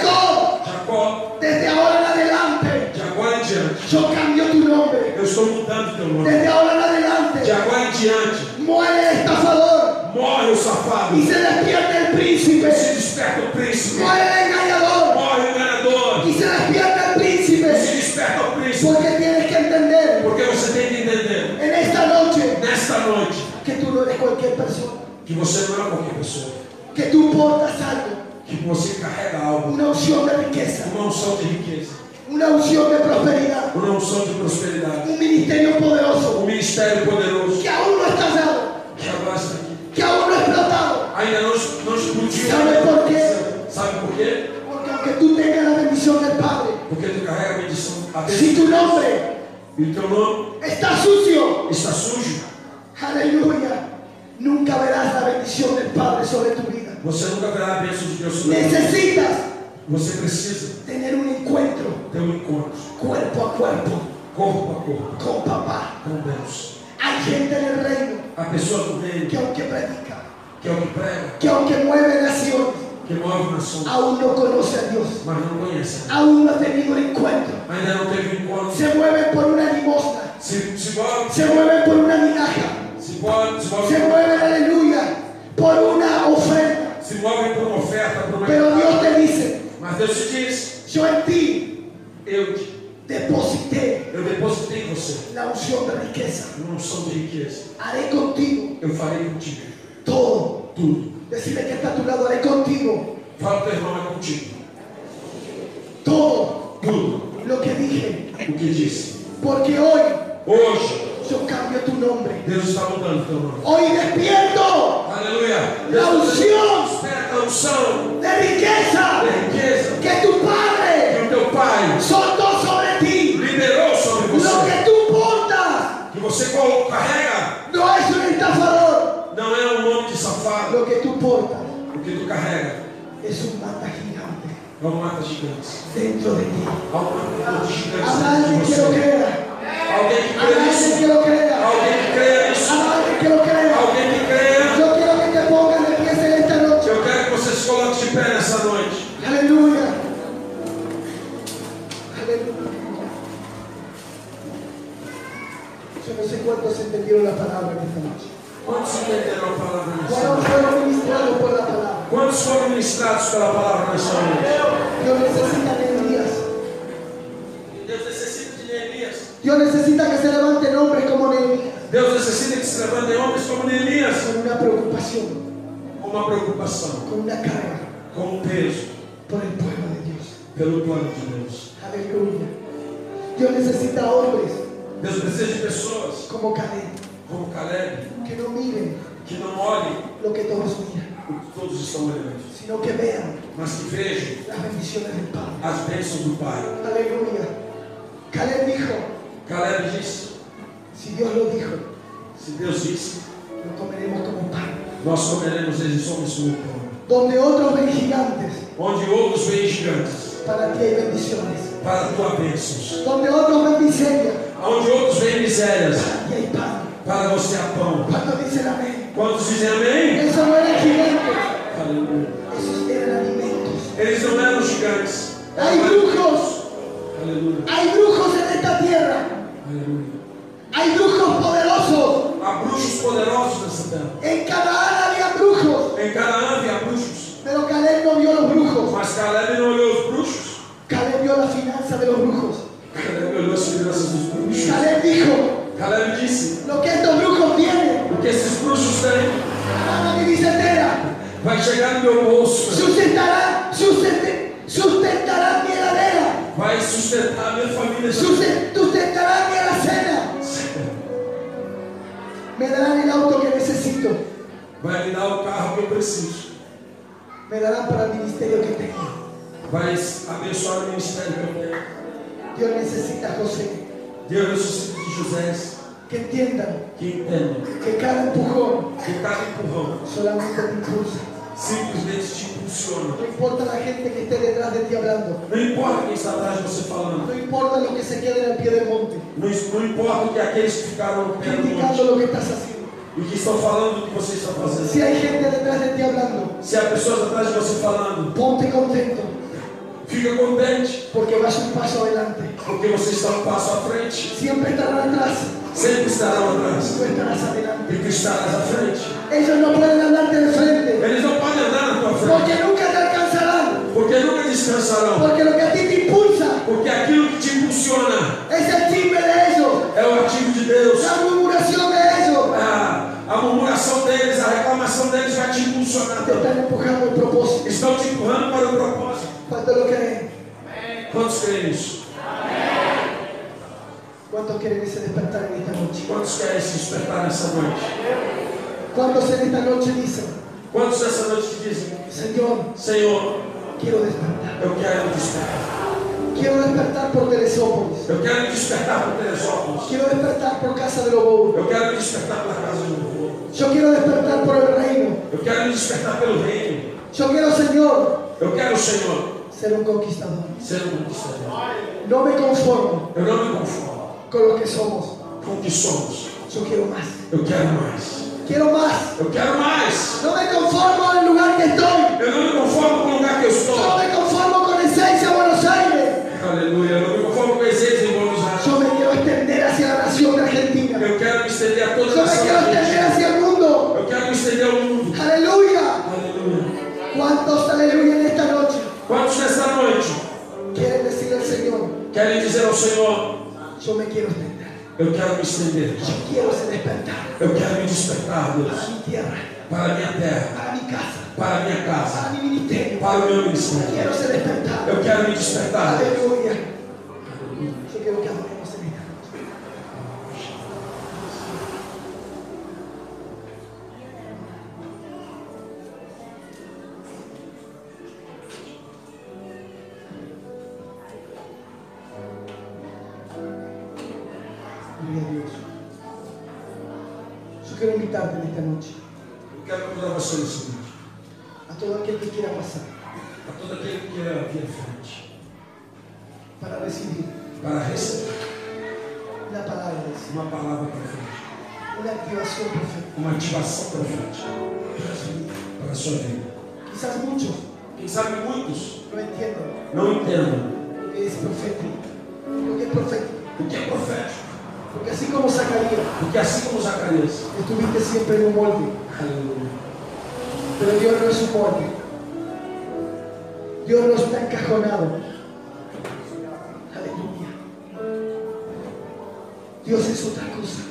Speaker 3: Jacob,
Speaker 2: Jacó,
Speaker 3: desde ahora en adelante,
Speaker 2: de agora em diante,
Speaker 3: yo cambio tu nombre.
Speaker 2: eu estou mudando teu nome.
Speaker 3: Desde ahora en
Speaker 2: De
Speaker 3: adelante,
Speaker 2: agora em diante,
Speaker 3: muere el estafador
Speaker 2: morre o safado.
Speaker 3: y se despierta el
Speaker 2: Se
Speaker 3: príncipe.
Speaker 2: desperta o príncipe.
Speaker 3: Muere el engañador
Speaker 2: Morre o enganador.
Speaker 3: y se despierta el
Speaker 2: Se
Speaker 3: príncipe.
Speaker 2: desperta o príncipe.
Speaker 3: Porque tienes que entender
Speaker 2: Porque você tem que entender,
Speaker 3: en esta noche
Speaker 2: nesta noite,
Speaker 3: que tú no eres cualquier persona,
Speaker 2: que você não é qualquer pessoa.
Speaker 3: que tú portas algo,
Speaker 2: Que você carrega algo.
Speaker 3: una unción de riqueza.
Speaker 2: Uma unção de riqueza.
Speaker 3: una unción de prosperidad,
Speaker 2: Uma unção de prosperidade.
Speaker 3: un ministerio poderoso
Speaker 2: Um ministério poderoso.
Speaker 3: que aún no está dado,
Speaker 2: Que agora está aqui.
Speaker 3: que aún no es explotado.
Speaker 2: Ainda não, não explodiu.
Speaker 3: Sabe por qué?
Speaker 2: Sabe por qué?
Speaker 3: Porque aunque tú tengas la bendición del Padre,
Speaker 2: Porque tu carrega a bendição. A
Speaker 3: si
Speaker 2: bendição.
Speaker 3: tu nombre
Speaker 2: E teu nome
Speaker 3: está sucio,
Speaker 2: está sujo.
Speaker 3: aleluya, nunca verás la bendición del Padre sobre tu vida.
Speaker 2: Você nunca verá a bênção de Deus sobre você.
Speaker 3: Necesitas
Speaker 2: Você precisa
Speaker 3: tener un encuentro
Speaker 2: ter um encontro.
Speaker 3: cuerpo a cuerpo
Speaker 2: Corpo a corpo.
Speaker 3: con papá.
Speaker 2: Com Deus.
Speaker 3: Hay gente en el reino
Speaker 2: A pessoa do reino,
Speaker 3: que aunque predica,
Speaker 2: que é o que prega,
Speaker 3: que aunque mueve naciones,
Speaker 2: que move nações,
Speaker 3: aún no conoce a Dios,
Speaker 2: mas não conhece.
Speaker 3: aún no ha tenido el encuentro.
Speaker 2: Ainda não teve um encontro.
Speaker 3: se mueven por una limosna,
Speaker 2: Se, se move,
Speaker 3: se mueven por una migaja,
Speaker 2: se move, se
Speaker 3: se
Speaker 2: move,
Speaker 3: mueven, aleluya, por una ofrenda.
Speaker 2: se move por uma oferta, por uma
Speaker 3: Pero Dios te dice,
Speaker 2: Mas Deus te diz,
Speaker 3: yo en ti
Speaker 2: eu, te-
Speaker 3: deposité
Speaker 2: eu depositei em você
Speaker 3: la unción de riqueza.
Speaker 2: uma unção de riqueza.
Speaker 3: Haré contigo
Speaker 2: Eu farei contigo
Speaker 3: todo.
Speaker 2: tudo.
Speaker 3: Decirle que está a tu lado, haré contigo
Speaker 2: Fala teu irmão é contigo.
Speaker 3: todo
Speaker 2: Tudo
Speaker 3: lo que dije.
Speaker 2: o que disse.
Speaker 3: Porque hoy
Speaker 2: Hoje,
Speaker 3: yo cambio tu nombre.
Speaker 2: Deus está mudando teu nome.
Speaker 3: Hoy despierto
Speaker 2: Aleluia.
Speaker 3: la unción
Speaker 2: Espera é a unção
Speaker 3: de riqueza
Speaker 2: da riqueza
Speaker 3: que tu
Speaker 2: que
Speaker 3: padre
Speaker 2: o teu pai
Speaker 3: soltó sobre ti.
Speaker 2: liberou sobre
Speaker 3: Lo
Speaker 2: você.
Speaker 3: que tú portas
Speaker 2: Que você colo- carrega
Speaker 3: no es un estafador.
Speaker 2: não é um nome de safado.
Speaker 3: Lo que tú portas
Speaker 2: O que tu carrega
Speaker 3: es un mata gigante
Speaker 2: é um mata gigantes.
Speaker 3: dentro de ti.
Speaker 2: Há um mata gigantes
Speaker 3: Habrá alguien
Speaker 2: dentro de
Speaker 3: que lo
Speaker 2: você.
Speaker 3: crea.
Speaker 2: Alguém que crê
Speaker 3: Habrá alguien
Speaker 2: nisso.
Speaker 3: que lo crea.
Speaker 2: Alguém que crê nisso.
Speaker 3: Habrá alguien que lo crea.
Speaker 2: Alguém que creia,
Speaker 3: Yo quiero que te pongas de pie en esta noche.
Speaker 2: eu quero que você se coloque de pé nessa noite.
Speaker 3: Aleluya. Aleluya. Yo no sé cuántos entendieron la palabra en esta noche.
Speaker 2: Quantos entenderam a palavra nessa noite?
Speaker 3: Cuántos fueron ministrados por la palabra.
Speaker 2: Quantos foram ministrados pela palavra nessa noite?
Speaker 3: Dios necesita Nehemías.
Speaker 2: Deus necessita de Neemias.
Speaker 3: Dios necesita que se levanten hombres como Nehemías.
Speaker 2: Deus necessita que se levantem homens como Neemias.
Speaker 3: con una preocupación,
Speaker 2: Com uma preocupação,
Speaker 3: con una carga
Speaker 2: com um peso
Speaker 3: por el pueblo de Dios.
Speaker 2: pelo plano de Deus.
Speaker 3: Aleluya. Dios necesita hombres
Speaker 2: Deus precisa de pessoas
Speaker 3: como Caleb
Speaker 2: como Caleb,
Speaker 3: que no miren
Speaker 2: que não olhem
Speaker 3: lo que todos miran,
Speaker 2: o que todos estão olhando,
Speaker 3: sino que vean
Speaker 2: mas que vejam
Speaker 3: las bendiciones del Padre.
Speaker 2: as bênçãos do Pai.
Speaker 3: Aleluya. Caleb dijo,
Speaker 2: Caleb disse:
Speaker 3: si Dios lo dijo,
Speaker 2: se Deus disse,
Speaker 3: lo comeremos como pan.
Speaker 2: nós comeremos eles homens como pão.
Speaker 3: Donde otros ven gigantes,
Speaker 2: onde outros veem gigantes,
Speaker 3: para ti hay bendiciones.
Speaker 2: para a tua bênção.
Speaker 3: Donde otros ven miseria,
Speaker 2: Onde outros veem misérias,
Speaker 3: para ti hay pan.
Speaker 2: para você há pão.
Speaker 3: Cuando dicen amén,
Speaker 2: Quantos dizem amém?
Speaker 3: eso no era gigante,
Speaker 2: Aleluia.
Speaker 3: esos eran alimentos.
Speaker 2: Eles não eram gigantes.
Speaker 3: Hay brujos,
Speaker 2: Aleluia.
Speaker 3: hay brujos en esta tierra,
Speaker 2: Aleluia.
Speaker 3: hay brujos poderosos.
Speaker 2: Há bruxos poderosos nessa terra.
Speaker 3: En Canaán había brujos,
Speaker 2: Em Canaã havia bruxos.
Speaker 3: pero Caleb no vio los brujos.
Speaker 2: Mas Caleb não olhou os bruxos.
Speaker 3: Caleb vio la finanza de los brujos.
Speaker 2: Caleb olhou as finanças dos bruxos.
Speaker 3: Caleb dijo,
Speaker 2: Caleb disse:
Speaker 3: lo que estos brujos tienen,
Speaker 2: O que esses bruxos têm
Speaker 3: a mi bicetera,
Speaker 2: vai chegar no meu bolso.
Speaker 3: sustentará, sustente- sustentará mi heladera,
Speaker 2: Vai sustentar a minha família.
Speaker 3: susten- sustentará mi alacena, me darán el auto que necesito,
Speaker 2: Vai me dar o carro que eu preciso.
Speaker 3: me darán para el ministerio que tengo.
Speaker 2: Vai abençoar o ministério que eu tenho.
Speaker 3: Dios necesita a José
Speaker 2: Deus ressuscita de José.
Speaker 3: que entiendan
Speaker 2: Que entenda
Speaker 3: que cada empujón
Speaker 2: que cada empurrão
Speaker 3: solamente te impulsa.
Speaker 2: simplesmente te impulsiona.
Speaker 3: No importa la gente que esté detrás de ti hablando,
Speaker 2: Não importa quem está atrás de você falando.
Speaker 3: no importa los que se queden al pie del monte,
Speaker 2: Não, não importa que aqueles que ficaram no pé do monte
Speaker 3: criticando lo que estás haciendo.
Speaker 2: e que estão falando do que você está fazendo.
Speaker 3: Si hay gente detrás de ti hablando,
Speaker 2: Se há pessoas atrás de você falando,
Speaker 3: ponte contento
Speaker 2: fica contente,
Speaker 3: porque vas un paso adelante.
Speaker 2: porque você está um passo à frente.
Speaker 3: Siempre estarán atrás,
Speaker 2: Sempre estarão atrás.
Speaker 3: tú estarás adelante.
Speaker 2: E tu estarás à frente.
Speaker 3: Ellos no pueden andarte de frente
Speaker 2: Eles não podem andar na tua frente,
Speaker 3: porque nunca te alcanzarán,
Speaker 2: porque nunca descansarão.
Speaker 3: porque lo que a ti te impulsa
Speaker 2: Porque aquilo que te impulsiona
Speaker 3: es el chisme de ellos,
Speaker 2: é o ativo de Deus.
Speaker 3: la murmuración de ellos.
Speaker 2: A, a murmuração deles, a reclamação deles vai te impulsionar.
Speaker 3: Te están empujando el propósito.
Speaker 2: Estão te empurrando para o propósito.
Speaker 3: ¿Cuántos lo creen?
Speaker 2: Quantos creem nisso?
Speaker 3: ¿Cuántos quieren ese despertar en esta noche?
Speaker 2: Quantos querem se despertar nessa noite?
Speaker 3: ¿Cuántos en esta noche dicen,
Speaker 2: Quantos nessa noite que dizem,
Speaker 3: Señor,
Speaker 2: Senhor,
Speaker 3: quiero despertar?
Speaker 2: eu quero me despertar.
Speaker 3: Quiero despertar por Telesópolis.
Speaker 2: Eu quero me despertar por Teresópolis.
Speaker 3: Quiero despertar por Casa de Lobo.
Speaker 2: Eu quero me despertar pela casa de louvor.
Speaker 3: Yo quiero despertar por el reino.
Speaker 2: Eu quero me despertar pelo reino.
Speaker 3: Yo quiero, Señor,
Speaker 2: Eu quero, Senhor,
Speaker 3: ser un conquistador.
Speaker 2: ser um conquistador.
Speaker 3: No me conformo
Speaker 2: Eu não me conformo
Speaker 3: con lo que somos.
Speaker 2: com o que somos.
Speaker 3: Yo quiero más.
Speaker 2: Eu quero mais.
Speaker 3: Quiero más.
Speaker 2: Eu quero mais.
Speaker 3: No me conformo en el lugar que estoy.
Speaker 2: Eu não me conformo com o lugar que eu
Speaker 3: Yo
Speaker 2: estou.
Speaker 3: me conformo con Esencia Buenos Aires.
Speaker 2: Aleluia. Eu não me conformo com exército em Buenos Aires.
Speaker 3: Yo me quiero extender hacia la nación de Argentina.
Speaker 2: Eu quero me estender a toda a
Speaker 3: Yo me
Speaker 2: nação.
Speaker 3: quiero extender
Speaker 2: argentina.
Speaker 3: hacia el mundo.
Speaker 2: Eu quero me estender ao mundo.
Speaker 3: Aleluya.
Speaker 2: Aleluia.
Speaker 3: ¿Cuántos aleluya en esta noche
Speaker 2: Quantos nessa noite
Speaker 3: quieren decirle al Señor?
Speaker 2: querem dizer ao Senhor,
Speaker 3: Yo me quiero extender.
Speaker 2: eu quero me estender.
Speaker 3: Yo quiero ser despertar
Speaker 2: Eu quero me despertar,
Speaker 3: a
Speaker 2: Deus,
Speaker 3: mi tierra.
Speaker 2: para a minha terra,
Speaker 3: para mi casa,
Speaker 2: para a minha casa,
Speaker 3: para mi ministerio.
Speaker 2: para o meu ministério.
Speaker 3: Quiero ser despertado.
Speaker 2: Eu quero me despertar. Deus.
Speaker 3: Aleluya. Yo quiero que adoremos en esta noche. Gloria a Dios. Yo quiero invitarte en esta noche
Speaker 2: Eu quero convidar você nesse vídeo.
Speaker 3: a todo aquel que quiera pasar
Speaker 2: A todo aquele que é aqui à frente.
Speaker 3: para recibir
Speaker 2: Para receber
Speaker 3: la palabra de Dios,
Speaker 2: uma palavra para frente.
Speaker 3: una activación profética.
Speaker 2: Uma ativação para frente.
Speaker 3: para su vida.
Speaker 2: Para a sua vida.
Speaker 3: Quizás muchos
Speaker 2: Quem sabe muitos
Speaker 3: no entiendan
Speaker 2: não entendam
Speaker 3: lo que es profético, lo que es profético,
Speaker 2: o que é profético.
Speaker 3: porque así como Zacarías,
Speaker 2: Porque assim como Zacarias,
Speaker 3: estuviste siempre en un molde,
Speaker 2: aleluia,
Speaker 3: pero Dios no es un molde. Dios no está encajonado. Aleluya. Dios es otra cosa.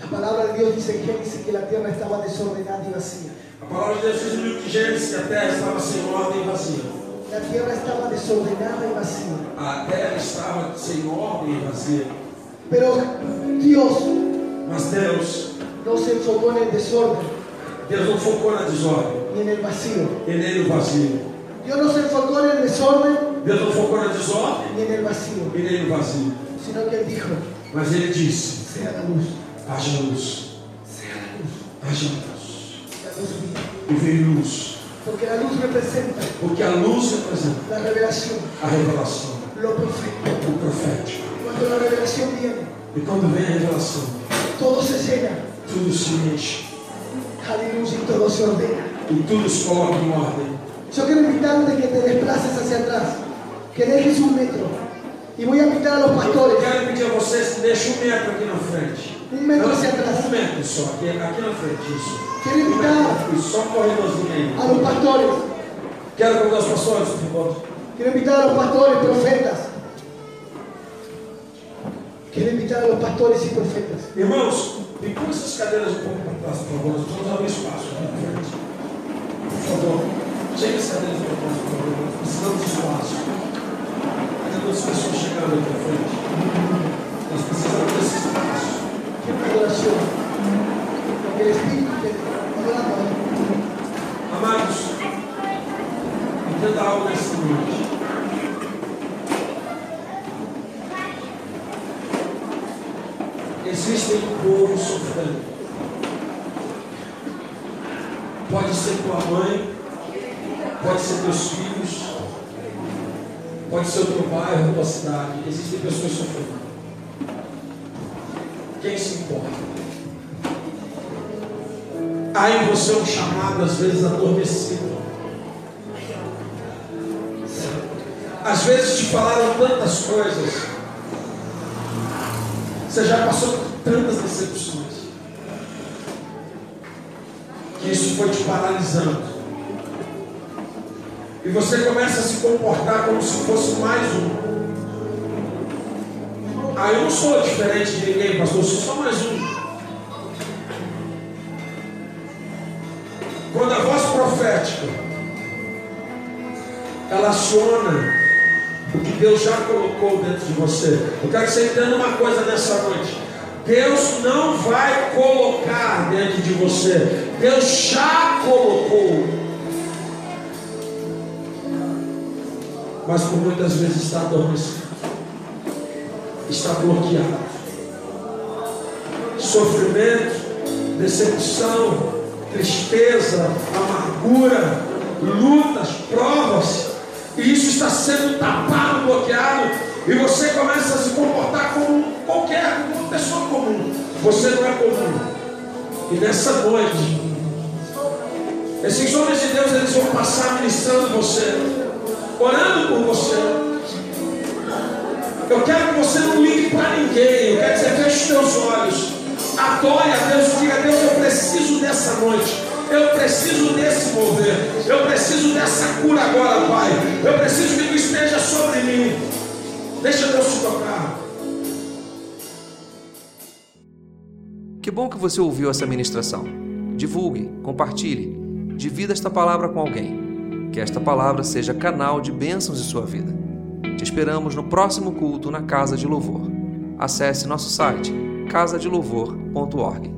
Speaker 3: La palabra de Dios dice en Génesis que la tierra estaba desordenada y vacía.
Speaker 2: A palavra de Deus diz no livro de Gênesis que a terra estava sem ordem e vazia.
Speaker 3: La tierra estaba desordenada y vacía.
Speaker 2: A terra estava sem ordem e vazia.
Speaker 3: Pero Dios
Speaker 2: Mas Deus,
Speaker 3: no se enfocó en el desorden
Speaker 2: Deus não focou na desordem
Speaker 3: ni en el vacío.
Speaker 2: e nem no vazio.
Speaker 3: Dios no se enfocó en el desorden
Speaker 2: Deus não focou na desordem
Speaker 3: ni en el vacío,
Speaker 2: e nem no vazio.
Speaker 3: sino que Él dijo,
Speaker 2: Mas ele disse:
Speaker 3: sea la luz,
Speaker 2: haja luz,
Speaker 3: sea la luz,
Speaker 2: haja luz.
Speaker 3: la luz viva.
Speaker 2: E veio luz.
Speaker 3: Porque la luz representa
Speaker 2: Porque a luz representa
Speaker 3: la revelación,
Speaker 2: a revelação,
Speaker 3: lo profético.
Speaker 2: o profético.
Speaker 3: Cuando la revelación viene,
Speaker 2: E quando vem a revelação,
Speaker 3: todo se llena.
Speaker 2: tudo se enche.
Speaker 4: Aleluya, y todo se ordena.
Speaker 2: e tudo se coloca em ordem.
Speaker 4: Yo quiero invitarte que te desplaces hacia atrás, que dejes un metro. Y voy a invitar a los
Speaker 2: Eu
Speaker 4: pastores.
Speaker 2: quero pedir a vocês que deixem um metro aqui na frente.
Speaker 4: Um metro
Speaker 2: Não,
Speaker 4: se atrasa.
Speaker 2: Um metro só, aqui, aqui na frente, isso.
Speaker 4: Quero invitar
Speaker 2: E só um corredorzinho
Speaker 4: a
Speaker 3: Ah,
Speaker 2: aí.
Speaker 4: los
Speaker 3: tá.
Speaker 4: pastores.
Speaker 2: Quero convidar os pastores, por favor.
Speaker 4: Quiero invitar a los pastores, profetas. Quiero invitar a los pastores y profetas.
Speaker 2: Irmãos, me põe essas cadeiras um pouco para trás, por favor. Nós precisamos abrir espaço aqui na frente. Por favor, chega as cadeiras para trás, por favor. Nós precisamos de espaço. Tem duas pessoas chegando aqui na frente. Nós precisamos desse espaço.
Speaker 4: Quiero una adoración. Porque el Espíritu te da la mano.
Speaker 2: Amados, entenda algo nessa noite. Existem povos um sofrendo. Pode ser tua mãe, pode ser teus filhos, pode ser o teu bairro, tua cidade. Existem pessoas sofrendo. Quem se importa? Há em você um chamado, às vezes adormecido. Às vezes te falaram tantas coisas. Você já passou por tantas decepções. Que isso foi te paralisando. E você começa a se comportar como se fosse mais um. Ah, eu não sou diferente de ninguém, pastor, eu sou só mais um. Quando a voz profética ela aciona o que Deus já colocou dentro de você, eu quero que você entenda uma coisa nessa noite. Deus não vai colocar dentro de você, Deus já colocou. Mas por muitas vezes está adormecido, está bloqueado. Sofrimento, decepção, tristeza, amargura, lutas, provas, e isso está sendo tapado, bloqueado, e você começa a se comportar como qualquer como uma pessoa comum. Você não é comum. E nessa noite, esses homens de Deus eles vão passar ministrando você, orando por você. Eu quero que você não ligue para ninguém. Eu quero que você feche os teus olhos. Adore a Deus e diga: Deus, eu preciso dessa noite. Eu preciso desse mover. Eu preciso dessa cura agora, Pai. Eu preciso que tu esteja sobre mim. Deixa Deus te tocar.
Speaker 1: Que bom que você ouviu essa ministração. Divulgue, compartilhe, divida esta palavra com alguém. Que esta palavra seja canal de bênçãos em sua vida. Te esperamos no próximo culto na Casa de Louvor. Acesse nosso site casadelouvor.org.